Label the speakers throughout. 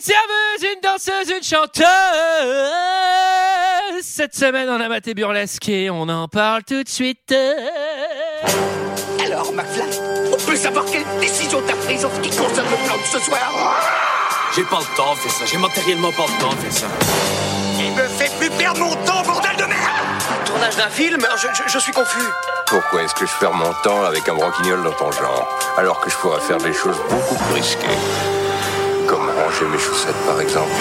Speaker 1: serveuse, une danseuse, une chanteuse. Cette semaine, on a maté burlesque et on en parle tout de suite.
Speaker 2: Alors, McFly, on peut savoir quelle décision t'as prise en ce qui concerne le plan de ce soir
Speaker 3: J'ai pas le temps de faire ça, j'ai matériellement pas le temps de faire ça.
Speaker 2: Il me fait plus perdre mon temps, bordel de merde
Speaker 4: Tournage d'un film euh, je, je- je suis confus.
Speaker 5: Pourquoi est-ce que je perds mon temps avec un broquignol dans ton genre, alors que je pourrais faire des choses beaucoup plus risquées Comme ranger mes chaussettes, par exemple.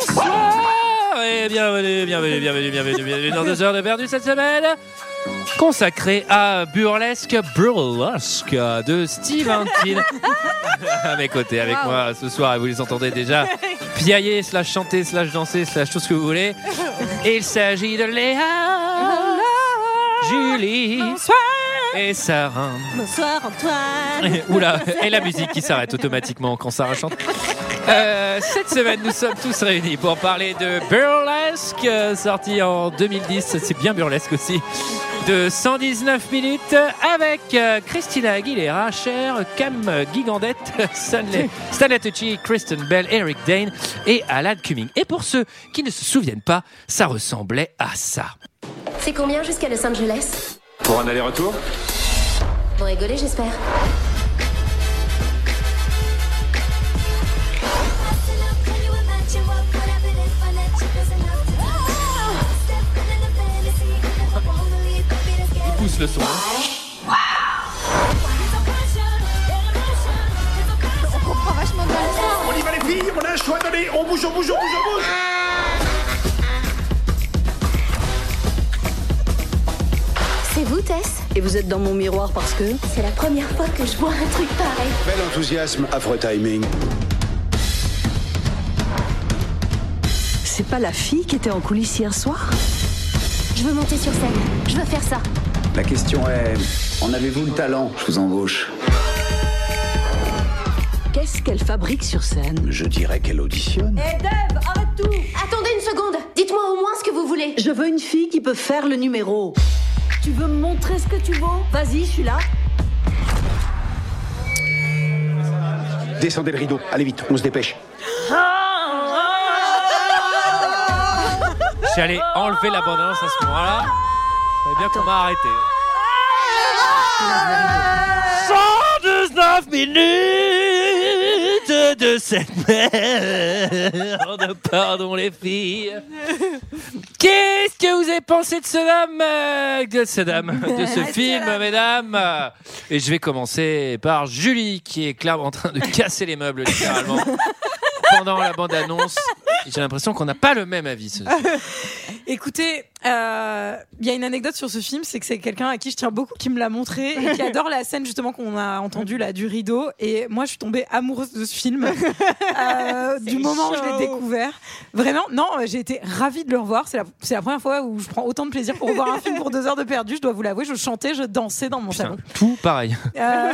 Speaker 1: Bonsoir et bienvenue, bienvenue, bienvenue, bienvenue, bienvenue dans deux heures de perdu cette semaine. Consacrée à Burlesque Burlesque de Steve Antin. à mes côtés, avec
Speaker 6: Wow.
Speaker 1: moi ce soir, et vous les entendez déjà piailler, slash chanter, slash danser, slash tout ce que vous voulez. Il s'agit de Léa, Julie et Sarah.
Speaker 6: Bonsoir Antoine.
Speaker 1: Oula, et la musique qui s'arrête automatiquement quand Sarah chante. Euh, cette semaine, nous sommes tous réunis pour parler de Burlesque, euh, sorti en 2010, c'est bien Burlesque aussi, de 119 minutes avec euh, Christina Aguilera, Cher, Cam Gigandette, Stanley, Stanley Tucci, Kristen Bell, Eric Dane et Alan Cumming. Et pour ceux qui ne se souviennent pas, ça ressemblait à ça.
Speaker 7: C'est combien jusqu'à Los Angeles
Speaker 3: Pour un aller-retour
Speaker 7: Vous rigolez, j'espère.
Speaker 1: Pousse le son.
Speaker 2: On y va les filles, on a un choix à donner, on bouge, on bouge, on bouge, on bouge
Speaker 7: C'est vous, Tess
Speaker 8: Et vous êtes dans mon miroir parce que
Speaker 7: C'est la première fois que je vois un truc pareil.
Speaker 9: Bel enthousiasme, affreux timing.
Speaker 8: c'est pas la fille qui était en coulisses hier soir
Speaker 7: Je veux monter sur scène. Je veux faire ça.
Speaker 9: La question est, en avez-vous le talent Je vous embauche.
Speaker 8: Qu'est-ce qu'elle fabrique sur scène
Speaker 9: Je dirais qu'elle auditionne.
Speaker 10: Eh.
Speaker 7: Attendez une seconde. Dites-moi au moins ce que vous voulez.
Speaker 8: Je veux une fille qui peut faire le numéro. Tu veux me montrer ce que tu vaux Vas-y, je suis là.
Speaker 9: Descendez le rideau, allez vite, on se dépêche.
Speaker 1: Je suis allé enlever la bande-annonce à ce moment-là. C'est bien qu'on m'a arrêté. 119 minutes de cette merde. Oh, Pardon les filles. Qu'est-ce que vous avez pensé de ce dame, euh, de ce dame, de ce film, mesdames Et je vais commencer par Julie qui est clairement en train de casser les meubles littéralement pendant la bande-annonce. J'ai l'impression qu'on n'a pas le même avis. Ce
Speaker 10: Écoutez, euh, il y a une anecdote sur ce film, c'est que c'est quelqu'un à qui je tiens beaucoup qui me l'a montré et qui adore la scène justement qu'on a entendue là du rideau. Et moi, je suis tombée amoureuse de ce film euh, du moment où je l'ai découvert. Vraiment, non, euh, j'ai été ravie de le revoir. C'est la, c'est la première fois où je prends autant de plaisir pour revoir un film pour deux heures de perdu. Je dois vous l'avouer, je chantais, je dansais dans mon
Speaker 1: Putain,
Speaker 10: salon.
Speaker 1: tout pareil.
Speaker 10: Euh,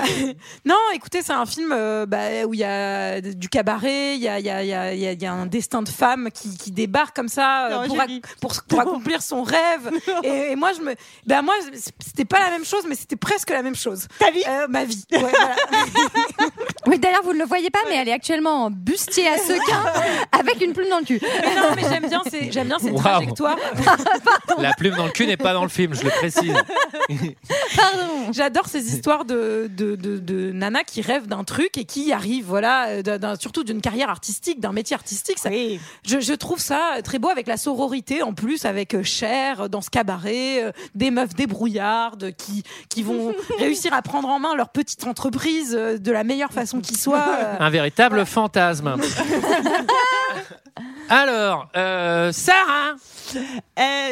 Speaker 10: non, écoutez, c'est un film euh, bah, où il y a du cabaret, il y a, il y a- il y a- il y a- il y a un destin de femme qui, qui débarque comme ça euh,
Speaker 6: Non,
Speaker 10: pour,
Speaker 6: Julie.
Speaker 10: ac- pour- pour accomplir son rêve. Et, et moi, je me, bah, moi, c'était pas la même chose, mais c'était presque la même chose.
Speaker 6: Ta vie
Speaker 10: Euh, ma vie. Ouais, voilà.
Speaker 11: Oui, d'ailleurs, vous ne le voyez pas, mais elle est actuellement en bustier à sequin avec une plume dans le cul.
Speaker 10: Mais non, mais j'aime bien, ces- j'aime bien cette
Speaker 1: Waouh.
Speaker 10: trajectoire.
Speaker 1: La plume dans le cul n'est pas dans le film, je le précise.
Speaker 11: Pardon.
Speaker 10: J'adore ces histoires de, de, de, de nanas qui rêvent d'un truc et qui y arrivent, voilà, euh, d'un- d'un- surtout d'une carrière artistique, d'un métier artistique. Ça, je, je trouve ça très beau avec la sororité en plus, avec euh, Cher euh, dans ce cabaret, euh, des meufs débrouillardes qui, qui vont réussir à prendre en main leur petite entreprise euh, de la meilleure façon qui soit. euh.
Speaker 1: Un véritable fantasme. Alors, euh, Sarah,
Speaker 6: Euh,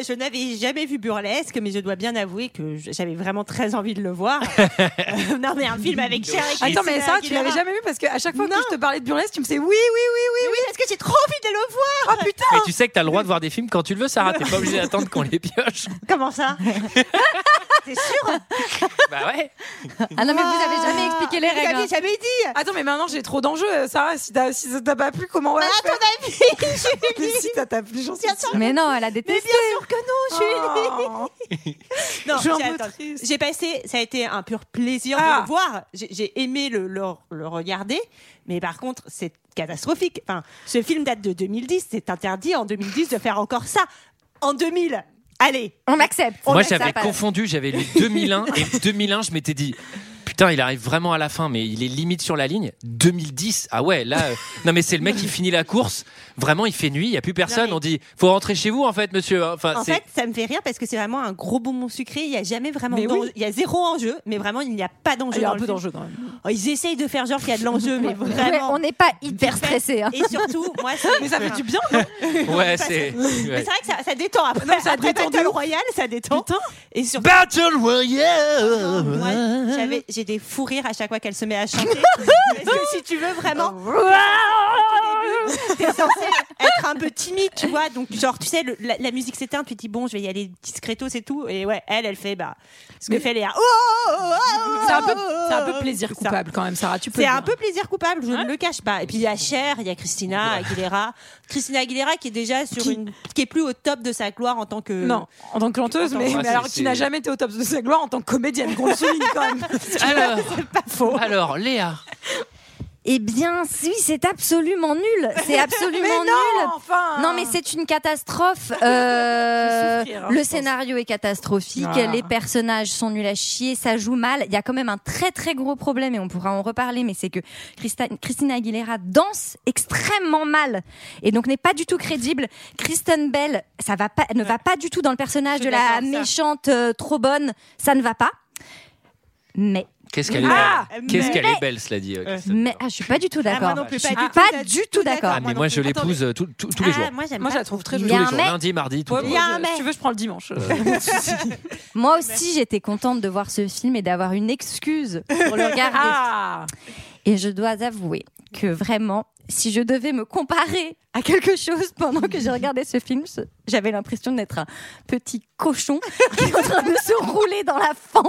Speaker 6: je n'avais jamais vu Burlesque, mais je dois bien avouer que j- j'avais vraiment très envie de le voir. Euh, non, mais un film avec Cher et
Speaker 10: Attends, mais
Speaker 6: Christina
Speaker 10: ça, tu l'avais
Speaker 6: Aguilera.
Speaker 10: jamais vu parce qu'à chaque fois
Speaker 6: Non.
Speaker 10: que je te parlais de burlesque, tu me sais oui, oui, oui, oui,
Speaker 6: Oui, parce que j'ai trop envie de le voir.
Speaker 10: oh putain.
Speaker 1: mais tu sais que t'as le droit de voir des films quand tu le veux, Sarah. T'es pas obligé d'attendre qu'on les pioche.
Speaker 6: Comment ça
Speaker 11: T'es sûr
Speaker 1: Bah ouais.
Speaker 7: Ah non, mais vous
Speaker 11: Ah,
Speaker 7: avez jamais expliqué les
Speaker 11: vous
Speaker 7: règles.
Speaker 11: avez
Speaker 7: hein.
Speaker 11: jamais dit
Speaker 10: Attends, mais maintenant j'ai trop d'enjeux, euh, Sarah. Si t'as si ça t'a pas plu, comment on va
Speaker 11: Bah, À
Speaker 10: faire
Speaker 11: ton avis,
Speaker 10: Mais
Speaker 11: Julie
Speaker 10: si t'as pas plu, j'en suis
Speaker 11: Bien
Speaker 10: sûre.
Speaker 11: sûr.
Speaker 7: Mais non, elle a
Speaker 11: Mais
Speaker 7: détesté.
Speaker 11: bien sûr que non, Julie
Speaker 10: Oh.
Speaker 11: Non,
Speaker 10: Je suis un
Speaker 11: j'ai-
Speaker 10: peu
Speaker 11: attends,
Speaker 10: triste.
Speaker 11: J'ai passé, ça a été un pur plaisir
Speaker 10: Ah.
Speaker 11: de le voir. J'ai j'ai aimé le, le, le regarder, mais par contre, c'est catastrophique. Enfin, ce film date de 2010. C'est interdit en 2010 de faire encore ça. En 2000, allez.
Speaker 7: On accepte.
Speaker 1: Moi,
Speaker 7: On
Speaker 1: j'avais
Speaker 7: accepte.
Speaker 1: confondu, j'avais lu 2001 et 2001, je m'étais dit. Putain, il arrive vraiment à la fin, mais il est limite sur la ligne. 2010, ah ouais, là, euh, non mais c'est le mec qui finit la course. Vraiment, il fait nuit, il y a plus personne.
Speaker 11: mais-
Speaker 1: On dit, faut rentrer chez vous en fait, monsieur. Enfin,
Speaker 11: En
Speaker 1: c'est-
Speaker 11: fait, ça me fait rire parce que c'est vraiment un gros bonbon sucré. Il y a jamais vraiment,
Speaker 10: Mais
Speaker 11: d'en-
Speaker 10: oui.
Speaker 11: il y a zéro enjeu, mais vraiment, il n'y a pas d'enjeu.
Speaker 10: Il y a
Speaker 11: dans
Speaker 10: un
Speaker 11: le
Speaker 10: peu
Speaker 11: film.
Speaker 10: d'enjeux quand même.
Speaker 11: Oh, ils essayent de faire genre qu'il y a de l'enjeu, mais
Speaker 7: Ouais,
Speaker 11: vraiment.
Speaker 7: on n'est pas hyper stressé. hein.
Speaker 11: Et surtout, moi, c'est-
Speaker 10: Mais ça fait du bien, non
Speaker 1: ouais,
Speaker 11: parce
Speaker 1: c'est.
Speaker 11: Mais
Speaker 1: ouais.
Speaker 11: c'est vrai que ça, ça détend après.
Speaker 10: Non, ça
Speaker 11: après
Speaker 10: détend de
Speaker 11: Battle
Speaker 10: ouf.
Speaker 11: Royale, ça détend.
Speaker 10: Putain.
Speaker 11: Et surtout.
Speaker 1: Battle Royale.
Speaker 11: Moi, j'avais- j'ai des fous rires à chaque fois qu'elle se met à chanter. Parce que si tu veux vraiment, t'es censé être un peu timide, tu vois. Donc, genre, tu sais, le- la, la musique s'éteint, tu te dis, bon, je vais y aller discretos et tout. Et ouais, elle, elle fait, bah, ce que fait Léa. Oh, oh, oh, oh,
Speaker 10: C'est un peu,
Speaker 11: oh,
Speaker 10: c'est un peu plaisir
Speaker 11: ça.
Speaker 10: coupable quand même, Sarah. Tu peux.
Speaker 11: C'est
Speaker 10: le
Speaker 11: un
Speaker 10: dire.
Speaker 11: peu plaisir coupable, je ne le cache pas. Et puis il y a Cher, il y a Christina Aguilera. Christina Aguilera qui est déjà sur
Speaker 10: Qui-
Speaker 11: une. qui est plus au top de sa gloire en tant que.
Speaker 10: Euh, Non, en tant que chanteuse, mais,
Speaker 1: Attends,
Speaker 10: mais
Speaker 1: ouais,
Speaker 10: alors
Speaker 1: c'est-
Speaker 10: qui n'a
Speaker 1: c'est-
Speaker 10: jamais été au top de sa gloire en tant que comédienne, qu'on le souligne quand même.
Speaker 1: Alors, alors, Léa.
Speaker 7: Eh bien, si, c'est absolument nul. C'est absolument
Speaker 10: Mais
Speaker 7: nul.
Speaker 10: non, enfin.
Speaker 7: Non, mais c'est une catastrophe. Euh,
Speaker 10: souffrir, hein, je
Speaker 7: le
Speaker 10: pense.
Speaker 7: scénario est catastrophique.
Speaker 10: Ah.
Speaker 7: Les personnages sont nuls à chier. Ça joue mal. Il y a quand même un très très gros problème et on pourra en reparler. Mais c'est que Christa- Christina Aguilera danse extrêmement mal et donc n'est pas du tout crédible. Kristen Bell, ça va pas, ne va pas du tout dans le personnage de
Speaker 11: Je suis
Speaker 7: la
Speaker 11: d'accord avec ça.
Speaker 7: méchante euh, trop bonne. Ça ne va pas. Mais
Speaker 1: Qu'est-ce qu'elle est
Speaker 10: Ah,
Speaker 1: belle Qu'est-ce
Speaker 11: mais-
Speaker 1: qu'elle est belle, cela dit. euh, Christine.
Speaker 7: mais ah, je suis pas du tout
Speaker 11: Ah, moi
Speaker 7: d'accord.
Speaker 11: non plus,
Speaker 7: je suis
Speaker 11: pas du
Speaker 7: pas
Speaker 11: tout d'ac-
Speaker 7: du tout d'accord.
Speaker 1: Ah, mais moi, je l'épouse euh, tous- tous tous les
Speaker 11: Ah,
Speaker 1: jours.
Speaker 11: Moi, j'aime
Speaker 10: Moi, je
Speaker 11: pas.
Speaker 10: la trouve très
Speaker 7: Il y
Speaker 10: jolie.
Speaker 7: a
Speaker 1: Tous les
Speaker 7: un
Speaker 1: jours,
Speaker 7: mec-
Speaker 1: lundi, mardi, tous
Speaker 10: Ouais,
Speaker 1: les
Speaker 11: Il y
Speaker 1: jours.
Speaker 11: a
Speaker 10: je-
Speaker 11: un mec.
Speaker 10: Si tu veux, je prends le dimanche.
Speaker 7: Moi aussi, j'étais contente de voir ce film et d'avoir une excuse pour le regarder.
Speaker 10: ah
Speaker 7: Et je dois avouer que vraiment, si je devais me comparer à quelque chose pendant que j'ai regardé ce film, ce- j'avais l'impression d'être un petit cochon qui est en train de se rouler dans la fange.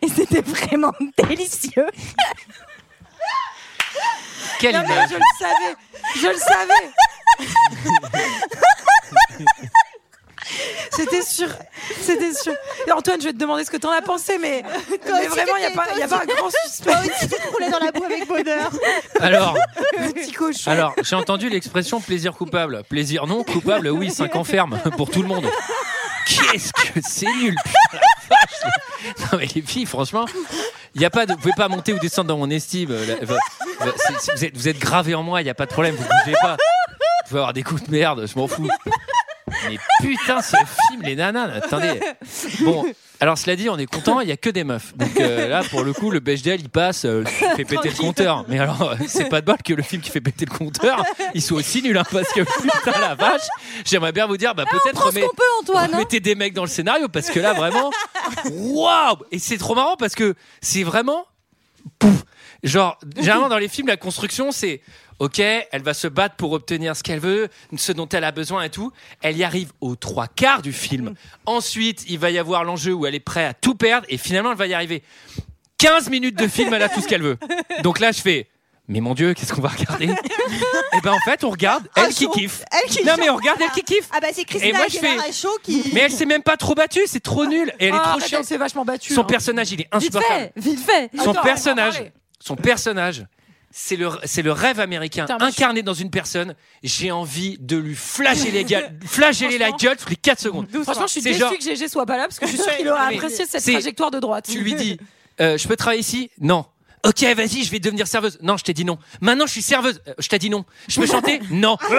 Speaker 7: Et c'était vraiment délicieux.
Speaker 1: Quelle
Speaker 10: Non, mais
Speaker 1: image
Speaker 10: je le savais Je le savais C'était sûr, c'était sûr. Et Antoine, je vais te demander ce que t'en as pensé, mais, mais
Speaker 11: aussi,
Speaker 10: vraiment, il n'y a,
Speaker 11: t'étais-
Speaker 10: pas- y a
Speaker 11: toi
Speaker 10: pas un grand
Speaker 11: Toi
Speaker 10: suspense.
Speaker 11: aussi, tu te roulais dans la boue avec bonheur.
Speaker 1: Alors,
Speaker 10: Petit cochon.
Speaker 1: alors j'ai entendu l'expression plaisir coupable. Plaisir non, coupable, oui, 5 ans ferme pour tout le monde. Qu'est-ce que c'est nul putain, la vache. Non mais les filles, franchement, il y a pas de, vous pouvez pas monter ou descendre dans mon estime. euh, la- enfin, euh, c'est- c'est- vous êtes, vous êtes gravés en moi, il n'y a pas de problème, vous bougez pas. Vous pouvez avoir des coups de merde, je m'en fous. Mais putain, ce film, les nanas, là, attendez. Bon, alors cela dit, on est content, il y a que des meufs. Donc euh, là, pour le coup, le Bechdel, il passe, euh, il fait péter le compteur. Mais alors, euh, c'est pas de bol que le film qui fait péter le compteur, ils sont aussi nuls, hein, parce que putain, la vache, j'aimerais bien vous dire, bah peut-être
Speaker 7: Prends ce
Speaker 1: remet-
Speaker 7: Ah, qu'on peut, Antoine. hein.
Speaker 1: remettez des mecs dans le scénario, parce que là, vraiment, waouh Et c'est trop marrant, parce que c'est vraiment... Pouf Genre, généralement, dans les films, la construction, c'est... Ok, elle va se battre pour obtenir ce qu'elle veut, ce dont elle a besoin et tout. Elle y arrive aux trois quarts du film. Ensuite, il va y avoir l'enjeu où elle est prête à tout perdre et finalement, elle va y arriver. 15 minutes de film, elle a tout ce qu'elle veut. Donc là, je fais. Mais mon Dieu, qu'est-ce qu'on va regarder Et ben en fait, on regarde elle qui
Speaker 11: chaud.
Speaker 1: kiffe.
Speaker 11: Elle qui
Speaker 1: non
Speaker 11: chaud.
Speaker 1: mais on regarde elle qui kiffe.
Speaker 11: Ah bah, c'est
Speaker 1: Et
Speaker 11: Christina
Speaker 1: moi, je
Speaker 11: Aguilera
Speaker 1: fais-
Speaker 11: chaud qui.
Speaker 1: Mais elle s'est même pas trop battue, c'est trop nul. Et elle est
Speaker 10: Ah,
Speaker 1: trop
Speaker 10: arrête,
Speaker 1: chiante.
Speaker 10: elle s'est vachement battue.
Speaker 1: Son
Speaker 10: hein.
Speaker 1: personnage, il est
Speaker 7: Vite
Speaker 1: insupportable.
Speaker 7: fait, vite fait.
Speaker 1: Son
Speaker 10: Attends,
Speaker 1: personnage,
Speaker 10: elle va parler.
Speaker 1: son personnage, c'est le, c'est le rêve américain
Speaker 10: Putain, moi, je suis-
Speaker 1: incarné dans une personne. J'ai envie de lui flasher les gueules, flageller la gueule tous les 4 secondes.
Speaker 10: Franchement, je suis
Speaker 1: C'est
Speaker 10: déçue
Speaker 1: genre-
Speaker 10: que GG soit pas là parce que je suis sûre qu'il aurait
Speaker 1: Mais
Speaker 10: apprécié cette
Speaker 1: c'est-
Speaker 10: trajectoire de droite.
Speaker 1: tu lui dis euh, je peux travailler ici non Ok, vas-y, je vais devenir serveuse. Non, je t'ai dit non. Maintenant, je suis serveuse. Euh, Je t'ai dit non. Je peux chanter Non. Mais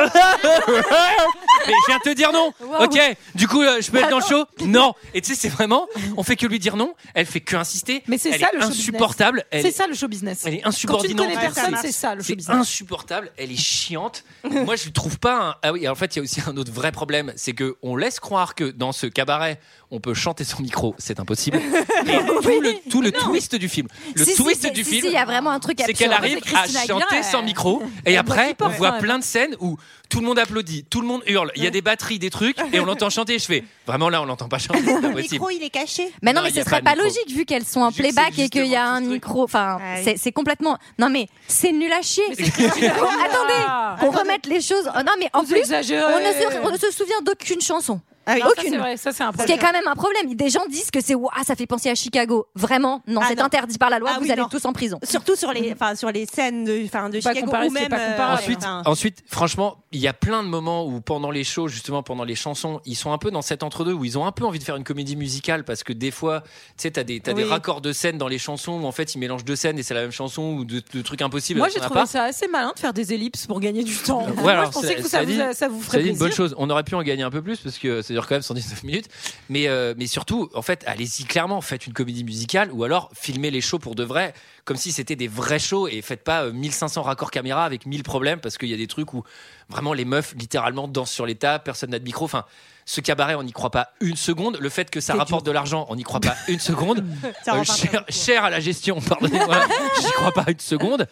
Speaker 1: je viens de te dire non.
Speaker 7: Wow.
Speaker 1: Ok. Du coup, euh, je peux être dans le show
Speaker 10: Bah
Speaker 1: Non. Et tu sais, c'est vraiment, on fait que lui dire non. Elle fait que insister.
Speaker 10: Mais c'est
Speaker 1: Elle
Speaker 10: ça,
Speaker 1: est
Speaker 10: le show business.
Speaker 1: insupportable. Elle
Speaker 10: C'est
Speaker 1: est-
Speaker 10: ça le show business.
Speaker 1: elle est
Speaker 10: Quand tu ne
Speaker 1: insubordinante.
Speaker 10: connais
Speaker 11: Ouais,
Speaker 10: personne,
Speaker 11: ça
Speaker 10: c'est ça le show
Speaker 1: C'est
Speaker 10: business.
Speaker 1: insupportable, elle est chiante. Moi, je lui trouve pas un. Ah oui, en fait, il y a aussi un autre vrai problème, c'est que on laisse croire que dans ce cabaret, on peut chanter son micro. C'est impossible. Et tout le, tout le twist du film. Le
Speaker 7: Si, si,
Speaker 1: twist
Speaker 7: c'est-
Speaker 1: du
Speaker 7: si,
Speaker 11: si,
Speaker 1: film.
Speaker 11: il y a vraiment un truc
Speaker 1: c'est
Speaker 11: absurde.
Speaker 1: qu'elle arrive
Speaker 11: C'est
Speaker 1: à
Speaker 11: Christina Aguilera,
Speaker 1: chanter sans
Speaker 11: elle-
Speaker 1: micro et
Speaker 11: elle
Speaker 1: après
Speaker 11: botte pas,
Speaker 1: on voit
Speaker 11: ouais.
Speaker 1: plein de scènes où tout le monde applaudit, tout le monde hurle, il y a des batteries, des trucs et on l'entend chanter. Je fais vraiment là on l'entend pas chanter, c'est pas
Speaker 6: Le
Speaker 1: possible.
Speaker 6: micro, il est caché.
Speaker 11: Mais non,
Speaker 1: Non,
Speaker 11: mais
Speaker 1: il y
Speaker 11: ce
Speaker 1: a
Speaker 11: serait
Speaker 1: pas
Speaker 11: pas
Speaker 1: de micro.
Speaker 11: logique vu qu'elles sont en
Speaker 1: Vu que c'est
Speaker 11: playback et qu'il y a
Speaker 1: justement
Speaker 11: un micro. Enfin, c'est- c'est complètement. Non, mais c'est nul à chier. Bon,
Speaker 10: Ah.
Speaker 11: Attendez, qu'on remette les choses. Oh, non, mais en
Speaker 10: Vous
Speaker 11: plus, on ne,
Speaker 10: exagérez.
Speaker 11: se, on ne se souvient d'aucune chanson.
Speaker 10: Ah oui. Non, ça,
Speaker 11: aucune.
Speaker 10: c'est vrai, ça, c'est un
Speaker 11: Ce qui est
Speaker 10: problème.
Speaker 11: quand même un problème. Des gens disent que c'est Ouah, ça fait penser à Chicago. Vraiment, non, c'est interdit par la loi.
Speaker 6: Ah
Speaker 11: vous
Speaker 6: oui,
Speaker 11: allez
Speaker 6: non.
Speaker 11: tous en prison.
Speaker 6: Surtout sur les, enfin, sur les scènes de, enfin, de Chicago
Speaker 10: comparé,
Speaker 6: ou
Speaker 10: c'est
Speaker 6: même.
Speaker 10: pas hein. comparable.
Speaker 6: euh,
Speaker 1: Ensuite,
Speaker 6: enfin,
Speaker 1: ensuite, franchement, il y a plein de moments où pendant les shows, justement pendant les chansons, ils sont un peu dans cet entre-deux où ils ont un peu envie de faire une comédie musicale parce que des fois, tu sais, t'as des, t'as des
Speaker 6: Oui.
Speaker 1: raccords de scènes dans les chansons où en fait ils mélangent deux scènes et c'est la même chanson ou deux, deux trucs impossibles.
Speaker 10: Moi,
Speaker 1: alors
Speaker 10: j'ai
Speaker 1: qu'on a
Speaker 10: trouvé
Speaker 1: pas.
Speaker 10: ça assez malin de faire des ellipses pour gagner du temps.
Speaker 1: Ouais,
Speaker 10: Moi, je
Speaker 1: alors,
Speaker 10: pensais
Speaker 1: ça-
Speaker 10: que vous-
Speaker 1: ça
Speaker 10: ça, vous,
Speaker 1: dit-
Speaker 10: ça vous
Speaker 1: Ça
Speaker 10: ferait
Speaker 1: dit une
Speaker 10: plaisir.
Speaker 1: bonne chose. On aurait pu en gagner un peu plus parce que ça dure quand même 119 minutes. Mais, euh, mais surtout, en fait, allez-y clairement. Faites une comédie musicale ou alors filmez les shows pour de vrai, comme si c'était des vrais shows et faites pas euh, 1500 raccords caméra avec 1000 problèmes parce qu'il y a des trucs où vraiment les meufs littéralement dansent sur les tables, personne n'a de micro. Enfin, ce cabaret, on n'y croit pas une seconde. Le fait que ça rapporte de l'argent, on n'y croit pas une seconde.
Speaker 6: Ça
Speaker 1: Euh,
Speaker 6: rend pas
Speaker 1: cher, cher à la gestion, pardonnez-moi, j'y crois pas une seconde.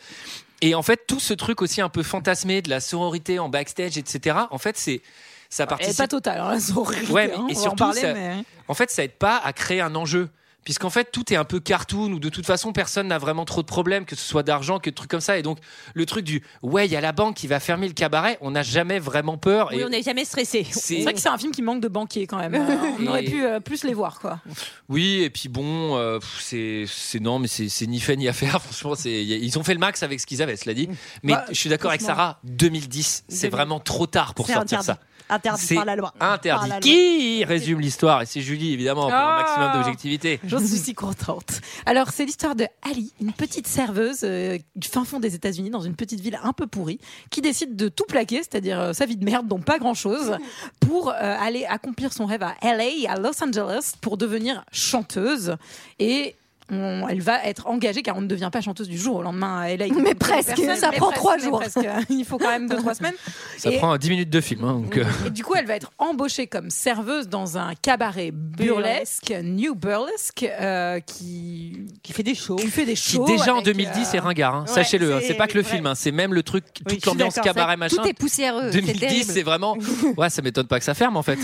Speaker 1: Et en fait, tout ce truc aussi un peu fantasmé de la sororité en backstage, etc. En fait, c'est ça
Speaker 10: Et
Speaker 1: participe.
Speaker 10: pas total, hein, elles ont ri,
Speaker 1: Ouais, mais-
Speaker 10: hein, on
Speaker 1: et
Speaker 10: va en
Speaker 1: surtout,
Speaker 10: parler,
Speaker 1: ça-
Speaker 10: mais-
Speaker 1: En fait, ça aide pas à créer un enjeu. Puisqu'en fait, tout est un peu cartoon, ou de toute façon, personne n'a vraiment trop de problèmes, que ce soit d'argent, que de trucs comme ça. Et donc, le truc du ouais, il y a la banque qui va fermer le cabaret, on n'a jamais vraiment peur.
Speaker 6: oui,
Speaker 1: et
Speaker 6: on n'est jamais stressé.
Speaker 10: C'est
Speaker 1: c'est-
Speaker 10: vrai que c'est un film qui manque de banquiers quand même. Euh, On
Speaker 1: Et-
Speaker 10: aurait pu euh, plus les voir, quoi.
Speaker 1: Oui, et puis bon, euh, pff, c'est c'est- non, mais c'est c'est ni fait ni à faire. Franchement, c'est- y a- ils ont fait le max avec ce qu'ils avaient, cela dit.
Speaker 6: Mmh.
Speaker 1: Mais
Speaker 10: Bah,
Speaker 1: je suis d'accord avec
Speaker 10: franchement.
Speaker 1: Sarah, 2010, c'est
Speaker 6: 2010.
Speaker 1: vraiment trop tard pour
Speaker 6: C'est
Speaker 1: sortir
Speaker 6: interdit.
Speaker 1: ça.
Speaker 6: Interdit
Speaker 1: C'est
Speaker 6: par la loi. Par
Speaker 1: Interdit.
Speaker 6: la loi.
Speaker 1: Qui résume l'histoire Et c'est Julie, évidemment, pour un
Speaker 10: Ah.
Speaker 1: maximum d'objectivité.
Speaker 10: J'en suis si contente. Alors, c'est l'histoire de Ali, une petite serveuse euh, du fin fond des États-Unis, dans une petite ville un peu pourrie, qui décide de tout plaquer, c'est-à-dire euh, sa vie de merde, donc pas grand-chose, pour euh, aller accomplir son rêve à LA, à Los Angeles, pour devenir chanteuse. Et. on- elle va être engagée car on ne devient pas chanteuse du jour au lendemain à LA. comme
Speaker 11: Mais
Speaker 10: toute
Speaker 11: presque,
Speaker 10: personne.
Speaker 11: ça prend trois
Speaker 10: mais
Speaker 11: jours.
Speaker 10: presque. Il faut quand même deux, trois semaines.
Speaker 1: Ça
Speaker 10: Et-
Speaker 1: prend 10 minutes de film. hein, donc, euh,
Speaker 10: et du coup, elle va être embauchée comme serveuse dans un cabaret burlesque, New Burlesque, euh, qui,
Speaker 6: Qui fait des shows.
Speaker 10: qui fait des
Speaker 1: qui
Speaker 10: shows.
Speaker 1: déjà en
Speaker 10: avec,
Speaker 1: 2010
Speaker 10: euh,
Speaker 1: est ringard. hein.
Speaker 6: ouais,
Speaker 1: Sachez-le, hein, c'est
Speaker 6: c'est-
Speaker 1: pas que le
Speaker 6: ouais.
Speaker 1: film, hein, c'est même le truc,
Speaker 6: Oui,
Speaker 1: toute
Speaker 6: je suis
Speaker 1: l'ambiance
Speaker 6: d'accord, ça-
Speaker 1: cabaret machin.
Speaker 11: Tout est poussiéreux. c'est
Speaker 1: 2010,
Speaker 11: terrible.
Speaker 1: c'est vraiment. Ouais, ça m'étonne pas que ça ferme en fait.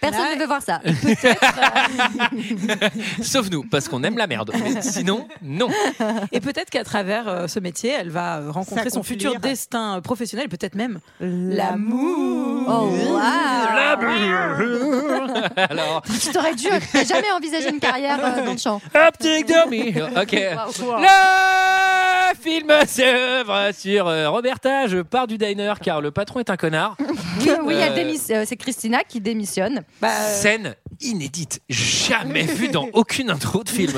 Speaker 11: Personne ne veut voir ça.
Speaker 1: Sauf nous, parce qu'on aime la merde. Mais sinon, non.
Speaker 10: Et peut-être qu'à travers euh, ce métier, elle va euh, rencontrer son
Speaker 6: S'accomplir.
Speaker 10: futur destin euh, professionnel, peut-être même
Speaker 11: Oh,
Speaker 10: l'amour. Oh,
Speaker 1: Ah.
Speaker 11: waouh.
Speaker 1: Alors,
Speaker 11: Je t'aurais dû. euh, T'as jamais envisagé une carrière euh, dans le chant.
Speaker 1: Optic Dummy. Ok.
Speaker 11: Waouh.
Speaker 1: Le film s'œuvre sur euh, Roberta. Je pars du diner car le patron est un connard.
Speaker 11: Oui, oui, elle
Speaker 1: Euh,
Speaker 11: démis- euh, c'est Christina qui démissionne.
Speaker 10: Bah, euh,
Speaker 1: Scène inédite, jamais vue dans aucune intro de film.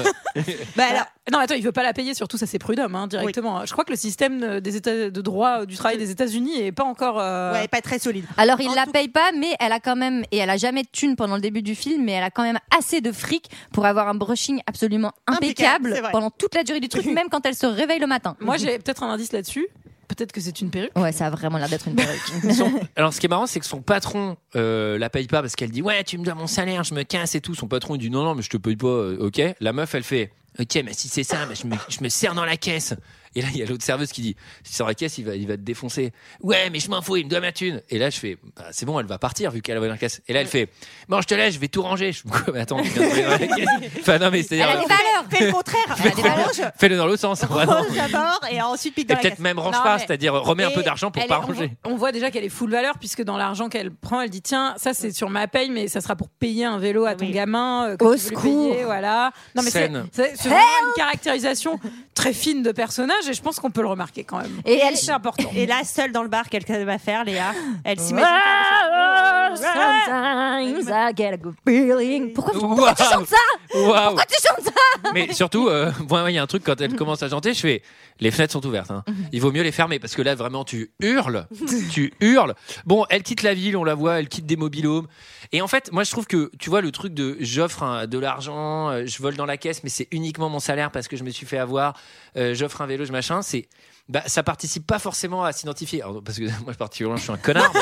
Speaker 10: bah, alors- non, attends, il veut pas la payer, surtout ça c'est prud'homme hein, directement. Je crois que le système euh, des états, de droit euh, du travail des États-Unis est pas encore. euh,
Speaker 6: Ouais, pas très solide.
Speaker 11: Alors il
Speaker 6: En
Speaker 11: la
Speaker 6: tout-
Speaker 11: paye pas, mais elle a quand même et elle a jamais de thune pendant le début du film, mais elle a quand même assez de fric pour avoir un brushing absolument
Speaker 6: Impeccable,
Speaker 11: impeccable,
Speaker 6: c'est vrai.
Speaker 11: pendant toute la durée du truc, même quand elle se réveille le matin.
Speaker 10: Moi j'ai peut-être un indice là-dessus. Peut-être que c'est une perruque.
Speaker 11: Ouais, ça a vraiment l'air d'être une perruque.
Speaker 1: Son- Alors, ce qui est marrant, c'est que son patron euh, la paye pas parce qu'elle dit Ouais, tu me dois mon salaire, je me casse et tout. Son patron, il dit Non, non, mais je te paye pas, euh, ok. La meuf, elle fait Ok, mais si c'est ça, mais je, me, je me serre dans la caisse. Et là, il y a l'autre serveuse qui dit Si tu sors la caisse, il va, il va te défoncer. Ouais, mais je m'en fous, il me doit ma thune. Et là, je fais Bah, C'est bon, elle va partir vu qu'elle va dans la caisse. Et là, elle fait Bon, je te laisse, je vais tout ranger. Je fais, Quoi, mais attends, tu viens de me dans la caisse. Enfin, non, mais
Speaker 11: elle
Speaker 1: c'est-à-dire,
Speaker 11: a des valeurs.
Speaker 6: Fais le contraire. Elle a des valeurs. je-
Speaker 1: fais-le dans l'autre sens, vraiment.
Speaker 6: Range d'abord et ensuite pique
Speaker 1: Ah Et
Speaker 6: dans la
Speaker 1: peut-être
Speaker 6: caisse.
Speaker 1: même range
Speaker 10: Non,
Speaker 1: pas,
Speaker 10: mais-
Speaker 1: c'est-à-dire remets un
Speaker 10: Et
Speaker 1: peu d'argent pour
Speaker 10: elle
Speaker 1: pas
Speaker 10: est- on
Speaker 1: ranger.
Speaker 10: voit- On, voit déjà qu'elle est full valeur puisque dans l'argent qu'elle prend, elle dit tiens, ça c'est sur ma paye, mais ça sera pour payer un vélo à ton
Speaker 6: Oui.
Speaker 10: gamin. euh, quand
Speaker 11: Au
Speaker 10: tu veux le
Speaker 11: secours.
Speaker 10: payer, voilà. Non mais c'est
Speaker 1: Scène.
Speaker 10: c'est- c'est vraiment une caractérisation très fine de personnage et je pense qu'on peut le remarquer quand même.
Speaker 11: Et elle-
Speaker 10: c'est important.
Speaker 6: Et là, seule dans le bar, qu'est-ce qu'elle va faire, Léa Elle s'imagine.
Speaker 11: Well, sometimes I get a good feeling. Pourquoi, pourquoi tu chantes ça
Speaker 1: Waouh.
Speaker 11: Pourquoi tu chantes ça
Speaker 1: Mais surtout, euh, moi, il y a un truc quand elle commence à chanter, je fais les fenêtres sont ouvertes. hein. Il vaut mieux les fermer parce que là, vraiment, tu hurles, tu hurles. Bon, elle quitte la ville, on la voit, elle quitte des mobilhomes. Et en fait, moi, je trouve que tu vois le truc de j'offre un- de l'argent, euh, je vole dans la caisse, mais c'est uniquement mon salaire parce que je me suis fait avoir. euh, j'offre un vélo, je machin. C'est bah, ça participe pas forcément à s'identifier Alors, parce que moi, particulièrement, je suis un connard. mais-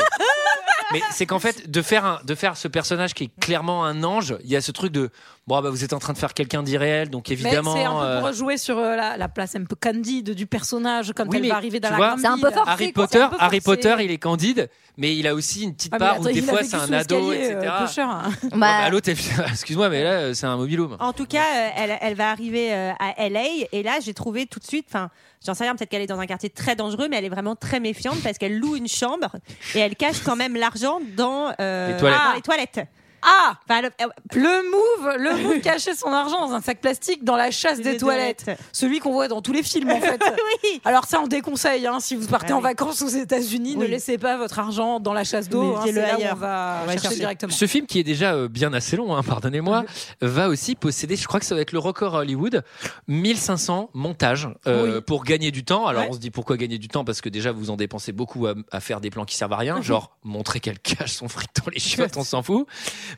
Speaker 1: Mais c'est qu'en fait, de faire, un- de faire ce personnage qui est clairement un ange, il y a ce truc de bon, bah, vous êtes en train de faire quelqu'un d'irréel, donc évidemment.
Speaker 10: Mais c'est un peu
Speaker 1: euh,
Speaker 10: pour jouer sur euh, la, la place un peu candide du personnage quand
Speaker 1: oui,
Speaker 10: elle
Speaker 1: mais
Speaker 10: va arriver dans
Speaker 1: tu
Speaker 10: la
Speaker 1: vois,
Speaker 10: grande ville. Ah,
Speaker 1: Harry Potter, Harry Potter, il est candide, mais il a aussi une petite
Speaker 10: Ah, mais
Speaker 1: part
Speaker 10: attends,
Speaker 1: où des
Speaker 10: il a
Speaker 1: fois
Speaker 10: vécu
Speaker 1: c'est un
Speaker 10: sous
Speaker 1: ado,
Speaker 10: l'escalier,
Speaker 1: etc.
Speaker 10: euh, pocheur, hein.
Speaker 1: Ouais, bah, l'autre, elle- excuse-moi, mais là, euh, c'est un mobilhome.
Speaker 6: En tout cas, euh, elle, elle va arriver euh, à LA et là, j'ai trouvé tout de suite, enfin, j'en sais rien, peut-être qu'elle est dans un quartier très dangereux, mais elle est vraiment très méfiante parce qu'elle loue une chambre et elle cache quand même l'argent dans, euh,
Speaker 10: Les toilettes.
Speaker 6: dans les toilettes.
Speaker 10: Ah
Speaker 6: Enfin, le- euh,
Speaker 10: Le move, le move cacher son argent dans un sac plastique dans la chasse des toilettes. Celui qu'on voit dans tous les films en fait. Alors ça on déconseille hein, si vous partez
Speaker 6: Ah
Speaker 10: en
Speaker 6: oui.
Speaker 10: vacances aux États-Unis, ne
Speaker 6: Oui.
Speaker 10: laissez pas votre argent dans la chasse d'eau, hein,
Speaker 6: Mettez-le
Speaker 10: c'est là où
Speaker 6: ailleurs.
Speaker 10: on va,
Speaker 6: On va
Speaker 10: chercher,
Speaker 6: chercher.
Speaker 10: directement.
Speaker 1: Ce film qui est déjà euh, bien assez long, hein, pardonnez-moi, va aussi posséder, je crois que ça va être le record à Hollywood, 1500 montages euh, pour gagner du temps. Alors
Speaker 10: Ouais.
Speaker 1: on se dit pourquoi gagner du temps Parce que déjà vous en dépensez beaucoup à, à faire des plans qui servent à
Speaker 10: Mhm.
Speaker 1: rien, genre montrer qu'elle cache son fric dans les chiottes, on s'en fout.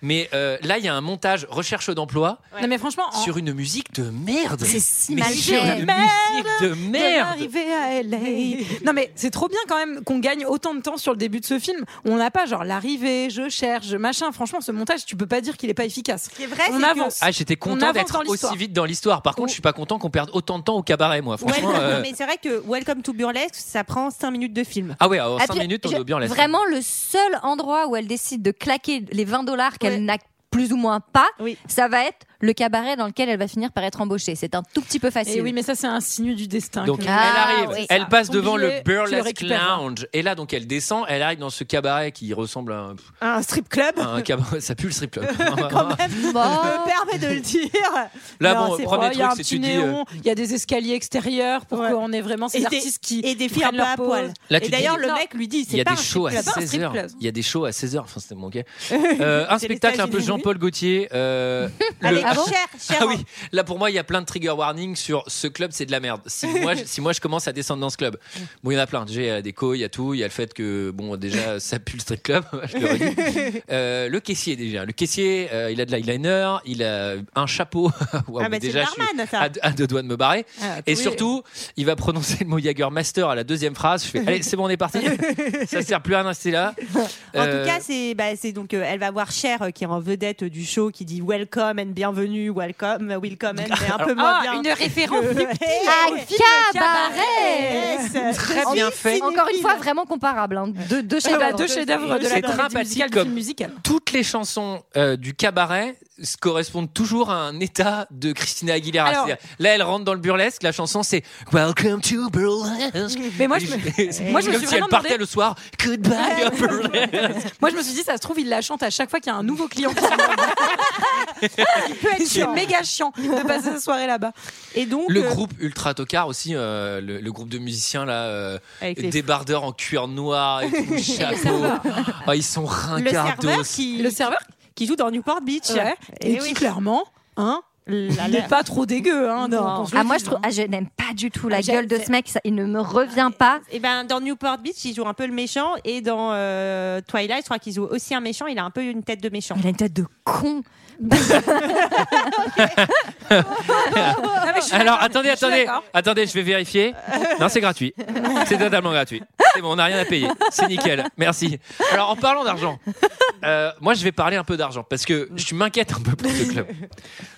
Speaker 1: Mais euh, là il y a un montage recherche d'emploi
Speaker 10: Non mais franchement en-
Speaker 1: sur une musique de merde.
Speaker 10: Ah. C'est si
Speaker 1: Mais
Speaker 10: mal
Speaker 1: sur
Speaker 10: fait.
Speaker 1: une
Speaker 10: Merde
Speaker 1: musique de
Speaker 10: de
Speaker 1: merde.
Speaker 10: l'arrivée à LA. Non mais c'est trop bien quand même qu'on gagne autant de temps sur le début de ce film. On n'a pas genre l'arrivée, je cherche, je machin. Franchement, ce montage, tu peux pas dire qu'il est pas efficace.
Speaker 6: C'est vrai,
Speaker 10: on avance.
Speaker 1: Ah, j'étais
Speaker 10: On
Speaker 1: content
Speaker 10: avance
Speaker 1: d'être
Speaker 10: dans l'histoire. Oh.
Speaker 1: aussi vite dans l'histoire. Par contre, je suis pas content qu'on perde autant de temps au cabaret, moi. Franchement.
Speaker 6: Welcome-
Speaker 1: euh,
Speaker 6: non, mais c'est vrai que Welcome to Burlesque, ça prend 5 minutes de film.
Speaker 1: Ah ouais, en
Speaker 11: Ah,
Speaker 1: 5
Speaker 11: puis,
Speaker 1: minutes, on
Speaker 11: je-
Speaker 1: est bien laisse.
Speaker 11: Vraiment, le seul endroit où elle décide de claquer les 20 dollars qu'elle n'a plus ou moins pas, ça va être le cabaret dans lequel elle va finir par être embauchée. C'est un
Speaker 6: Eh
Speaker 11: tout petit peu facile.
Speaker 10: Et oui, mais ça c'est un signe du destin.
Speaker 1: Donc
Speaker 10: que-
Speaker 1: elle arrive,
Speaker 11: oui.
Speaker 1: elle passe
Speaker 10: Ton
Speaker 1: devant
Speaker 10: billet,
Speaker 1: le
Speaker 10: tu le
Speaker 1: Burlesque
Speaker 6: hein.
Speaker 10: récupères.
Speaker 1: Lounge et là donc elle descend, elle arrive dans ce cabaret qui ressemble à un,
Speaker 6: Un strip club
Speaker 1: à un cabaret, ça pue le strip club.
Speaker 6: Quand même, je me permets de le dire.
Speaker 1: Ah. Là,
Speaker 6: Non,
Speaker 1: bon,
Speaker 6: c'est
Speaker 1: premier
Speaker 6: vrai.
Speaker 10: Il y a
Speaker 1: truc,
Speaker 10: un
Speaker 1: c'est
Speaker 10: petit
Speaker 1: tu dis, euh,
Speaker 10: néon, il y a des escaliers extérieurs pour qu'on ait vraiment ces
Speaker 6: Et des-
Speaker 10: artistes qui
Speaker 6: et des
Speaker 10: qui
Speaker 6: filles un
Speaker 10: prennent leur
Speaker 6: peu à poil.
Speaker 10: pause.
Speaker 1: Là,
Speaker 6: Et
Speaker 1: tu
Speaker 6: d'ailleurs,
Speaker 1: dis,
Speaker 6: le mec lui dit
Speaker 1: Il y
Speaker 6: c'est
Speaker 1: a
Speaker 6: pas
Speaker 1: des
Speaker 6: un strip
Speaker 1: shows à
Speaker 6: club. Ah C'est pas un strip
Speaker 1: 16h.
Speaker 6: club.
Speaker 1: Il y a des shows à 16h. Enfin, c'était mon gars. Euh, un
Speaker 6: C'est
Speaker 1: spectacle un peu
Speaker 6: les États-Unis.
Speaker 1: Jean-Paul Gaultier. euh,
Speaker 6: Avec
Speaker 1: le-
Speaker 6: Cher, Cher.
Speaker 1: Ah
Speaker 10: bah,
Speaker 1: oui, là pour moi il y a plein de trigger warning sur ce club c'est de la merde. Si moi, je, si moi je commence à descendre dans ce club, bon il y en a plein. Déjà il y a la déco, il y a tout, il y a le fait que bon déjà ça pue le strip club. je l'aurais dit. Euh, le caissier déjà, le caissier euh, il a de l'eyeliner, il a un chapeau. Waouh,
Speaker 6: Ah, mais c'est
Speaker 1: déjà
Speaker 6: le
Speaker 1: je suis
Speaker 6: barman, ça.
Speaker 1: à, deux- à deux doigts de me barrer.
Speaker 6: Ah,
Speaker 1: Et
Speaker 6: oui.
Speaker 1: surtout il va prononcer le mot Jagger Master à la deuxième phrase. Je fais allez c'est bon on est parti. ça sert plus à rien c'est là.
Speaker 6: En
Speaker 1: Euh,
Speaker 6: tout cas, c'est bah, c'est donc euh, elle va voir Cher euh, qui est en vedette euh, du show qui dit welcome and bienvenue, welcome, euh, welcome and, mais un peu
Speaker 1: Alors-
Speaker 6: moins
Speaker 10: Ah,
Speaker 6: bien.
Speaker 10: une référence
Speaker 6: que-
Speaker 10: subtile.
Speaker 6: Ah,
Speaker 11: Un
Speaker 6: oui.
Speaker 11: cabaret
Speaker 6: Yes.
Speaker 1: Très bien fait.
Speaker 11: Encore une fois, vraiment comparable. hein. Deux,
Speaker 6: Ah,
Speaker 11: deux
Speaker 10: Eh ben,
Speaker 11: chefs-d'œuvre.
Speaker 10: deux chefs-d'œuvre de
Speaker 1: C'est
Speaker 10: la comédie
Speaker 1: dramatique
Speaker 10: musicale, du
Speaker 1: comme-
Speaker 10: film musical.
Speaker 1: toutes les chansons euh, du cabaret s- correspondent toujours à un état de Christina Aguilera.
Speaker 10: Alors-
Speaker 1: C'est-à-dire, Là, elle rentre dans le burlesque. La chanson, c'est Welcome to burlesque.
Speaker 10: Mais moi, je me-
Speaker 1: C'est
Speaker 10: moi, je me
Speaker 1: comme
Speaker 10: suis
Speaker 1: si elle
Speaker 10: vraiment
Speaker 1: partait
Speaker 10: demandé-
Speaker 1: le soir. Goodbye burlesque.
Speaker 10: Moi, je me suis dit, ça se trouve, il la chante à chaque fois qu'il y a un nouveau client. qui
Speaker 6: peut être
Speaker 10: C'est
Speaker 6: chiant.
Speaker 10: méga chiant de passer sa soirée là-bas.
Speaker 6: Et donc
Speaker 1: Le
Speaker 6: euh,
Speaker 1: groupe Ultra Tocard aussi, euh, le, le groupe de musiciens là, euh,
Speaker 6: Avec les-
Speaker 1: débardeurs en cuir noir et tout, chapeau.
Speaker 10: serveurs.
Speaker 1: Ah, ils sont
Speaker 6: le serveur
Speaker 1: ringardos.
Speaker 6: qui
Speaker 10: Le serveur,
Speaker 6: qui joue dans Newport Beach.
Speaker 10: ouais,
Speaker 6: Et
Speaker 10: et,
Speaker 6: oui.
Speaker 10: qui clairement, hein,
Speaker 6: La-
Speaker 10: il
Speaker 6: la-
Speaker 10: n'est pas trop dégueu. Hein,
Speaker 6: Non.
Speaker 10: qu'on se le
Speaker 11: Ah, moi,
Speaker 10: dise,
Speaker 11: je, trouve,
Speaker 10: hein.
Speaker 11: ah, je n'aime pas du tout la
Speaker 10: Ah, j'ai-
Speaker 11: gueule de ce mec. ça- il ne me revient pas.
Speaker 6: Et ben dans Newport Beach, il joue un peu le méchant et dans euh, Twilight, je crois qu'il joue aussi un méchant. Il a un peu une tête de méchant.
Speaker 11: Il a une tête de con.
Speaker 10: Ah, mais je suis
Speaker 1: Alors
Speaker 10: d'accord,
Speaker 1: attendez,
Speaker 10: je suis
Speaker 1: attendez,
Speaker 10: d'accord.
Speaker 1: attendez, je vais vérifier.
Speaker 6: Euh.
Speaker 1: Non, c'est gratuit. C'est totalement gratuit. C'est bon, on n'a rien à payer. C'est nickel. Merci. Alors en parlant d'argent, euh, moi je vais parler un peu d'argent parce que je m'inquiète un peu pour ce club.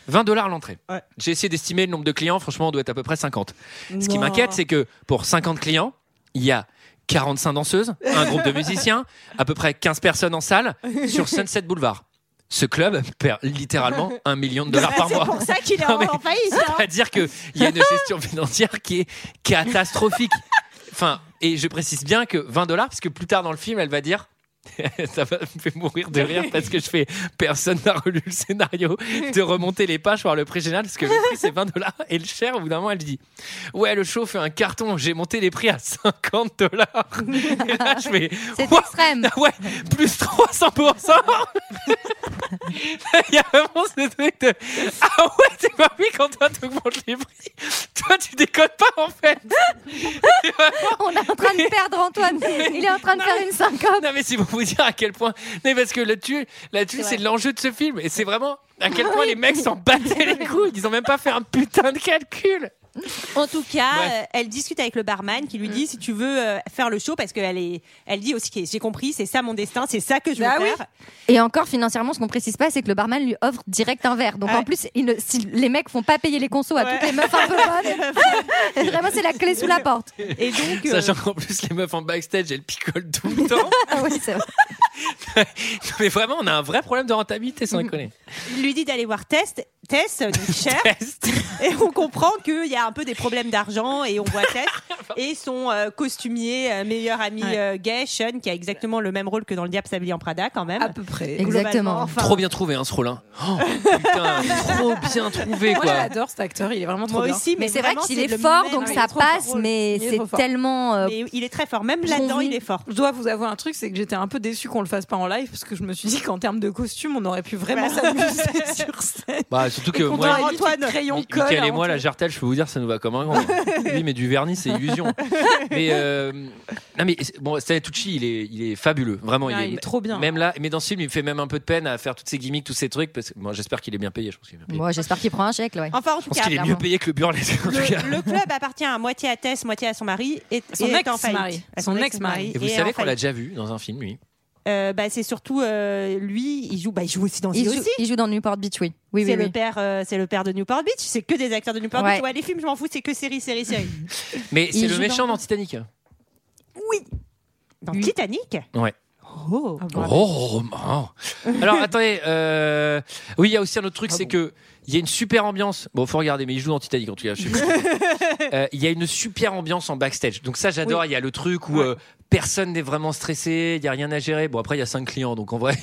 Speaker 1: 20 dollars l'entrée.
Speaker 6: Ouais.
Speaker 1: J'ai essayé d'estimer le nombre de clients. Franchement, on doit être à peu près 50. Ce qui
Speaker 6: Non.
Speaker 1: m'inquiète, c'est que pour 50 clients, il y a 45 danseuses, un groupe de musiciens, à peu près 15 personnes en salle sur Sunset Boulevard. Ce club perd littéralement un million de dollars
Speaker 6: Ah,
Speaker 1: par
Speaker 6: c'est
Speaker 1: mois.
Speaker 6: pour ça qu'il est
Speaker 1: Non,
Speaker 6: en,
Speaker 1: mais-
Speaker 6: en faillite. hein.
Speaker 1: C'est-à-dire qu'il y a une gestion financière qui est catastrophique. Enfin, et je précise bien que 20 dollars, parce que plus tard dans le film, elle va dire. Ça va me fait mourir de rire parce que je fais personne n'a relu le scénario de remonter les pages voir le prix général parce que le prix c'est 20 dollars et le cher au bout d'un moment elle dit ouais le show fait un carton j'ai monté les prix à 50 dollars et là je fais
Speaker 11: C'est
Speaker 1: Ouah,
Speaker 11: extrême.
Speaker 1: ah ouais, plus 300%. Il y a vraiment ce truc de Ah ouais, t'es pas oui quand toi t'augmentes les prix. Toi tu déconnes pas en fait.
Speaker 11: On est en train de perdre Antoine. Il est en train de faire une syncope.
Speaker 1: Non mais si vous vous dire à quel point. Non parce que là-dessus, là-dessus c'est l'enjeu de ce
Speaker 6: Ah
Speaker 1: film et c'est vraiment à quel point les mecs s'en battaient les couilles. Ils ont même pas fait un putain de calcul.
Speaker 10: En tout cas,
Speaker 1: Ouais.
Speaker 10: euh, elle discute avec le barman qui lui dit si tu veux euh, faire le show parce qu'elle est, elle dit aussi que j'ai compris, c'est ça mon destin, c'est ça que je veux
Speaker 7: Bah oui.
Speaker 10: faire.
Speaker 7: Et encore, financièrement, ce qu'on précise pas, c'est que le barman lui offre direct un verre. Donc en plus, il ne- si les mecs font pas payer les consos à toutes les meufs un peu bonnes, vraiment, c'est la clé sous la porte.
Speaker 10: Et donc, euh,
Speaker 1: Sachant qu'en plus, les meufs en backstage, elles picolent tout le temps.
Speaker 7: Ah oui, c'est vrai.
Speaker 1: Non, Mais vraiment, on a un vrai problème de rentabilité sans déconner.
Speaker 10: Il lui dit d'aller voir Tess, Tess, euh, donc Cher. Et on comprend qu'il y a un peu des problèmes d'argent et on voit Tess et son euh, costumier euh, meilleur ami
Speaker 6: Ouais.
Speaker 10: euh, gay, Sean, qui a exactement le même rôle que dans Le Diable s'habille en Prada quand même.
Speaker 6: À peu près.
Speaker 10: Globalement,
Speaker 7: Exactement.
Speaker 10: enfin,
Speaker 1: Trop bien trouvé, hein, ce rôle. hein. Oh, putain, trop bien trouvé,
Speaker 6: Moi,
Speaker 1: quoi.
Speaker 6: j'adore cet acteur, il est vraiment trop
Speaker 10: Moi
Speaker 6: bien.
Speaker 10: aussi, mais,
Speaker 7: Mais c'est vrai
Speaker 10: vraiment,
Speaker 7: qu'il est,
Speaker 10: le
Speaker 7: fort,
Speaker 10: même-
Speaker 7: donc
Speaker 10: il
Speaker 7: ça
Speaker 10: est trop fort.
Speaker 7: passe, mais
Speaker 6: Il est
Speaker 7: c'est
Speaker 6: trop fort.
Speaker 7: tellement. euh,
Speaker 10: Mais il est très fort, même là-dedans,
Speaker 7: Convenu.
Speaker 10: il est fort.
Speaker 6: Je dois vous avouer un truc, c'est que j'étais un peu déçue qu'on le fasse pas en live parce que je me suis dit qu'en termes de costume, on aurait pu vraiment s'amuser sur scène.
Speaker 1: Bah, surtout que
Speaker 6: Et qu'on
Speaker 1: moi,
Speaker 6: aurait mis du
Speaker 10: Antoine,
Speaker 6: crayon hein.
Speaker 1: Mi-
Speaker 6: colle
Speaker 1: Mickaël
Speaker 6: à
Speaker 1: et moi, la
Speaker 6: Antoine.
Speaker 1: jartelle, je peux vous dire, ça nous va comme un grand. Lui, mais du vernis, c'est illusion. Mais euh, non, mais c'est- bon, Tucci, il est, il est fabuleux, vraiment.
Speaker 6: Ah, il est trop bien.
Speaker 1: Même là, mais dans ce film, il me fait même un peu de peine à faire toutes ces gimmicks, tous ces trucs. Parce que bon, j'espère qu'il est bien payé. Je pense qu'il est bien payé.
Speaker 7: Moi, j'espère qu'il prend un chèque, là, ouais.
Speaker 10: Enfin, en
Speaker 1: je
Speaker 10: tout
Speaker 1: pense
Speaker 10: cas,
Speaker 1: qu'il est mieux
Speaker 7: clairement.
Speaker 1: payé que le burlesque. En tout cas.
Speaker 10: le, le club appartient à moitié à Tess, moitié à son mari et,
Speaker 6: Son
Speaker 10: et est en
Speaker 6: ex-mari.
Speaker 10: faillite. À
Speaker 6: Son ex-mari.
Speaker 1: Et vous
Speaker 10: est en
Speaker 1: savez qu'on l'a
Speaker 10: faillite.
Speaker 1: déjà vu dans un film, lui.
Speaker 10: Euh, bah, c'est surtout euh, lui, il joue, bah, il joue aussi dans
Speaker 7: Il
Speaker 10: Zio
Speaker 7: joue,
Speaker 10: aussi.
Speaker 7: il joue dans Newport Beach, oui. Oui, oui,
Speaker 10: c'est le
Speaker 7: oui.
Speaker 10: père, euh, c'est le père de Newport Beach. C'est que des acteurs de Newport
Speaker 7: Ouais.
Speaker 10: Beach. Ouais, les films, je m'en fous, c'est que série, série, série.
Speaker 1: Mais c'est
Speaker 7: Il
Speaker 1: le
Speaker 7: joue
Speaker 1: méchant
Speaker 7: dans-
Speaker 1: dans Titanic.
Speaker 10: Dans
Speaker 7: Oui.
Speaker 10: Titanic.
Speaker 1: Ouais.
Speaker 10: Oh.
Speaker 1: Oh, roman. Alors attendez, euh, oui, il y a aussi un autre truc, c'est que il y a une super ambiance. Bon, faut regarder, mais il joue dans Titanic en tout cas. je sais pas. Euh, Il y a une super ambiance en backstage. Donc ça, j'adore. Il y a le truc où euh, personne n'est vraiment stressé, il y a rien à gérer. Bon, après, il y a 5 clients, donc en vrai,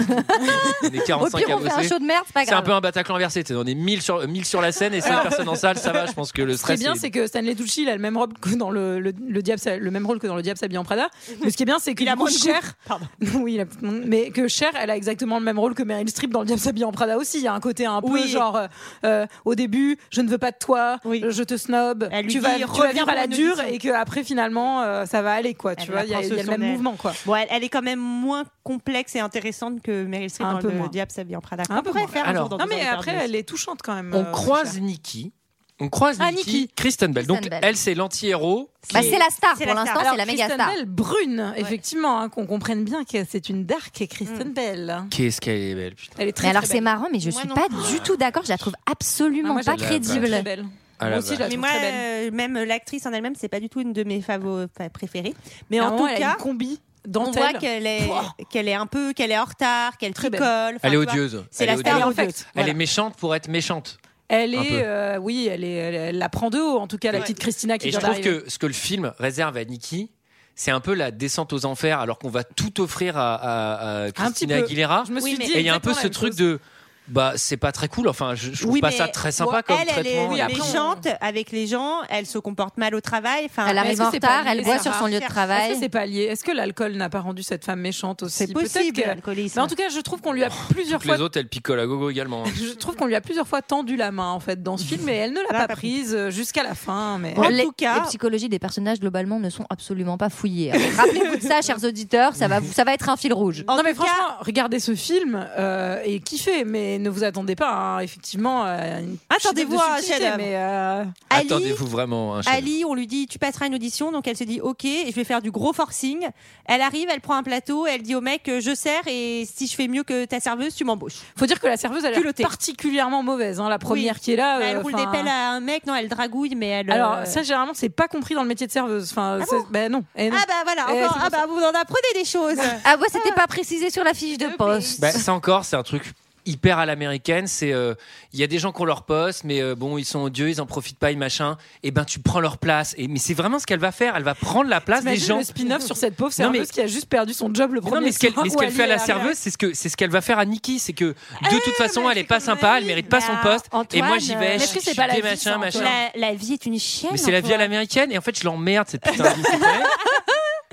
Speaker 1: on est
Speaker 7: Au
Speaker 1: 45
Speaker 7: pire,
Speaker 1: à
Speaker 7: on fait un
Speaker 1: bosser.
Speaker 7: show de merde, c'est pas
Speaker 1: C'est un
Speaker 7: grave.
Speaker 1: peu un Bataclan versé. On est 1000 sur, 1000 sur la scène et 5 personnes en salle, ça va. Je pense que le
Speaker 6: Ce qui est
Speaker 1: stress.
Speaker 6: bien,
Speaker 1: est-
Speaker 6: c'est que Stanley Tucci, il a le même rôle que dans le, le, le diable, s'ha- le même rôle que dans le diable s'habille en Prada. Mais ce qui est bien, c'est qu'il
Speaker 10: Il a moins de
Speaker 6: cher.
Speaker 10: coupe. Pardon.
Speaker 6: Oui, il a- mais que Cher, elle a exactement le même rôle que Meryl Streep dans Le Diable s'habille en Prada aussi. Il y a un côté un peu
Speaker 10: Oui.
Speaker 6: genre, euh, euh, au début, je ne veux pas de toi,
Speaker 10: Oui.
Speaker 6: je te snob,
Speaker 10: Elle lui
Speaker 6: tu, vas, tu
Speaker 10: dit,
Speaker 6: vas
Speaker 10: reviens
Speaker 6: vivre
Speaker 10: pour
Speaker 6: à la
Speaker 10: une
Speaker 6: dure
Speaker 10: audition.
Speaker 6: et que après finalement, euh, ça va aller quoi.
Speaker 10: Elle
Speaker 6: tu vois, il y a,
Speaker 10: apprend ce
Speaker 6: il y a le même
Speaker 10: son d'elle.
Speaker 6: mouvement quoi.
Speaker 10: Bon, elle, elle est quand même moins complexe et intéressante que Meryl Streep
Speaker 6: Un
Speaker 10: dans
Speaker 6: peu
Speaker 10: le
Speaker 6: moins.
Speaker 10: Diable s'habille en Prada.
Speaker 6: Un
Speaker 10: On
Speaker 6: peu
Speaker 10: pourrait
Speaker 6: moins.
Speaker 10: faire un
Speaker 1: Alors.
Speaker 10: jour dans
Speaker 6: Non
Speaker 10: Dans
Speaker 6: mais
Speaker 10: Newport
Speaker 6: après,
Speaker 10: Beach.
Speaker 6: elle est touchante quand même.
Speaker 1: On
Speaker 6: euh,
Speaker 1: croise
Speaker 6: Cher.
Speaker 1: Nikki. On croise
Speaker 6: Ah,
Speaker 1: Nikki,
Speaker 6: Nikki.
Speaker 1: Kristen Bell. Donc
Speaker 7: Kristen Bell.
Speaker 1: elle, c'est l'anti-héros.
Speaker 7: Bah, c'est la star
Speaker 10: C'est
Speaker 7: pour
Speaker 10: la star.
Speaker 7: l'instant,
Speaker 6: Alors,
Speaker 7: c'est la méga
Speaker 6: Kristen
Speaker 7: star.
Speaker 6: Bell brune, effectivement, hein, qu'on comprenne bien que c'est une dark et Kristen Belle.
Speaker 1: Qu'est-ce qu'elle est belle, putain.
Speaker 6: Mm. Elle est très
Speaker 7: Mais alors
Speaker 6: très
Speaker 7: c'est
Speaker 6: belle.
Speaker 7: marrant, mais je
Speaker 10: Moi
Speaker 7: suis
Speaker 10: non
Speaker 7: pas du tout d'accord. Je la trouve
Speaker 6: Ah,
Speaker 7: absolument
Speaker 6: moi, je
Speaker 7: pas
Speaker 6: la trouve
Speaker 7: crédible.
Speaker 6: Très belle.
Speaker 1: Ah,
Speaker 6: Moi
Speaker 1: la
Speaker 6: aussi, je
Speaker 1: vache.
Speaker 6: la
Speaker 10: Mais
Speaker 6: trouve
Speaker 10: moi,
Speaker 6: très belle.
Speaker 10: euh, même l'actrice en elle-même, c'est pas du tout une de mes favo enfin, préférées. Mais
Speaker 6: Mais
Speaker 10: en tout cas,
Speaker 6: combi
Speaker 10: on voit qu'elle est, qu'elle est un peu, qu'elle est en retard, qu'elle
Speaker 6: Très belle.
Speaker 10: tricole. Enfin,
Speaker 1: Elle est
Speaker 10: tu vois,
Speaker 1: odieuse.
Speaker 10: C'est
Speaker 1: Elle est
Speaker 10: la star
Speaker 1: odieuse.
Speaker 10: en fait.
Speaker 1: Elle est méchante pour être méchante.
Speaker 6: Elle
Speaker 1: Un
Speaker 6: est,
Speaker 1: peu.
Speaker 6: euh, oui, elle est, elle, elle la prend de haut en tout cas la
Speaker 10: Ouais.
Speaker 6: petite Christina qui
Speaker 1: Et je
Speaker 6: vient
Speaker 1: trouve
Speaker 6: d'arriver.
Speaker 1: que ce que le film réserve à Nikki, c'est un peu la descente aux enfers, alors qu'on va tout offrir à, à- à Christina
Speaker 6: peu.
Speaker 1: Aguilera.
Speaker 6: Je me
Speaker 10: Oui,
Speaker 6: suis
Speaker 10: mais-
Speaker 6: dit
Speaker 1: Et il y a un peu
Speaker 6: exactement
Speaker 1: ce
Speaker 6: la
Speaker 1: truc
Speaker 6: même chose.
Speaker 1: de. Bah, c'est pas très cool. Enfin, je, je trouve
Speaker 10: Oui,
Speaker 1: pas
Speaker 10: mais
Speaker 1: ça très sympa comme
Speaker 10: elle, elle est
Speaker 1: traitement.
Speaker 6: oui, après, on-
Speaker 10: méchante avec les gens, elle se comporte mal au travail. Enfin,
Speaker 7: Elle
Speaker 6: a- est-ce
Speaker 7: arrive
Speaker 6: que
Speaker 7: en
Speaker 6: c'est pas
Speaker 7: retard,
Speaker 6: lié,
Speaker 7: elle voit
Speaker 6: Sarah
Speaker 7: sur son lieu de
Speaker 10: Cherche-
Speaker 6: Est-ce que
Speaker 7: travail.
Speaker 6: c'est pas lié Est-ce que l'alcool n'a pas rendu cette femme méchante aussi
Speaker 10: c'est
Speaker 6: Peut-être
Speaker 10: possible
Speaker 6: que-
Speaker 10: l'alcoolisme.
Speaker 6: Mais en tout cas, je trouve qu'on lui a plusieurs
Speaker 1: Les
Speaker 6: fois.
Speaker 1: autres, elle picole à gogo également.
Speaker 6: Je trouve qu'on lui a plusieurs fois tendu la main en fait dans ce film, mais elle ne l'a
Speaker 10: Elle l'a
Speaker 6: pas,
Speaker 10: pas
Speaker 6: prise euh, jusqu'à la fin. Mais
Speaker 7: Bon,
Speaker 10: En
Speaker 7: les,
Speaker 10: tout cas-
Speaker 7: les psychologies des personnages globalement ne sont absolument pas fouillées. hein. Rappelez-vous de ça, chers auditeurs, ça va, vous, ça va être un fil rouge.
Speaker 10: En
Speaker 6: non mais
Speaker 10: tout cas-
Speaker 6: franchement, regardez ce film euh, et kiffez, mais ne vous attendez pas hein, effectivement. à une
Speaker 10: Attendez-vous à un
Speaker 6: chute de subtilité,
Speaker 10: chef-d'œuvre.
Speaker 6: mais, euh,
Speaker 10: Ali,
Speaker 1: Attendez-vous vraiment hein, un chef.
Speaker 10: Ali, on lui dit tu passeras une audition, donc elle se dit ok, je vais faire du gros forcing. Elle arrive, elle prend un plateau, elle dit au mec euh, je sers et si je fais mieux que ta serveuse, tu m'embauches.
Speaker 6: Faut dire que la serveuse, elle est
Speaker 10: Culottée.
Speaker 6: particulièrement mauvaise. hein, la première qui est là.
Speaker 10: Bah, elle
Speaker 6: euh,
Speaker 10: roule
Speaker 6: enfin,
Speaker 10: des pelles à un mec, non, elle dragouille, mais elle. euh,
Speaker 6: Alors ça, généralement, c'est pas compris dans le métier de serveuse. Enfin,
Speaker 7: Ah
Speaker 6: c'est- ben non. Eh non.
Speaker 10: ah bah voilà,
Speaker 6: Eh,
Speaker 10: encore-
Speaker 6: c'est
Speaker 10: ah
Speaker 6: pour
Speaker 10: bah vous en apprenez des choses.
Speaker 7: Ah ouais, c'était pas précisé sur la fiche de poste.
Speaker 1: Bah, ça encore, c'est un truc hyper à l'américaine. C'est euh, il y a des gens qui ont leur poste, mais euh, bon, ils sont odieux, ils en profitent pas, ils machin. Et ben, tu prends leur place. Et mais c'est vraiment ce qu'elle va faire. Elle va prendre la place Bah, des
Speaker 6: T'imagines
Speaker 1: gens.
Speaker 6: le spin-off sur cette pauvre
Speaker 1: Non, mais-
Speaker 6: serveuse qui a juste perdu son job le premier
Speaker 1: Non, mais ce qu'elle
Speaker 6: soir
Speaker 1: mais ce
Speaker 6: où
Speaker 1: qu'elle
Speaker 6: Ali
Speaker 1: fait à la
Speaker 6: est arrivée. Ah
Speaker 1: serveuse, c'est ce que c'est ce qu'elle va faire à Nikki, c'est que de toute façon,
Speaker 10: mais
Speaker 1: elle est
Speaker 10: c'est
Speaker 1: pas
Speaker 10: comme
Speaker 1: sympa, elle
Speaker 10: Marie.
Speaker 1: mérite pas son
Speaker 10: Bah,
Speaker 1: poste. et
Speaker 7: Antoine,
Speaker 1: moi, j'y
Speaker 7: euh,
Speaker 1: vais.
Speaker 6: mais est-ce
Speaker 1: je
Speaker 6: que c'est
Speaker 1: suis
Speaker 6: pas la
Speaker 1: gay,
Speaker 6: vie, ça,
Speaker 1: machin,
Speaker 6: Antoine
Speaker 1: machin.
Speaker 10: La, la vie est une chienne.
Speaker 1: Mais c'est la vie à
Speaker 10: Antoine.
Speaker 1: l'américaine. Et en fait, je l'emmerde cette putain de vie.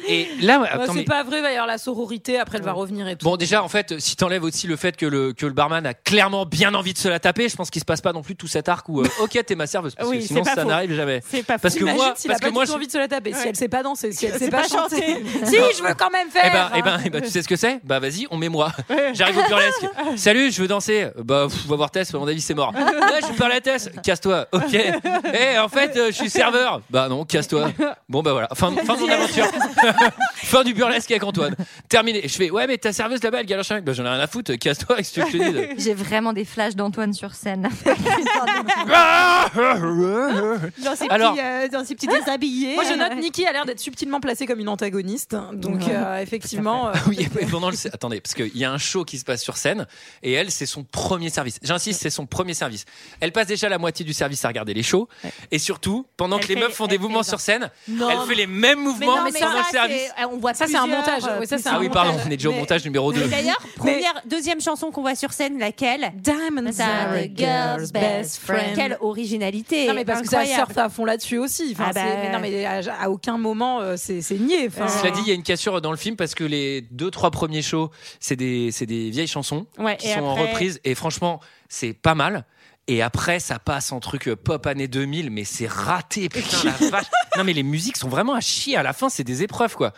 Speaker 1: Et là, ouais,
Speaker 10: Bah,
Speaker 1: attends,
Speaker 10: c'est
Speaker 1: mais-
Speaker 10: pas vrai, il va y avoir la sororité, après elle va revenir et tout.
Speaker 1: Bon, déjà, en fait, si t'enlèves aussi le fait que le, que le barman a clairement bien envie de se la taper, je pense qu'il se passe pas non plus tout cet arc où, euh, ok, t'es ma serveuse, parce
Speaker 10: Oui,
Speaker 1: que
Speaker 10: c'est
Speaker 1: sinon
Speaker 10: pas
Speaker 1: ça
Speaker 10: faux.
Speaker 1: n'arrive jamais.
Speaker 6: C'est pas
Speaker 1: parce que
Speaker 10: T'imagines
Speaker 1: moi,
Speaker 10: s'il a
Speaker 1: parce que
Speaker 10: pas
Speaker 1: moi,
Speaker 10: du tout
Speaker 1: je-
Speaker 10: envie de se la taper, si
Speaker 6: Ouais.
Speaker 10: elle sait pas danser, si elle
Speaker 6: C'est
Speaker 10: sait
Speaker 6: pas
Speaker 10: pas chanter.
Speaker 6: chanter.
Speaker 10: si, je veux quand même faire. hein.
Speaker 1: Eh ben, eh ben, eh ben, tu sais ce que c'est Bah vas-y, on met moi. J'arrive au burlesque. Salut, je veux danser. Bah pff, va voir Tess, à mon avis c'est mort. Là, je parle à Tess. Casse-toi. Ok. Eh, en fait, euh, je suis serveur. Bah non, casse-toi. Bon bah voilà. Fin, fin de mon aventure. fin du burlesque avec Antoine. Terminé. Je fais ouais, mais ta serveuse là-bas, elle galère avec. Bah j'en ai rien à foutre. Casse-toi. Qu'est-ce que tu veux que je te dise
Speaker 11: J'ai vraiment des flashs d'Antoine sur scène.
Speaker 1: Ah
Speaker 6: Dans ses
Speaker 1: ben, Alors-
Speaker 6: petits, euh, dans ses petits déshabillés.
Speaker 10: Moi, je note, Nikki a l'air d'être subtilement placée comme une antagoniste. Donc,
Speaker 11: Ouais.
Speaker 10: euh, effectivement. euh,
Speaker 1: Oui, et pendant le... Attendez, parce qu'il y a un show qui se passe sur scène et elle, c'est son premier service. J'insiste, c'est son premier service. Elle passe déjà la moitié du service à regarder les shows et surtout, pendant
Speaker 6: Elle
Speaker 1: que les
Speaker 6: fait-
Speaker 1: meufs font
Speaker 6: elle
Speaker 1: des
Speaker 6: fait
Speaker 1: mouvements
Speaker 6: les-
Speaker 1: sur scène,
Speaker 10: Non.
Speaker 1: elle fait les mêmes mouvements pendant le service.
Speaker 6: on voit
Speaker 10: Ça, c'est euh, un montage. Oui, ça, c'est
Speaker 1: Ah
Speaker 10: un
Speaker 1: oui, pardon,
Speaker 10: montage.
Speaker 1: on est déjà au
Speaker 10: euh, Mais-
Speaker 1: montage numéro 2.
Speaker 6: Et D'ailleurs, première, deuxième chanson qu'on voit sur scène, laquelle
Speaker 10: Diamonds
Speaker 6: Are a girl's best friend. Quelle originalité
Speaker 10: Non, mais parce que ça
Speaker 6: Incroyable.
Speaker 10: surfe à fond là-dessus aussi. Enfin,
Speaker 6: Ah
Speaker 10: c'est-
Speaker 6: bah.
Speaker 10: mais non, mais à, à aucun moment, euh, c'est c'est nié. Enfin,
Speaker 1: Cela dit, il y a une cassure dans le film parce que les deux, trois premiers shows, c'est des, c'est des vieilles chansons
Speaker 6: Ouais,
Speaker 1: qui
Speaker 6: et
Speaker 1: sont en
Speaker 6: après-
Speaker 1: reprise. Et franchement, c'est pas mal. Et après, ça passe en truc euh, pop année 2000, mais c'est raté, putain la vache. Non, mais les musiques sont vraiment à chier. À la fin, c'est des épreuves, quoi.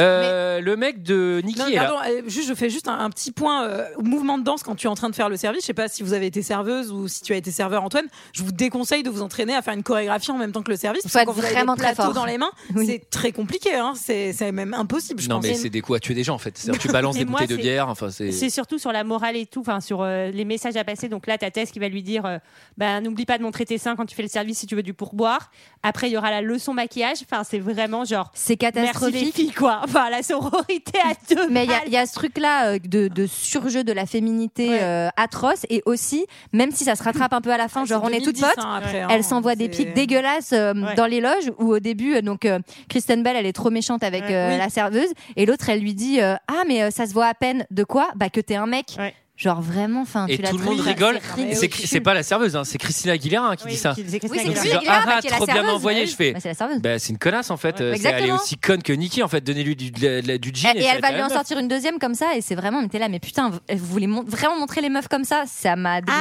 Speaker 1: Euh, Le mec de Nicky
Speaker 10: Non,
Speaker 1: est là.
Speaker 10: pardon, euh, juste, je fais juste un, un petit point euh, mouvement de danse quand tu es en train de faire le service. Je sais pas si vous avez été serveuse ou si tu as été serveur, Antoine. Je vous déconseille de vous entraîner à faire une chorégraphie en même temps que le service.
Speaker 11: Faut
Speaker 10: parce
Speaker 11: être
Speaker 10: que quand vous avez
Speaker 11: vraiment
Speaker 10: des
Speaker 11: très
Speaker 10: plateaux
Speaker 11: fort.
Speaker 10: dans les mains,
Speaker 11: Oui.
Speaker 10: c'est très compliqué. hein. C'est c'est même impossible, je
Speaker 1: Non,
Speaker 10: pense.
Speaker 1: mais c'est des coups à tuer des gens, en fait. C'est-à-dire, tu balances
Speaker 6: Mais
Speaker 1: des
Speaker 6: moi,
Speaker 1: bouteilles de
Speaker 6: c'est-
Speaker 1: bière. Enfin, c'est.
Speaker 6: C'est surtout sur la morale et tout, enfin sur euh, les messages à passer. Donc là, ta thèse qui va lui dire, euh, ben n'oublie pas de montrer tes seins quand tu fais le service si tu veux du pourboire. Après, il y aura la leçon maquillage. Enfin, c'est vraiment genre
Speaker 11: C'est
Speaker 6: merci les
Speaker 11: catastrophique.
Speaker 6: filles quoi. Enfin, la sororité à deux.
Speaker 11: Mais il y a-
Speaker 6: balles.
Speaker 11: il y, a ce truc-là euh, de, de surjeu de la féminité
Speaker 6: Ah, Ouais.
Speaker 11: euh, atroce. Et aussi, même si ça se rattrape un peu à la
Speaker 6: Ah,
Speaker 11: fin, genre on est toutes potes, elle s'envoie des pics dégueulasses euh,
Speaker 6: hein. Ouais.
Speaker 11: dans les loges où au début euh, donc euh, Kristen Bell elle est trop méchante avec
Speaker 6: Ouais.
Speaker 11: euh,
Speaker 6: Oui.
Speaker 11: la serveuse et l'autre elle lui dit euh, ah mais euh, ça se voit à peine de quoi bah que t'es un mec
Speaker 6: Ouais.
Speaker 11: genre vraiment enfin
Speaker 1: Et
Speaker 11: tu la
Speaker 1: tout le monde
Speaker 11: traites-
Speaker 1: rigole.
Speaker 11: c'est
Speaker 1: Et
Speaker 11: ridicule.
Speaker 1: C'est c'est pas la serveuse, hein, c'est Christina Aguilera hein, qui
Speaker 6: Oui,
Speaker 1: dit ça.
Speaker 6: qui disait
Speaker 11: oui
Speaker 6: Christina
Speaker 11: c'est
Speaker 1: Aguilera.
Speaker 11: Christina
Speaker 1: Genre,
Speaker 11: Aguilera,
Speaker 1: ah,
Speaker 11: bah, qui est la
Speaker 1: trop bien
Speaker 11: serveuse.
Speaker 1: envoyé,
Speaker 11: Ouais.
Speaker 1: je fais.
Speaker 11: Bah, c'est la serveuse
Speaker 1: Bah, c'est une connasse en fait. Euh, c'est- elle est
Speaker 11: Exactement.
Speaker 1: aussi conne que Nikki en fait. Donnez-lui du, de la- de la- du gin.
Speaker 11: et, et elle va lui en
Speaker 1: sortir.
Speaker 11: sortir une deuxième comme ça et c'est vraiment on était là mais putain vous- vous voulez mon- vraiment montrer les meufs comme ça ça
Speaker 6: Ah
Speaker 11: m'a dégoûté.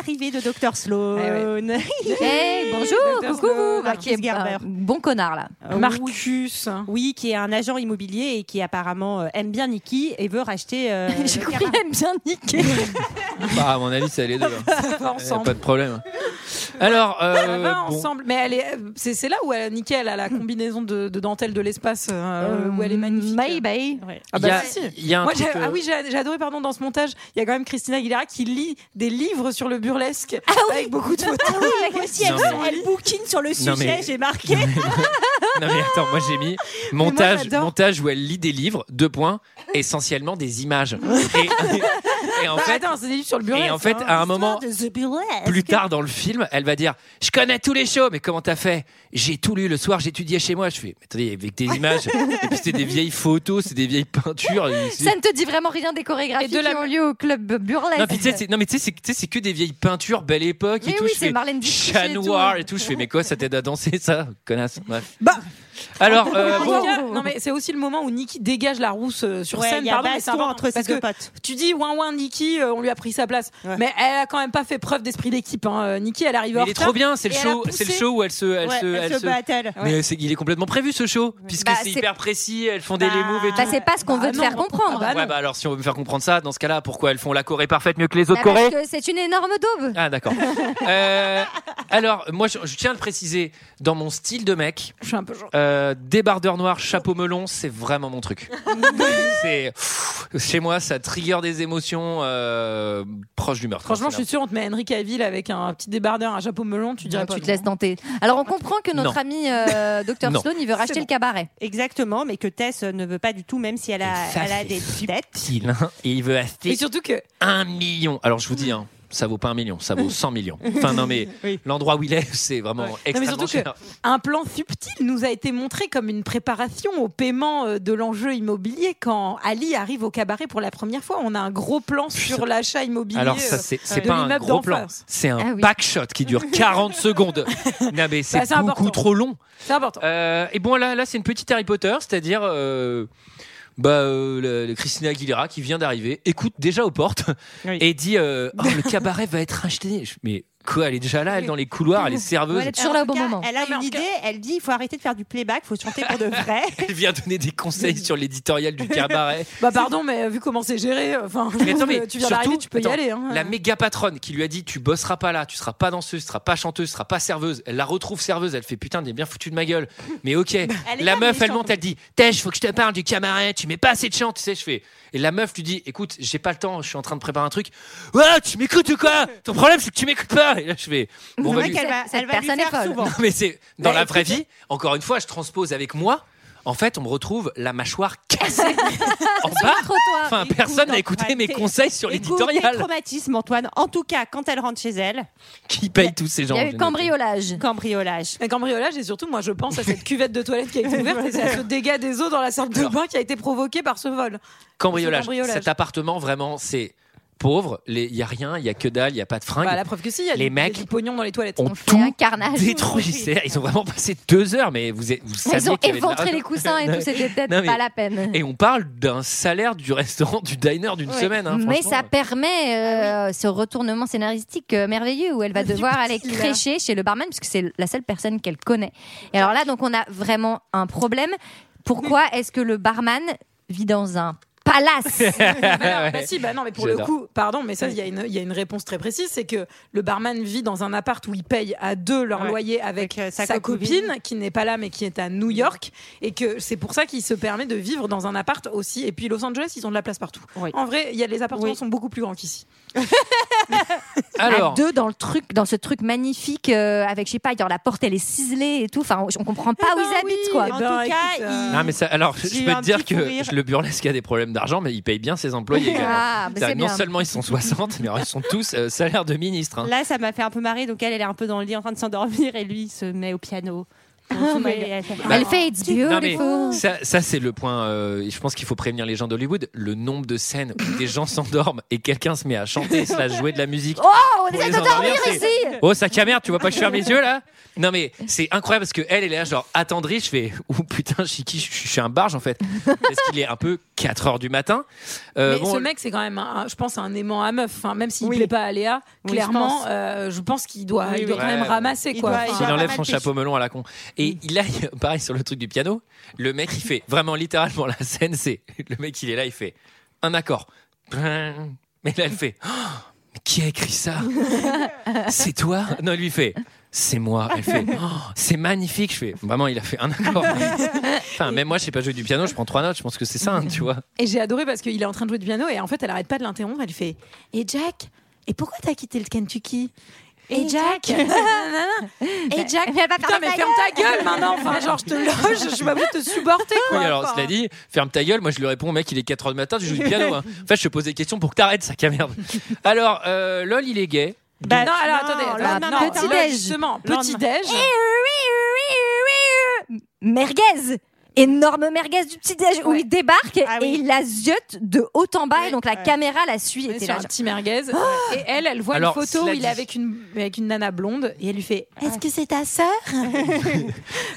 Speaker 6: Arrivée de Dr Sloan.
Speaker 11: Hey, Ah, Eh, bonjour
Speaker 10: Docteur
Speaker 11: coucou vous
Speaker 10: Sloan.
Speaker 11: bah, qui est
Speaker 6: Gerber.
Speaker 11: un bon connard là
Speaker 10: Marcus.
Speaker 6: Ah, Oui, qui est un agent immobilier et qui apparemment euh, aime bien Nikki et veut racheter. euh,
Speaker 11: j'ai
Speaker 6: le
Speaker 11: compris
Speaker 6: cabaret.
Speaker 11: elle aime bien niquer
Speaker 1: Bah, à mon avis, c'est les deux. hein. Y a
Speaker 10: ensemble.
Speaker 1: Pas de problème. Alors, euh,
Speaker 10: Ça va
Speaker 1: bon.
Speaker 10: ensemble, mais elle est, c'est c'est là où elle, nickel, elle a la combinaison de, de dentelle de l'espace euh, où elle est magnifique.
Speaker 11: bye bye
Speaker 6: Ouais.
Speaker 10: Ah
Speaker 1: Il
Speaker 10: bah
Speaker 1: y a-
Speaker 10: si, si.
Speaker 1: il y a un
Speaker 10: Moi,
Speaker 1: truc,
Speaker 10: j'ai-
Speaker 1: euh,
Speaker 10: Ah oui, j'ai j'ai adoré pardon, dans ce montage, il y a quand même Christina Aguilera qui lit des livres sur le burlesque
Speaker 6: Ah
Speaker 10: avec beaucoup de photos.
Speaker 6: Moi aussi,
Speaker 1: Non,
Speaker 6: elle,
Speaker 1: mais-
Speaker 6: elle bouquine sur le sujet,
Speaker 1: Non, mais-
Speaker 6: j'ai marqué.
Speaker 1: Non, mais attends, moi j'ai mis montage,
Speaker 10: j'adore.
Speaker 1: montage où elle lit des livres, deux points, essentiellement des images. Et, et en
Speaker 10: Bah,
Speaker 1: fait,
Speaker 10: attends, c'est des livres sur le burlesque.
Speaker 1: et en fait,
Speaker 10: hein.
Speaker 1: à un moment,
Speaker 6: De The Burlesque.
Speaker 1: plus tard dans le film, elle va dire Je connais tous les shows, mais comment t'as fait J'ai tout lu le soir, j'étudiais chez moi. Je fais Mais attendez, avec des images. et puis c'est des vieilles photos, c'est des vieilles peintures. Et c'est-
Speaker 11: Ça ne te dit vraiment rien des chorégraphies
Speaker 10: Et de la-
Speaker 11: qui ont lieu au club burlesque.
Speaker 1: Non, puis tu sais, c'est- non, mais tu sais, c'est- tu sais, c'est que des vieilles peintures, belle époque et
Speaker 11: Mais
Speaker 1: tout.
Speaker 11: oui,
Speaker 1: je
Speaker 11: c'est
Speaker 1: fais
Speaker 11: Marlène Dietrich
Speaker 1: chat
Speaker 11: et tout.
Speaker 1: noir et tout. Je fais, mais quoi, ça t'aide à danser, ça Connasse. Bref.
Speaker 10: Bah.
Speaker 1: Alors, euh,
Speaker 10: En
Speaker 1: bon,
Speaker 10: tout cas, non mais c'est aussi le moment où Nikki dégage la rousse euh, sur
Speaker 6: Ouais,
Speaker 10: scène.
Speaker 6: il y a
Speaker 10: Pardon, mais c'est
Speaker 6: baston
Speaker 10: important,
Speaker 6: entre ces
Speaker 10: parce
Speaker 6: deux
Speaker 10: que
Speaker 6: potes.
Speaker 10: tu dis ouin ouin Nikki, euh, on lui a pris sa place.
Speaker 6: Ouais.
Speaker 10: Mais elle a quand même pas fait preuve d'esprit d'équipe. Hein. Euh, Nikki, elle arrive
Speaker 1: mais
Speaker 10: en
Speaker 1: il est
Speaker 10: retard.
Speaker 1: trop bien, c'est le
Speaker 10: et elle a
Speaker 1: show,
Speaker 10: poussé.
Speaker 1: c'est le show où elle se, elle
Speaker 6: Ouais,
Speaker 1: se,
Speaker 6: elle
Speaker 1: elle se-
Speaker 6: battle.
Speaker 1: Mais c'est- il est complètement prévu ce show, puisque
Speaker 11: Bah,
Speaker 1: c'est
Speaker 11: c'est-
Speaker 1: hyper précis, elles font des
Speaker 6: Bah,
Speaker 1: les moves et tout.
Speaker 11: Bah, c'est pas ce qu'on
Speaker 10: Bah
Speaker 11: veut te
Speaker 10: non.
Speaker 11: faire
Speaker 10: Ah
Speaker 11: comprendre.
Speaker 10: bah
Speaker 1: ouais,
Speaker 10: non.
Speaker 1: bah alors si on veut me faire comprendre ça, dans ce cas-là, pourquoi elles font la Corée parfaite mieux que les
Speaker 11: Bah,
Speaker 1: autres
Speaker 11: parce
Speaker 1: Corées
Speaker 11: que c'est une énorme daube.
Speaker 1: Ah d'accord. Euh, alors moi je, je tiens à le préciser, dans mon style de mec,
Speaker 10: Je suis un peu genre.
Speaker 1: Euh, débardeur noir, chapeau melon, c'est vraiment mon truc. c'est pff, chez moi, ça trigger des émotions euh, proches du meurtre.
Speaker 10: Franchement, je
Speaker 1: C'est
Speaker 10: suis sûre, on te met Henry Cavill avec un petit débardeur, un chapeau melon, tu dirais
Speaker 11: Non,
Speaker 10: pas.
Speaker 11: tu te
Speaker 10: non.
Speaker 11: laisses tenter. Alors on comprend que notre
Speaker 1: Non.
Speaker 11: ami euh, Dr
Speaker 1: Ah, Non.
Speaker 11: Sloan il veut racheter
Speaker 6: bon.
Speaker 11: le cabaret.
Speaker 6: Exactement, mais que Tess ne veut pas du tout, même si elle a,
Speaker 1: Ça,
Speaker 6: elle a
Speaker 1: c'est
Speaker 6: des
Speaker 1: subtil,
Speaker 6: dettes.
Speaker 1: là. Il, hein. Et il veut acheter
Speaker 10: Et surtout que
Speaker 1: un million. Alors je vous dis, hein, ça vaut pas un million, ça vaut 100 millions. Enfin, non, mais l'endroit où il est, c'est vraiment
Speaker 10: Non, mais
Speaker 1: extrêmement
Speaker 10: surtout
Speaker 1: cher.
Speaker 10: qu'un plan subtil nous a été montré comme une préparation au paiement euh, de l'enjeu immobilier. Quand Ali arrive au cabaret pour la première fois, on a un gros plan sur l'achat immobilier.
Speaker 1: Alors, ça, c'est
Speaker 10: euh,
Speaker 1: c'est
Speaker 10: de
Speaker 1: pas un
Speaker 10: l'immeuble
Speaker 1: gros
Speaker 10: d'en
Speaker 1: plan,
Speaker 10: face.
Speaker 1: c'est un backshot qui dure 40 secondes. Non, mais c'est
Speaker 10: Bah, c'est
Speaker 1: beaucoup
Speaker 10: important.
Speaker 1: trop long.
Speaker 10: C'est important.
Speaker 1: Euh, et bon, là, là c'est une petite Harry Potter, c'est-à-dire. euh, bah, euh, le- le Christina Aguilera qui vient d'arriver écoute déjà aux portes et dit euh, Oh, le cabaret va être racheté. Je- Mais quoi, elle est déjà là, elle, dans les couloirs, elle est serveuse.
Speaker 6: En tout cas, Elle a une idée, elle dit il faut arrêter de faire du playback, il faut chanter pour de vrai.
Speaker 1: Elle vient donner des conseils sur l'éditorial du cabaret.
Speaker 10: Bah pardon, mais euh, vu comment c'est géré, euh, enfin,
Speaker 1: Mais attends, mais
Speaker 10: tu viens
Speaker 1: surtout,
Speaker 10: d'arriver, tu peux
Speaker 1: attends,
Speaker 10: y aller. hein.
Speaker 1: La méga patronne qui lui a dit Tu bosseras pas là, tu seras pas danseuse, tu seras pas chanteuse, tu seras pas serveuse. Elle la retrouve serveuse, elle fait Putain, t'es bien foutu de ma gueule. Mais ok,
Speaker 10: Bah,
Speaker 1: la
Speaker 12: pas
Speaker 1: meuf, elle
Speaker 12: méchante.
Speaker 1: monte, elle dit Tej, faut que je te parle du cabaret, tu mets pas assez de chant, tu sais, je fais. Et la meuf lui dit Écoute, j'ai pas le temps, je suis en train de préparer un truc. Ouais, tu m'écoutes ou quoi Ton problème, c'est que tu m'écoutes pas. Et là, je fais
Speaker 6: C'est
Speaker 1: bah,
Speaker 6: vrai
Speaker 1: lui-
Speaker 6: qu'elle va,
Speaker 11: Cette
Speaker 6: elle va lui
Speaker 11: personne est
Speaker 6: faire
Speaker 11: folle.
Speaker 6: souvent.
Speaker 1: non, mais c'est dans
Speaker 6: Ouais,
Speaker 1: la vraie vie. Encore une fois, je transpose avec moi. En fait, on me retrouve la mâchoire cassée en bas.
Speaker 6: trottoir.
Speaker 1: Enfin, personne n'a écouté mes conseils sur
Speaker 6: Écoute tes
Speaker 1: l'éditorial.
Speaker 6: traumatismes, Antoine. En tout cas, quand elle rentre chez elle,
Speaker 1: Qui paye tous ces gens en général.
Speaker 11: cambriolage.
Speaker 6: Cambriolage.
Speaker 10: Un cambriolage, et surtout, moi, je pense à cette cuvette de toilette qui a été ouverte et à ce dégât des eaux dans la salle de bain qui a été provoqué par ce vol.
Speaker 1: Cambriolage.
Speaker 10: C'est cambriolage.
Speaker 1: Cet appartement, vraiment, c'est pauvre. Il n'y a rien, il y a que dalle, il n'y a pas de fringues.
Speaker 10: Bah, la preuve que si, il y a
Speaker 1: Hein, Les
Speaker 10: du-
Speaker 1: mecs
Speaker 10: il y a du pognon dans les toilettes.
Speaker 1: ont
Speaker 11: tout un carnage.
Speaker 1: Détruit. C'est- Ils ont vraiment passé deux heures, mais vous, êtes- vous saviez
Speaker 11: Ils ont
Speaker 1: qu'il y avait de la
Speaker 11: éventré
Speaker 1: raison.
Speaker 11: les coussins et
Speaker 1: Non,
Speaker 11: tout, c'était peut-être
Speaker 1: non, mais-
Speaker 11: pas la
Speaker 6: Ah
Speaker 11: peine.
Speaker 1: Et on parle d'un salaire du restaurant, du diner d'une
Speaker 11: Ouais.
Speaker 1: semaine. hein,
Speaker 11: Mais
Speaker 1: franchement.
Speaker 11: ça permet euh, ce retournement scénaristique euh, merveilleux où elle va devoir aller crécher chez le barman puisque c'est la seule personne qu'elle connaît. Et alors là, donc on a vraiment un problème. Pourquoi est-ce que le barman vit dans un palace
Speaker 10: Alors, bah si, bah non, mais pour le
Speaker 11: J'adore.
Speaker 10: coup, pardon, mais ça, il y, a une- il y a une réponse très précise, c'est que le barman vit dans un appart où il paye à deux leur
Speaker 6: Ouais.
Speaker 10: loyer avec euh, sa,
Speaker 6: copine.
Speaker 10: copine, Mm. qui n'est pas là, mais qui est à New York, et que c'est pour ça qu'il se permet de vivre dans un appart aussi. Et puis Los Angeles, ils ont de la place partout. En vrai, il y a, les appartements sont beaucoup plus grands qu'ici.
Speaker 11: Alors...
Speaker 1: Alors.
Speaker 11: deux dans le truc, dans ce truc magnifique euh, avec je sais pas, genre la porte elle est ciselée et tout. Enfin, on, on comprend pas où ils habitent quoi.
Speaker 10: eh En ben, tout cas, écoute, euh,
Speaker 1: Ah, mais ça, alors,
Speaker 11: J'ai
Speaker 1: je
Speaker 11: eu
Speaker 1: peux
Speaker 11: un
Speaker 1: te dire
Speaker 11: petit
Speaker 1: que
Speaker 11: fou rire. bah,
Speaker 1: le burlesque a des problèmes d'argent, mais il paye bien ses employés. également.
Speaker 6: Ah, mais
Speaker 1: C'est-à-dire
Speaker 6: c'est
Speaker 1: non
Speaker 6: bien.
Speaker 1: seulement ils sont 60, mais alors ils sont tous euh, salaire de ministre. hein.
Speaker 6: Là, ça m'a fait un peu marrer. Donc, elle, elle est un peu dans le lit en train de s'endormir et lui, il se met au piano.
Speaker 10: Ah,
Speaker 11: Oh my
Speaker 6: Et elle fait-
Speaker 11: God. Elle fait It's
Speaker 1: Bah, Non, mais
Speaker 11: beautiful.
Speaker 1: ça, ça, c'est le point. euh, je pense qu'il faut prévenir les gens d'Hollywood. Le nombre de scènes où des gens s'endorment et quelqu'un se met à chanter, slash jouer de la musique.
Speaker 11: Oh, on
Speaker 1: Pour
Speaker 11: essaie
Speaker 1: les
Speaker 11: de dormir
Speaker 1: endormir, c'est-
Speaker 11: ici.
Speaker 1: Oh, sa caméra, tu vois pas que je ferme les yeux là Non, mais c'est incroyable parce que elle, elle est là, genre attendrie. Je fais, oh putain, je suis qui Je suis- je suis un barge en fait. Parce qu'il est un peu 4 heures du matin. Euh,
Speaker 10: mais
Speaker 1: bon,
Speaker 10: ce mec, c'est quand même, un- un- je pense, un aimant à meuf. Enfin, même s'il ne plaît pas à Léa,
Speaker 6: Oui, je
Speaker 10: clairement,
Speaker 6: pense.
Speaker 10: euh, je pense qu'il doit, il doit
Speaker 1: oui.
Speaker 10: quand même
Speaker 1: Ouais.
Speaker 10: ramasser.
Speaker 1: Il
Speaker 10: Quoi.
Speaker 6: doit-
Speaker 1: il
Speaker 10: Enfin,
Speaker 1: enlève son chapeau melon à la con. Et il a, pareil sur le truc du piano, le mec il fait vraiment littéralement la scène, c'est le mec il est là, il fait un accord. Mais là elle fait Oh, mais qui a écrit ça C'est toi Non, lui il fait c'est moi. Elle fait Oh, c'est magnifique. Je fais vraiment il a fait un accord. enfin même moi je sais pas jouer du piano, je prends trois notes, je pense que c'est ça, hein, tu vois.
Speaker 10: Et j'ai adoré parce qu'il est en train de jouer du piano et en fait, elle arrête pas de l'interrompre. Elle fait Et Jack, et pourquoi t'as quitté le Kentucky et Jack, et Jack, Ben, putain mais ferme ta gueule maintenant, enfin genre je te loge, je suis pas obligée de te supporter quoi.
Speaker 1: Oui, alors cela dit, ferme ta gueule. Moi, je lui réponds, mec, il est 4h du matin, tu joues du piano. hein. En fait, je te pose des questions pour que t'arrêtes, sac à merde. Alors, euh, LOL, il est gay.
Speaker 10: non alors
Speaker 6: non,
Speaker 10: attendez,
Speaker 6: lendemain matin.
Speaker 10: attendez, non,
Speaker 6: Petit
Speaker 10: là,
Speaker 6: déj.
Speaker 10: justement
Speaker 6: Lendemain.
Speaker 10: petit déj,
Speaker 11: merguez énorme merguez du petit déj où il débarque
Speaker 6: Ah
Speaker 11: et il la ziote de haut en bas et donc la caméra la suit et
Speaker 10: et
Speaker 11: t'es
Speaker 10: sur
Speaker 11: là
Speaker 10: un
Speaker 11: genre-
Speaker 10: petit merguez et elle elle voit
Speaker 1: Alors,
Speaker 10: une photo où
Speaker 1: cela
Speaker 10: il
Speaker 1: dit-
Speaker 10: est avec une avec une nana blonde et elle lui fait est-ce que c'est ta sœur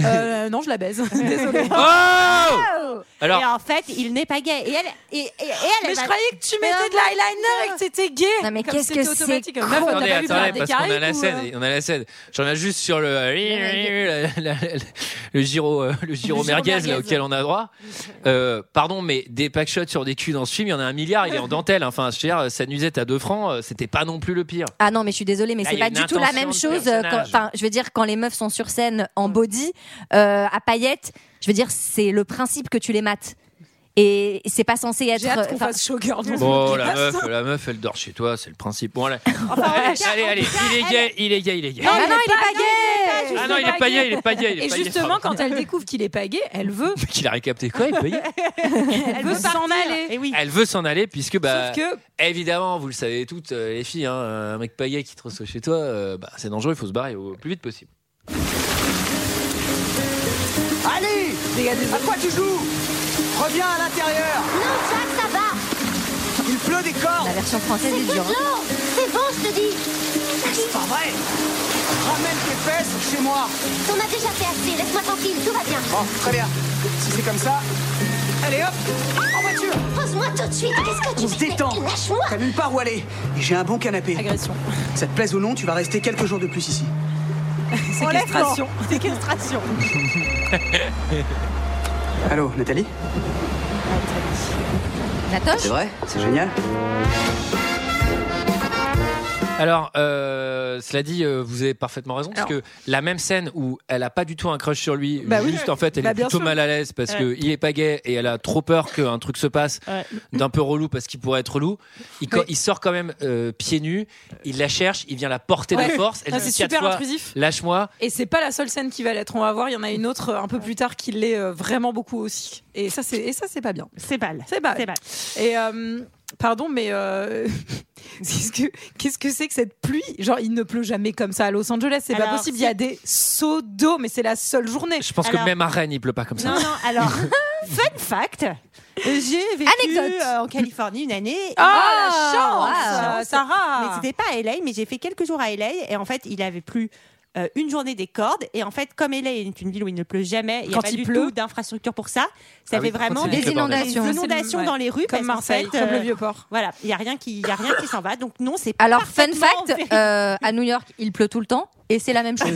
Speaker 10: Euh, non je la baise désolée
Speaker 1: Oh Alors-
Speaker 6: Et en fait, il n'est pas gay. Et elle, et, et- et elle, elle
Speaker 10: Mais je
Speaker 6: va-
Speaker 10: croyais que tu mettais de l'eyeliner et que t'étais gay.
Speaker 11: Non, mais
Speaker 10: Comme
Speaker 11: qu'est-ce
Speaker 10: c'était
Speaker 11: que c'est
Speaker 10: automatique.
Speaker 11: con.
Speaker 10: Meuf, on t'a
Speaker 1: Attendez,
Speaker 10: pas vu faire
Speaker 1: attendez,
Speaker 10: des
Speaker 1: parce qu'on a
Speaker 10: carrés
Speaker 1: la
Speaker 10: ou,
Speaker 1: scène,
Speaker 10: euh,
Speaker 1: on a la scène. J'en ai juste sur le la- la- la- le gyro euh, le gyro
Speaker 10: gyro
Speaker 1: merguez
Speaker 10: merguez.
Speaker 1: là, auquel on a droit. Euh, pardon, mais des packshots sur des culs dans ce film, il y en a un milliard. Il est en dentelle. hein. Enfin, je veux dire, sa nuisette à 2 francs, euh, c'était pas non plus le pire.
Speaker 11: ah non mais je suis désolée mais
Speaker 1: Là,
Speaker 11: c'est
Speaker 1: il y a
Speaker 11: pas
Speaker 1: une
Speaker 11: du tout la
Speaker 1: intention
Speaker 11: même
Speaker 1: de
Speaker 11: chose euh,
Speaker 1: personnage. Mm.
Speaker 11: quand- enfin je veux dire quand les meufs sont sur scène en body euh, à paillettes je veux dire c'est le principe que tu les mates et c'est pas censé être euh,
Speaker 10: J'ai hâte qu'on
Speaker 11: enfin,
Speaker 10: fasse showgirl dans ce
Speaker 1: Bon, la
Speaker 10: podcast.
Speaker 1: meuf, la meuf, elle dort chez toi, c'est le principe. Bon, allez,
Speaker 6: Enfin, en tout
Speaker 1: allez,
Speaker 6: cas-
Speaker 1: allez,
Speaker 6: en tout cas,
Speaker 1: il est gay, il est gay, il est gay.
Speaker 11: Ah non, il est pas
Speaker 6: non, il est
Speaker 11: gay
Speaker 10: juste
Speaker 1: Ah non, il est pas gay, il est pas gay, il est
Speaker 10: Et
Speaker 1: pas gay.
Speaker 10: justement, quand elle découvre qu'il est pas gay, elle veut,
Speaker 1: Qu'il a récapté quoi, il peut y aller.
Speaker 10: elle veut s'en aller.
Speaker 6: Et oui.
Speaker 1: Elle veut s'en aller puisque bah
Speaker 10: Sauf que-
Speaker 1: évidemment vous le savez toutes euh, les filles hein, un mec paillet qui te reçoit chez toi euh, bah, c'est dangereux il faut se barrer au plus vite possible.
Speaker 2: Allez À quoi tu joues Reviens à l'intérieur
Speaker 7: Non, Jack, ça va
Speaker 2: Il pleut des cordes
Speaker 11: La version française
Speaker 7: C'est
Speaker 11: est
Speaker 7: que de
Speaker 11: dure. hein.
Speaker 7: l'eau C'est bon, je te dis
Speaker 2: Ah, C'est pas vrai Ramène tes fesses chez moi
Speaker 7: T'en as déjà fait assez, laisse-moi tranquille, tout va bien
Speaker 6: Oh,
Speaker 2: Bon, très bien. Si c'est comme ça, allez hop En voiture
Speaker 7: Pose-moi tout de suite, qu'est-ce que tu
Speaker 2: On se
Speaker 7: fais
Speaker 2: détend
Speaker 7: Lâche-moi
Speaker 2: T'as nulle part où aller Et j'ai un bon canapé.
Speaker 10: Agression,
Speaker 2: Ça te plaise ou non, tu vas rester quelques jours de plus ici.
Speaker 10: séquestration.
Speaker 6: Séquestration.
Speaker 2: Allô, Nathalie
Speaker 11: Natoche
Speaker 2: vrai C'est génial
Speaker 10: Euh,
Speaker 1: Alors euh, cela dit euh, vous avez parfaitement raison parce que la même scène où elle a pas du tout un crush sur lui
Speaker 10: Bah oui.
Speaker 1: juste en fait elle
Speaker 10: Bah,
Speaker 1: est
Speaker 10: bien
Speaker 1: plutôt
Speaker 10: sûr.
Speaker 1: mal à l'aise parce que il est pas gay et elle a trop peur qu'un truc se passe
Speaker 6: Ouais.
Speaker 1: d'un peu relou parce qu'il pourrait être relou il, co-
Speaker 10: Oui.
Speaker 1: il sort quand même euh, pieds nus il la cherche il vient la porter de
Speaker 10: Ouais.
Speaker 1: force elle
Speaker 10: Ah,
Speaker 1: lui
Speaker 10: C'est
Speaker 1: dit quatre
Speaker 10: super
Speaker 1: fois,
Speaker 10: intrusif.
Speaker 1: lâche-moi
Speaker 10: Et c'est pas la seule scène qui va l'être. On va voir, il y en a une autre euh, un peu plus tard qui l'est euh, vraiment beaucoup aussi. Et ça, c'est et ça, c'est pas bien.
Speaker 6: C'est mal.
Speaker 10: C'est pas.
Speaker 6: C'est mal.
Speaker 11: Ah.
Speaker 10: Et euh, pardon, mais euh, qu'est-ce que qu'est-ce que c'est que cette pluie Genre, il ne pleut jamais comme ça à Los Angeles. C'est pas
Speaker 6: Alors,
Speaker 10: possible. Il y a des seaux d'eau, mais c'est la seule journée.
Speaker 1: je pense
Speaker 6: Alors-
Speaker 1: que même à Rennes il pleut pas comme ça
Speaker 6: Non, non, alors, fun fact, j'ai vécu
Speaker 11: Anecdote.
Speaker 6: euh, en Californie une année.
Speaker 10: Ah,
Speaker 11: Ah,
Speaker 10: la chance, euh, Sarah.
Speaker 6: Mais c'était pas à LA, mais j'ai fait quelques jours à LA et en fait, il avait plu. euh, une journée des cordes et en fait comme LA est une ville où il ne pleut jamais il n'y a
Speaker 10: Quand
Speaker 6: pas
Speaker 10: il
Speaker 6: du
Speaker 10: pleut.
Speaker 6: tout d'infrastructure pour ça ça
Speaker 1: Ah
Speaker 6: fait
Speaker 1: oui,
Speaker 6: vraiment
Speaker 1: quand il
Speaker 6: des,
Speaker 1: pleut,
Speaker 11: Des
Speaker 1: bordel.
Speaker 11: inondations.
Speaker 6: des inondations
Speaker 10: Ouais.
Speaker 6: dans les rues
Speaker 10: comme
Speaker 6: parce qu'en
Speaker 10: Marseille,
Speaker 6: fait,
Speaker 10: comme
Speaker 6: euh,
Speaker 10: le vieux port.
Speaker 6: voilà il n'y a rien qui il y a rien qui s'en va donc non c'est
Speaker 11: Alors, fun
Speaker 6: parfaitement
Speaker 11: fact,
Speaker 6: vérifié.
Speaker 11: euh, à New York, il pleut tout le temps et c'est la même chose.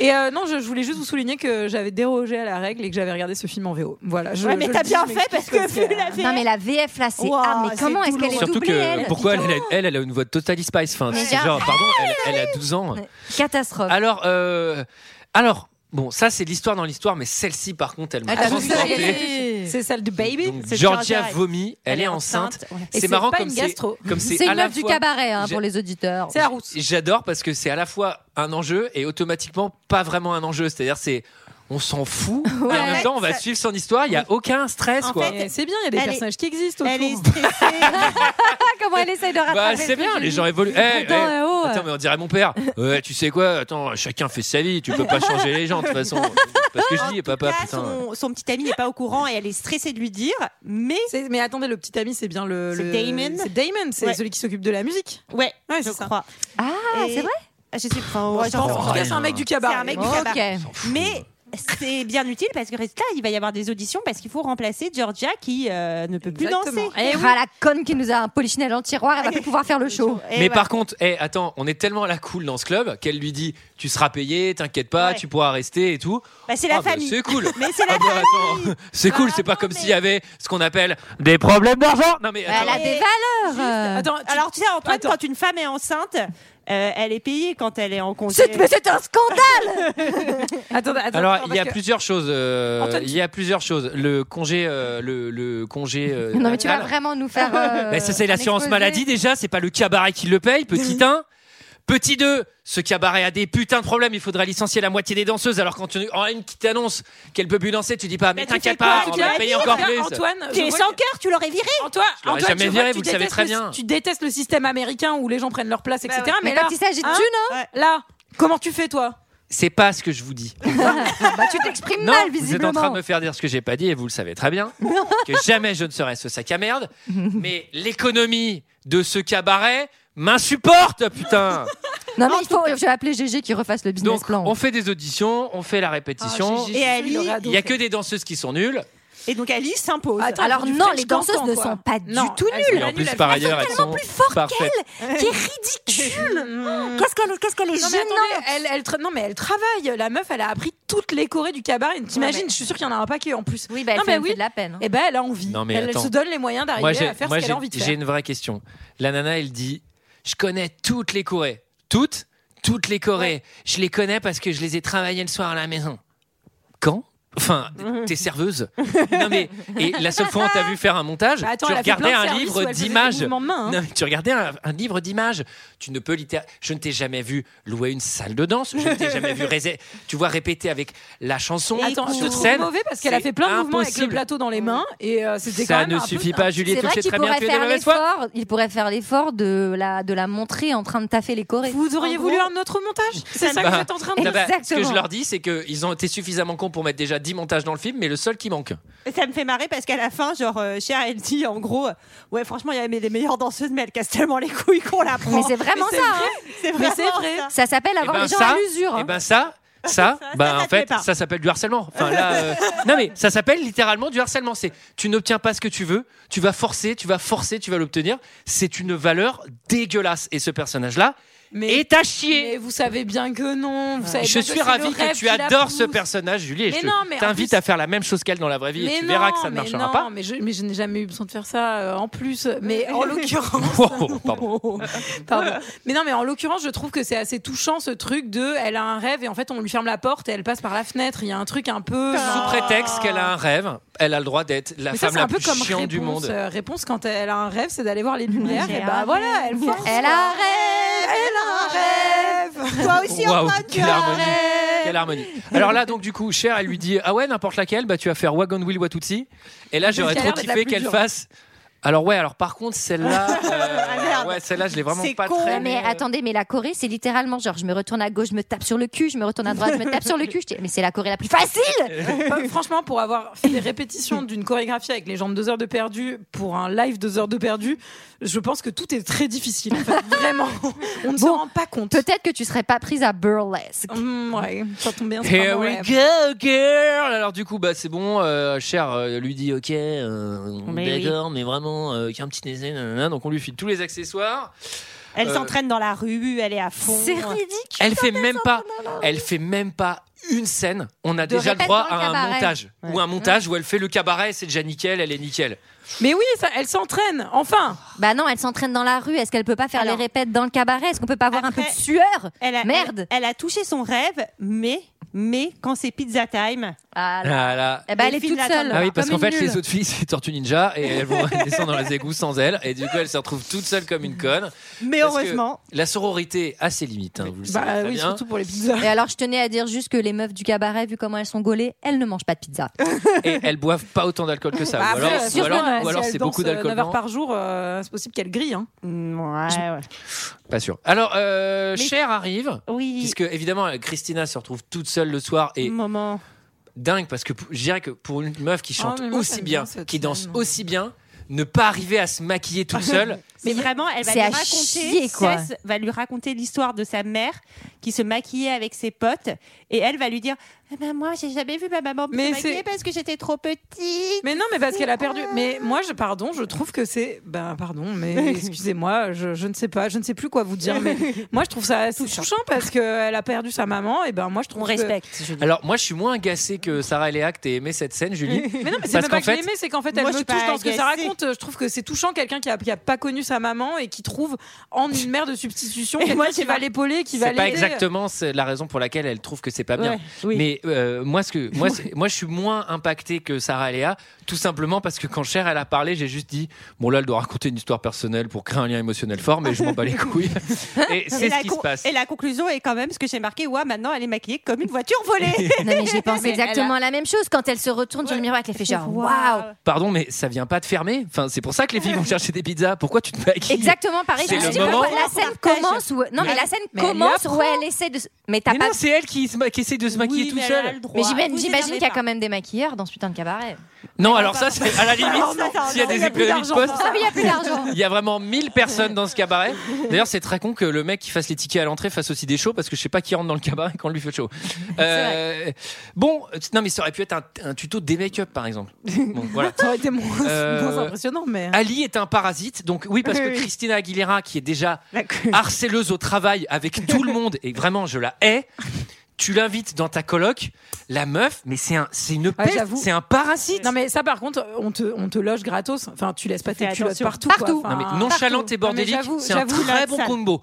Speaker 10: Et euh, non, je, je voulais juste vous souligner que j'avais dérogé à la règle et que j'avais regardé ce film en VO. Voilà. Je,
Speaker 6: ouais mais
Speaker 10: je
Speaker 6: t'as
Speaker 10: le dis,
Speaker 6: bien
Speaker 10: mais
Speaker 6: fait parce que vu la
Speaker 11: non, mais la VF là, c'est.
Speaker 6: Wow,
Speaker 11: ah, mais comment
Speaker 6: c'est
Speaker 11: est-ce qu'elle est
Speaker 6: douloureux.
Speaker 1: Surtout
Speaker 11: doublée
Speaker 1: que
Speaker 11: elle
Speaker 1: pourquoi elle, elle, a- elle, elle a une voix de Totally Spice. Enfin,
Speaker 11: Mais
Speaker 1: c'est
Speaker 11: bien.
Speaker 1: genre, pardon, elle, elle a 12 ans.
Speaker 11: Catastrophe.
Speaker 1: Alors, euh, alors, bon, ça c'est l'histoire dans l'histoire, mais celle-ci par contre, elle m'a
Speaker 11: Attends,
Speaker 1: transporté.
Speaker 10: C'est celle de Baby.
Speaker 1: Donc,
Speaker 6: c'est
Speaker 1: Georgia
Speaker 6: Georgia, elle-
Speaker 1: vomit, elle, est enceinte.
Speaker 6: ouais.
Speaker 10: Et
Speaker 1: C'est marrant
Speaker 10: pas
Speaker 1: comme
Speaker 10: une
Speaker 1: c'est
Speaker 10: gastro.
Speaker 1: comme c'est
Speaker 11: C'est
Speaker 1: à
Speaker 11: une
Speaker 1: la
Speaker 11: meuf du
Speaker 1: fois.
Speaker 11: cabaret hein,
Speaker 1: j'ai-
Speaker 11: pour les auditeurs.
Speaker 10: C'est la route.
Speaker 1: J'adore parce que c'est à la fois un enjeu et automatiquement pas vraiment un enjeu. C'est-à-dire c'est on s'en fout. Et en
Speaker 11: Ouais.
Speaker 1: même temps, on va
Speaker 6: Ça-
Speaker 1: suivre son histoire. Il y a aucun stress
Speaker 6: En
Speaker 1: quoi.
Speaker 6: fait,
Speaker 10: Et C'est bien, il y a des
Speaker 6: Elle est-
Speaker 10: personnages qui existent
Speaker 6: elle est
Speaker 10: autour.
Speaker 6: stressée
Speaker 11: comment elle essaye de rattraper
Speaker 1: Bah,
Speaker 11: le
Speaker 1: c'est
Speaker 11: truc
Speaker 1: bien,
Speaker 11: du-
Speaker 1: les gens évoluent. Eh, eh,
Speaker 11: Pourtant, eh oh,
Speaker 1: Attends, mais on dirait mon père. Ouais, tu sais quoi Attends, chacun fait sa vie. Tu peux pas changer les gens de toute façon. Parce que je
Speaker 6: En
Speaker 1: dis,
Speaker 6: tout
Speaker 1: papa,
Speaker 6: cas,
Speaker 1: putain.
Speaker 6: Son, son petit ami n'est pas au courant et elle est stressée de lui dire, mais
Speaker 10: C'est- Mais attendez, le petit ami, c'est bien le.
Speaker 6: C'est
Speaker 10: le-
Speaker 6: Damon
Speaker 10: C'est Damon, c'est
Speaker 6: Ouais.
Speaker 10: celui qui s'occupe de la musique.
Speaker 6: ouais,
Speaker 10: Ouais,
Speaker 6: je
Speaker 10: c'est ça.
Speaker 6: crois.
Speaker 11: Ah,
Speaker 6: Et-
Speaker 11: c'est vrai
Speaker 6: Je sais, enfin, ouais,
Speaker 10: Moi, je
Speaker 6: j'en
Speaker 10: pense
Speaker 6: sais
Speaker 10: en tout
Speaker 1: rien.
Speaker 10: cas, c'est un mec du
Speaker 6: pas.
Speaker 10: cabaret.
Speaker 6: C'est un mec du
Speaker 11: Ok.
Speaker 6: cabaret. Mais c'est bien utile parce que résultat, il va y avoir des auditions parce qu'il faut remplacer Georgia qui euh, ne peut plus
Speaker 10: Exactement. euh,
Speaker 6: danser.
Speaker 11: Eh la conne qui nous a un polichinelle en tiroir, elle va plus pouvoir faire le show.
Speaker 6: Et
Speaker 1: mais
Speaker 6: voilà.
Speaker 1: par contre, eh, attends, on est tellement à la cool dans ce club qu'elle lui dit Tu seras payé, t'inquiète pas,
Speaker 6: Ouais.
Speaker 1: tu pourras rester et tout.
Speaker 6: Bah, c'est la
Speaker 1: Ah, bah,
Speaker 6: famille.
Speaker 1: c'est cool.
Speaker 6: Mais c'est la Ah,
Speaker 1: Ah, bah, attends, c'est cool, c'est pas
Speaker 6: non,
Speaker 1: comme
Speaker 6: mais-
Speaker 1: s'il y avait ce qu'on appelle des problèmes d'argent. Non, mais
Speaker 11: Bah, elle
Speaker 1: attends,
Speaker 11: a des valeurs. euh.
Speaker 10: Attends, tu-
Speaker 6: Alors tu sais, Antoine,
Speaker 10: Attends.
Speaker 6: quand une femme est enceinte, euh, elle est payée quand elle est en congé.
Speaker 11: C'est- Mais c'est un scandale
Speaker 10: attendez, attendez,
Speaker 1: Alors,
Speaker 10: attends,
Speaker 1: il y a
Speaker 10: parce que-
Speaker 1: plusieurs choses. euh,
Speaker 10: Antoine,
Speaker 1: il y a plusieurs choses. Le congé, euh, le, le congé. euh,
Speaker 11: Non, mais tu vas
Speaker 1: natal.
Speaker 11: vraiment nous faire. euh,
Speaker 1: Mais Ben, ça, c'est
Speaker 11: un
Speaker 1: l'assurance
Speaker 11: exposé.
Speaker 1: maladie déjà, c'est pas le cabaret qui le paye, petit 1. Petit 2, ce cabaret a des putains de problèmes, il faudra licencier la moitié des danseuses. Alors quand tu en une qui t'annonce qu'elle peut plus danser, tu dis pas, mais
Speaker 6: Bah, tu
Speaker 1: t'inquiète
Speaker 6: fais quoi,
Speaker 1: pas,
Speaker 6: tu
Speaker 1: on
Speaker 6: te
Speaker 1: va
Speaker 6: la
Speaker 1: payer
Speaker 6: dis,
Speaker 1: encore
Speaker 10: Antoine,
Speaker 1: plus.
Speaker 10: Antoine, je
Speaker 6: Tu es
Speaker 10: vois
Speaker 6: sans
Speaker 10: que-
Speaker 6: cœur, tu l'aurais viré.
Speaker 10: Antoine,
Speaker 1: l'aurais
Speaker 10: Antoine,
Speaker 1: jamais
Speaker 10: je vois
Speaker 1: viré,
Speaker 10: que tu
Speaker 1: vous le savez
Speaker 10: détestes
Speaker 1: très
Speaker 10: le-
Speaker 1: bien.
Speaker 10: Tu détestes le système américain où les gens prennent leur place, etc.
Speaker 6: ouais.
Speaker 10: Mais,
Speaker 11: Mais
Speaker 10: là,
Speaker 11: quand il s'agit de
Speaker 10: hein,
Speaker 11: thunes,
Speaker 10: là, comment tu fais toi
Speaker 1: C'est pas ce que je vous dis.
Speaker 11: hein, bah, tu t'exprimes
Speaker 1: Non,
Speaker 11: mal,
Speaker 1: vous êtes en train
Speaker 11: visiblement.
Speaker 1: de me faire dire ce que j'ai pas dit et vous le savez très bien que jamais je ne serai ce sac à merde. Mais l'économie de ce cabaret m'insupporte, putain.
Speaker 11: Non, mais il faut. Je vais appeler GG qui refasse le business
Speaker 1: Donc
Speaker 11: plan.
Speaker 1: on fait des auditions, on fait la
Speaker 10: Ah,
Speaker 1: répétition.
Speaker 6: Et Ali,
Speaker 1: Il y a que des danseuses qui sont nulles.
Speaker 6: Et donc Alice s'impose.
Speaker 10: Attends,
Speaker 11: Alors
Speaker 10: du
Speaker 11: non,
Speaker 10: French
Speaker 11: les danseuses
Speaker 10: dansant,
Speaker 11: ne
Speaker 10: quoi.
Speaker 11: sont pas
Speaker 10: Non,
Speaker 11: du tout
Speaker 10: elles
Speaker 11: nulles.
Speaker 1: Et en plus,
Speaker 10: nul,
Speaker 1: par
Speaker 10: elles sont
Speaker 1: ailleurs, elles sont
Speaker 11: plus fortes
Speaker 1: parfaites.
Speaker 11: qu'elles, qui est ridicule. Qu'est-ce qu'elle est, qu'est-ce qu'elle est
Speaker 10: Non mais, attendez, elle, elle tra- non mais elle travaille, la meuf elle a appris toutes les chorées du cabaret, t'imagines, je suis sûre qu'il y en a un paquet en plus.
Speaker 11: Oui, bah, elle
Speaker 10: Non,
Speaker 11: fait,
Speaker 10: mais
Speaker 11: elle
Speaker 10: oui.
Speaker 11: fait de la peine. hein.
Speaker 10: Et ben elle a envie,
Speaker 1: Non, mais
Speaker 10: elle, elle
Speaker 1: attends.
Speaker 10: se donne les moyens
Speaker 1: Moi,
Speaker 10: d'arriver
Speaker 1: j'ai,
Speaker 10: à faire
Speaker 1: moi,
Speaker 10: ce qu'elle
Speaker 1: j'ai-
Speaker 10: a envie de
Speaker 1: j'ai
Speaker 10: faire.
Speaker 1: une vraie question. La nana, elle dit Je connais toutes les chorées. Toutes Toutes les chorées. Je les connais parce que je les ai travaillées le soir à la maison. Quand Enfin, t'es serveuse. Non mais et la seule fois où on t'a vu faire un montage,
Speaker 10: Bah, attends,
Speaker 1: tu
Speaker 10: elle a fait
Speaker 1: regardais
Speaker 10: plein de
Speaker 1: un
Speaker 10: services où elle
Speaker 1: livre
Speaker 10: faisait des
Speaker 1: d'images.
Speaker 10: mouvements de main, hein.
Speaker 1: Non, mais Tu regardais un, un livre d'images. Tu ne peux littéralement. Je ne t'ai jamais vu louer une salle de danse. Je ne t'ai jamais vu ré- tu vois répéter avec la chanson
Speaker 10: Attends, je te
Speaker 1: sur
Speaker 10: trouve
Speaker 1: scène.
Speaker 10: mauvais parce qu'elle a
Speaker 1: C'est
Speaker 10: fait plein de mouvements avec le
Speaker 1: impossible.
Speaker 10: plateau dans les mains et euh, c'était
Speaker 1: Ça
Speaker 10: quand même
Speaker 1: ne
Speaker 10: un peu-
Speaker 1: suffit pas, Juliette.
Speaker 11: C'est
Speaker 1: Tu
Speaker 11: vrai
Speaker 1: sais
Speaker 11: qu'il
Speaker 1: très bien
Speaker 11: pourrait,
Speaker 1: que tu es des
Speaker 11: faire
Speaker 1: mauvaises fois.
Speaker 11: l'effort- il pourrait faire l'effort de la, de la montrer en train de taffer les chorés.
Speaker 10: Vous auriez
Speaker 11: En
Speaker 10: voulu
Speaker 11: gros,
Speaker 10: un autre montage C'est ça que vous
Speaker 1: Bah,
Speaker 10: êtes en train
Speaker 1: ah
Speaker 10: de
Speaker 1: bah, Ce que je
Speaker 6: Exactement.
Speaker 1: leur dis, c'est qu'ils ont été suffisamment cons pour mettre déjà 10 montages dans le film, mais le seul qui manque.
Speaker 6: Et Ça me fait marrer parce qu'à la fin, genre, euh, Cher, elle dit en gros, euh, ouais, franchement, il y avait les meilleures danseuses, mais elle casse tellement les couilles qu'on la prend.
Speaker 11: Mais c'est vraiment
Speaker 6: Mais
Speaker 11: ça, hein.
Speaker 6: C'est
Speaker 11: Mais
Speaker 6: vraiment
Speaker 11: c'est vrai.
Speaker 6: ça.
Speaker 11: Ça s'appelle
Speaker 1: Eh
Speaker 11: avoir
Speaker 1: ben
Speaker 11: les gens
Speaker 1: ça,
Speaker 11: à l'usure.
Speaker 1: eh
Speaker 11: hein.
Speaker 1: ben ça, ça, bah, en
Speaker 6: plaît
Speaker 1: fait,
Speaker 6: pas.
Speaker 1: ça s'appelle du harcèlement. Enfin, là, euh, non mais ça s'appelle littéralement du harcèlement. C'est tu n'obtiens pas ce que tu veux, tu vas forcer, tu vas forcer, tu vas l'obtenir. C'est une valeur dégueulasse. Et ce personnage-là
Speaker 10: Mais,
Speaker 1: est à chier.
Speaker 10: mais vous savez bien que non. Vous savez
Speaker 1: Je
Speaker 10: bien que
Speaker 1: suis
Speaker 10: Eh ben, c'est le
Speaker 1: ravi que
Speaker 10: rêve
Speaker 1: tu
Speaker 10: qui la
Speaker 1: adores ce
Speaker 10: pousse.
Speaker 1: personnage, Julie. Et
Speaker 10: Mais
Speaker 1: je te-
Speaker 10: non, mais en
Speaker 1: t'invite
Speaker 10: plus-
Speaker 1: à faire la même chose qu'elle dans la vraie vie.
Speaker 10: Mais
Speaker 1: et tu
Speaker 10: non,
Speaker 1: verras que ça ne
Speaker 10: mais
Speaker 1: marchera
Speaker 10: non,
Speaker 1: pas.
Speaker 10: Mais je, mais je n'ai jamais eu besoin de faire ça euh, en plus. Mais en l'occurrence.
Speaker 1: Oh, pardon.
Speaker 10: Pardon. Mais non, mais en l'occurrence, je trouve que c'est assez touchant ce truc de. Elle a un rêve et en fait, on lui ferme la porte et elle passe par la fenêtre. Il y a un truc un peu.
Speaker 1: Sous prétexte qu'elle a un rêve, elle a le droit d'être la
Speaker 10: Mais ça,
Speaker 1: femme
Speaker 10: c'est
Speaker 1: la
Speaker 10: un peu
Speaker 1: plus
Speaker 10: comme
Speaker 1: chiante
Speaker 10: réponse.
Speaker 1: du monde.
Speaker 10: euh, réponse quand elle a un rêve, c'est d'aller voir les lumières.
Speaker 11: J'ai
Speaker 10: et
Speaker 11: un
Speaker 10: bah voilà, elle force.
Speaker 11: Eh, Elle a un rêve.
Speaker 10: Elle a un rêve.
Speaker 6: Toi aussi,
Speaker 1: Waouh,
Speaker 6: Antoine, tu
Speaker 1: quelle
Speaker 6: as un
Speaker 1: harmonie.
Speaker 6: rêve.
Speaker 1: Quelle harmonie. Alors là, donc, du coup, Cher, elle lui dit Ah ouais, n'importe laquelle, bah, tu vas faire Wagon Wheel Watutsi. Et là, j'aurais
Speaker 10: Parce
Speaker 1: trop
Speaker 10: qu'elle a l'air d'être la
Speaker 1: kiffé
Speaker 10: plus
Speaker 1: qu'elle
Speaker 10: dure.
Speaker 1: fasse. Alors, ouais, alors par contre, celle-là, euh,
Speaker 6: Ah, merde.
Speaker 1: ouais, celle-là, je l'ai vraiment
Speaker 6: C'est
Speaker 1: pas
Speaker 6: con.
Speaker 1: très.
Speaker 11: Ouais, mais
Speaker 1: euh,
Speaker 11: attendez, mais la Corée, c'est littéralement genre, je me retourne à gauche, je me tape sur le cul, je me retourne à droite, je me tape sur le cul. Je dis, mais c'est la Corée la plus facile
Speaker 10: Paul, Franchement, pour avoir fait des répétitions d'une chorégraphie avec les gens de 2 heures de perdu pour un live 2 heures de perdu, je pense que tout est très difficile. en fait. Vraiment, on ne
Speaker 11: Bon,
Speaker 10: s'en rend pas compte.
Speaker 11: Peut-être que tu serais pas prise à burlesque.
Speaker 10: Hum, ouais, ça tombe bien. c'est
Speaker 1: Here
Speaker 10: pas mon
Speaker 1: we
Speaker 10: rêve.
Speaker 1: go, girl! Alors, du coup, bah, c'est bon. euh, Cher euh, lui dit Ok, euh,
Speaker 6: Mais oui.
Speaker 1: d'accord, mais vraiment, euh, qu'un petit essai, nanana. Donc, on lui file tous les accessoires.
Speaker 6: Elle
Speaker 1: Euh,
Speaker 6: s'entraîne dans la rue, elle est à fond.
Speaker 11: C'est ridicule.
Speaker 1: Elle fait même pas, elle fait même pas une scène. On a
Speaker 11: De
Speaker 1: déjà le
Speaker 11: répète
Speaker 1: droit
Speaker 11: dans le
Speaker 1: à un
Speaker 11: cabaret.
Speaker 1: montage ou un montage où elle fait le cabaret, c'est déjà nickel, elle est nickel.
Speaker 10: Mais oui, ça, elle s'entraîne. Enfin,
Speaker 11: Bah non, elle s'entraîne dans la rue. Est-ce qu'elle peut pas faire
Speaker 6: Alors.
Speaker 11: les répètes dans le cabaret Est-ce qu'on peut pas avoir un peu de
Speaker 6: Après-
Speaker 11: sueur
Speaker 6: Elle a,
Speaker 11: Merde.
Speaker 6: Elle, elle a touché son rêve, mais, mais quand c'est pizza time,
Speaker 11: Ah, là.
Speaker 1: Ah là.
Speaker 11: Eh ben, elle
Speaker 6: Les
Speaker 11: est
Speaker 6: filles
Speaker 11: toute
Speaker 6: l'attendent
Speaker 11: seule.
Speaker 1: Ah oui, parce
Speaker 11: comme
Speaker 1: qu'en fait,
Speaker 11: une
Speaker 1: les
Speaker 11: nulle.
Speaker 1: autres filles, c'est Tortue Ninja et elles vont descendre dans les égouts sans elle. Et du coup, elle se retrouve toute seule comme une conne.
Speaker 6: mais
Speaker 1: Parce que
Speaker 6: heureusement.
Speaker 1: La sororité a ses limites, hein, vous le savez.
Speaker 10: bah
Speaker 1: très
Speaker 10: oui,
Speaker 1: bien.
Speaker 10: surtout pour les pizzas.
Speaker 11: Et alors, je tenais à dire juste que les meufs du cabaret, vu comment elles sont gaulées, elles ne mangent pas de pizza.
Speaker 6: Eh
Speaker 1: Et elles boivent pas autant d'alcool que ça.
Speaker 10: Bah,
Speaker 1: ou
Speaker 10: après,
Speaker 1: alors, ou
Speaker 10: euh,
Speaker 11: Ah sûr
Speaker 1: alors-
Speaker 11: que non,
Speaker 1: ou
Speaker 10: si
Speaker 1: alors
Speaker 10: elle
Speaker 1: c'est
Speaker 10: danse,
Speaker 1: beaucoup
Speaker 10: euh,
Speaker 1: d'alcool.
Speaker 10: 9 heures
Speaker 1: blanc.
Speaker 10: par jour, euh, c'est possible qu'elle grille. hein.
Speaker 6: Mm, Ouais, ouais.
Speaker 1: Pas sûr. Alors, euh,
Speaker 6: Mais-
Speaker 1: Cher arrive.
Speaker 6: Oui.
Speaker 1: Puisque évidemment, euh, Christina se retrouve toute seule le soir et
Speaker 6: Moment.
Speaker 1: dingue parce que p- je dirais que pour une meuf qui chante
Speaker 10: Ah, mais moi,
Speaker 1: aussi
Speaker 10: j'aime
Speaker 1: bien,
Speaker 10: bien cette
Speaker 1: qui danse
Speaker 10: scène.
Speaker 1: aussi bien, ne pas arriver à se maquiller toute seule.
Speaker 6: Mais vraiment, elle va
Speaker 11: c'est
Speaker 6: lui
Speaker 11: à
Speaker 6: ben, raconter.
Speaker 11: chier, quoi.
Speaker 6: Cesse va lui raconter l'histoire de sa mère qui se maquillait avec ses potes et elle va lui dire eh ben moi j'ai jamais vu ma maman
Speaker 10: Mais
Speaker 6: me maquiller
Speaker 10: c'est-
Speaker 6: parce que j'étais trop petite.
Speaker 10: Mais non, mais parce qu'elle a perdu. Mais moi, je pardon, je trouve que c'est. Ben pardon, mais excusez-moi, je, je ne sais pas, je ne sais plus quoi vous dire. Mais moi, je trouve ça assez touchant parce qu'elle a perdu sa maman. Et ben moi, je trouve.
Speaker 6: On
Speaker 10: que-
Speaker 6: respecte. je dis.
Speaker 1: Alors moi, je suis moins agacée que Sarah Léac t'es aimé cette scène, Julie.
Speaker 10: Mais non, mais
Speaker 1: Parce
Speaker 10: c'est même pas
Speaker 1: qu'en
Speaker 10: que je
Speaker 1: fait-
Speaker 10: l'aimais, c'est qu'en fait,
Speaker 6: Moi, je
Speaker 10: elle me
Speaker 6: suis
Speaker 10: touche
Speaker 6: pas
Speaker 10: dans ce que ça
Speaker 6: agacée.
Speaker 10: raconte. Je trouve que c'est touchant quelqu'un qui a, qui a pas connu sa maman et qui trouve en une mère de substitution
Speaker 6: Et
Speaker 10: quelqu'un
Speaker 6: moi,
Speaker 10: qui
Speaker 6: c'est
Speaker 10: va
Speaker 6: pas-
Speaker 10: l'épauler, qui va
Speaker 1: C'est pas
Speaker 10: l'aider.
Speaker 1: exactement c'est la raison pour laquelle elle trouve que c'est pas bien.
Speaker 6: Ouais, oui.
Speaker 1: Mais euh, moi, ce que moi, c'est- moi, je suis moins impacté que Sarah Léa, tout simplement parce que quand Cher elle a parlé, j'ai juste dit bon là, elle doit raconter une histoire personnelle pour créer un lien émotionnel fort, mais je m'en bats les couilles. Et c'est ce
Speaker 6: Et la
Speaker 1: qui
Speaker 6: con-
Speaker 1: se passe.
Speaker 6: Et la conclusion est quand même ce que j'ai marqué ouais, maintenant elle est maquillée comme une voiture volée.
Speaker 11: Non, mais j'ai pensé
Speaker 6: Mais elle
Speaker 11: exactement la même chose. Quand elle se retourne sur le miroir, elle fait genre waouh.
Speaker 1: Pardon, mais ça vient pas de fermer. Enfin, c'est pour ça que les filles vont chercher des pizzas. Pourquoi tu te maquilles
Speaker 11: Exactement pareil.
Speaker 1: C'est
Speaker 11: Je
Speaker 1: le
Speaker 11: sais pas quoi,
Speaker 1: moment-
Speaker 11: La scène commence où non mais la scène
Speaker 10: mais elle
Speaker 11: commence
Speaker 10: lui
Speaker 11: où elle essaie de. se- Mais t'as
Speaker 1: Mais
Speaker 11: pas.
Speaker 1: non, c'est elle qui, se ma- qui essaie de se maquiller
Speaker 6: Oui,
Speaker 1: toute
Speaker 6: mais elle
Speaker 1: seule.
Speaker 6: a le droit.
Speaker 11: Mais j'imagine
Speaker 6: Vous
Speaker 11: j'imagine
Speaker 6: énervez
Speaker 11: qu'il y a
Speaker 6: pas.
Speaker 11: quand même des maquilleurs dans ce putain de cabaret.
Speaker 1: Non, alors ça, c'est à la limite.
Speaker 6: non,
Speaker 1: S'il y a
Speaker 6: non,
Speaker 1: des
Speaker 6: il y a plus
Speaker 1: économies de
Speaker 6: d'argent
Speaker 1: poste,
Speaker 6: pour
Speaker 11: Ah oui, il y a plus d'argent.
Speaker 1: il y a vraiment 1000 personnes dans ce cabaret. D'ailleurs, c'est très con que le mec qui fasse les tickets à l'entrée fasse aussi des shows parce que je sais pas qui rentre dans le cabaret quand on lui fait chaud. Euh, bon, euh, non, mais ça aurait pu être un, un tuto des make-up par exemple. Bon, voilà.
Speaker 10: Ça aurait été moins,
Speaker 1: Euh,
Speaker 10: moins impressionnant, mais.
Speaker 1: Ali est un parasite, donc oui, parce que
Speaker 6: Oui, oui.
Speaker 1: Christina Aguilera, qui est déjà
Speaker 6: La-
Speaker 10: Ah,
Speaker 1: harceleuse au travail avec tout le monde, et vraiment je la hais, tu l'invites dans ta coloc, la meuf, mais c'est un, c'est une
Speaker 10: Ouais,
Speaker 1: peste,
Speaker 10: j'avoue.
Speaker 1: c'est un parasite.
Speaker 10: Non mais ça par contre on te, on te loge gratos. Enfin tu laisses pas
Speaker 6: Fais
Speaker 10: tes culottes
Speaker 6: attention.
Speaker 10: partout.
Speaker 11: Partout.
Speaker 10: Quoi.
Speaker 1: Non, mais
Speaker 10: Enfin,
Speaker 1: nonchalante
Speaker 10: Ah. partout.
Speaker 1: et bordélique,
Speaker 10: Non, mais j'avoue-
Speaker 1: c'est un
Speaker 10: j'avoue,
Speaker 1: très
Speaker 10: là,
Speaker 1: bon
Speaker 10: ça-
Speaker 1: combo.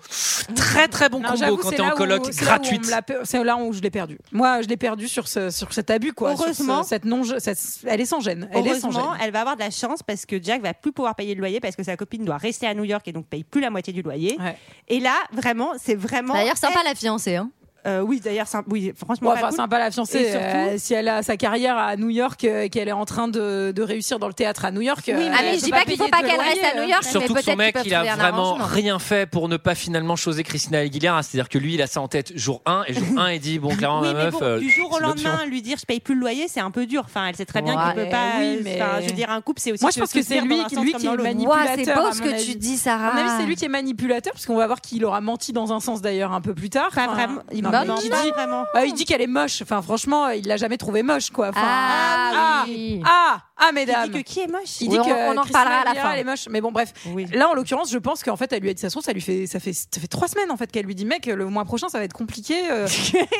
Speaker 1: Très très bon
Speaker 10: Non,
Speaker 1: combo
Speaker 10: j'avoue,
Speaker 1: quand
Speaker 10: c'est
Speaker 1: t'es en
Speaker 10: là où-
Speaker 1: coloc
Speaker 10: c'est là où on me
Speaker 1: gratuite.
Speaker 10: l'a pe- C'est là où je l'ai perdu. Moi, je l'ai perdu sur, ce, sur cet abus, quoi. sur ce-
Speaker 6: Heureusement.
Speaker 10: cette non, cette- elle est sans gêne. Elle est sans gêne.
Speaker 6: Heureusement, elle va avoir de la chance parce que Jack va plus pouvoir payer le loyer parce que sa copine doit rester à New York et donc paye plus la moitié du loyer.
Speaker 10: Ouais.
Speaker 6: Et là, vraiment, c'est vraiment.
Speaker 11: D'ailleurs, sympa la fiancée. Hein.
Speaker 6: Euh, oui, d'ailleurs, c'est un- oui, franchement,
Speaker 10: Ouais,
Speaker 6: pas
Speaker 10: enfin,
Speaker 6: cool.
Speaker 10: sympa la fiancée.
Speaker 6: Et surtout-
Speaker 10: euh, si elle a sa carrière à New York, euh, qu'elle est en train de, de réussir dans le théâtre à New York. euh,
Speaker 11: Ah, mais
Speaker 10: elle
Speaker 11: je
Speaker 10: peut
Speaker 11: dis pas qu'il
Speaker 10: payer
Speaker 11: faut pas
Speaker 10: de
Speaker 11: qu'elle
Speaker 10: loyer,
Speaker 11: reste à
Speaker 10: euh.
Speaker 11: New York. mais
Speaker 1: Ah, Surtout que
Speaker 11: peut-être
Speaker 1: son mec,
Speaker 11: qu'ils peuvent
Speaker 1: il a
Speaker 11: trouver un
Speaker 1: vraiment
Speaker 11: arrangement.
Speaker 1: rien fait pour ne pas finalement choser Christina Aguilera. C'est-à-dire que lui, il a ça en tête jour 1 et jour 1, il dit Bon, clairement,
Speaker 6: Oui,
Speaker 1: ma
Speaker 6: mais
Speaker 1: meuf.
Speaker 6: bon,
Speaker 1: euh,
Speaker 6: du jour au
Speaker 1: c'est l'option.
Speaker 6: lendemain, lui dire je paye plus le loyer, c'est un peu dur. Enfin, elle sait très bien
Speaker 11: Ouais,
Speaker 6: qu'il peut pas.
Speaker 10: oui,
Speaker 6: euh,
Speaker 10: mais-
Speaker 6: enfin, je veux dire, un couple, c'est aussi.
Speaker 10: Moi, je
Speaker 6: de
Speaker 10: pense
Speaker 6: se
Speaker 10: que c'est
Speaker 6: dire
Speaker 10: lui
Speaker 6: dans un
Speaker 10: qui-
Speaker 6: sens
Speaker 10: lui
Speaker 6: comme
Speaker 10: qui
Speaker 6: dans l'autre.
Speaker 10: manipule.
Speaker 11: Ouah, c'est
Speaker 10: manipulateur,
Speaker 11: beau
Speaker 10: à
Speaker 11: ce
Speaker 10: mon
Speaker 11: que
Speaker 10: avis.
Speaker 11: tu dis,
Speaker 10: À
Speaker 11: Sarah.
Speaker 10: mon
Speaker 6: Ah.
Speaker 10: avis, c'est lui qui est manipulateur, parce qu'on va voir qu'il aura menti dans un sens d'ailleurs un peu plus tard.
Speaker 6: Pas
Speaker 10: Enfin,
Speaker 6: vraiment. Il
Speaker 10: non,
Speaker 6: m'en
Speaker 10: mais
Speaker 6: demande
Speaker 10: qui
Speaker 6: pas
Speaker 10: dit-
Speaker 6: vraiment.
Speaker 10: Ah, il dit qu'elle est moche. Enfin, franchement, euh, il l'a jamais trouvée moche, quoi. Enfin,
Speaker 11: Ah,
Speaker 10: ah,
Speaker 11: oui.
Speaker 10: ah, ah,
Speaker 6: Il
Speaker 10: mesdames.
Speaker 6: dit que qui est moche
Speaker 10: Il
Speaker 11: Oui,
Speaker 10: dit
Speaker 11: on-
Speaker 10: que
Speaker 11: on en
Speaker 10: Christina
Speaker 11: reparlera à la
Speaker 10: Aguilera,
Speaker 11: fin.
Speaker 10: Elle est moche, mais bon, bref.
Speaker 6: Oui.
Speaker 10: Là, en l'occurrence, je pense qu'en fait, elle lui a dit de toute façon, ça lui fait, ça fait, ça fait trois semaines en fait qu'elle lui dit, mec, le mois prochain, ça va être compliqué. euh,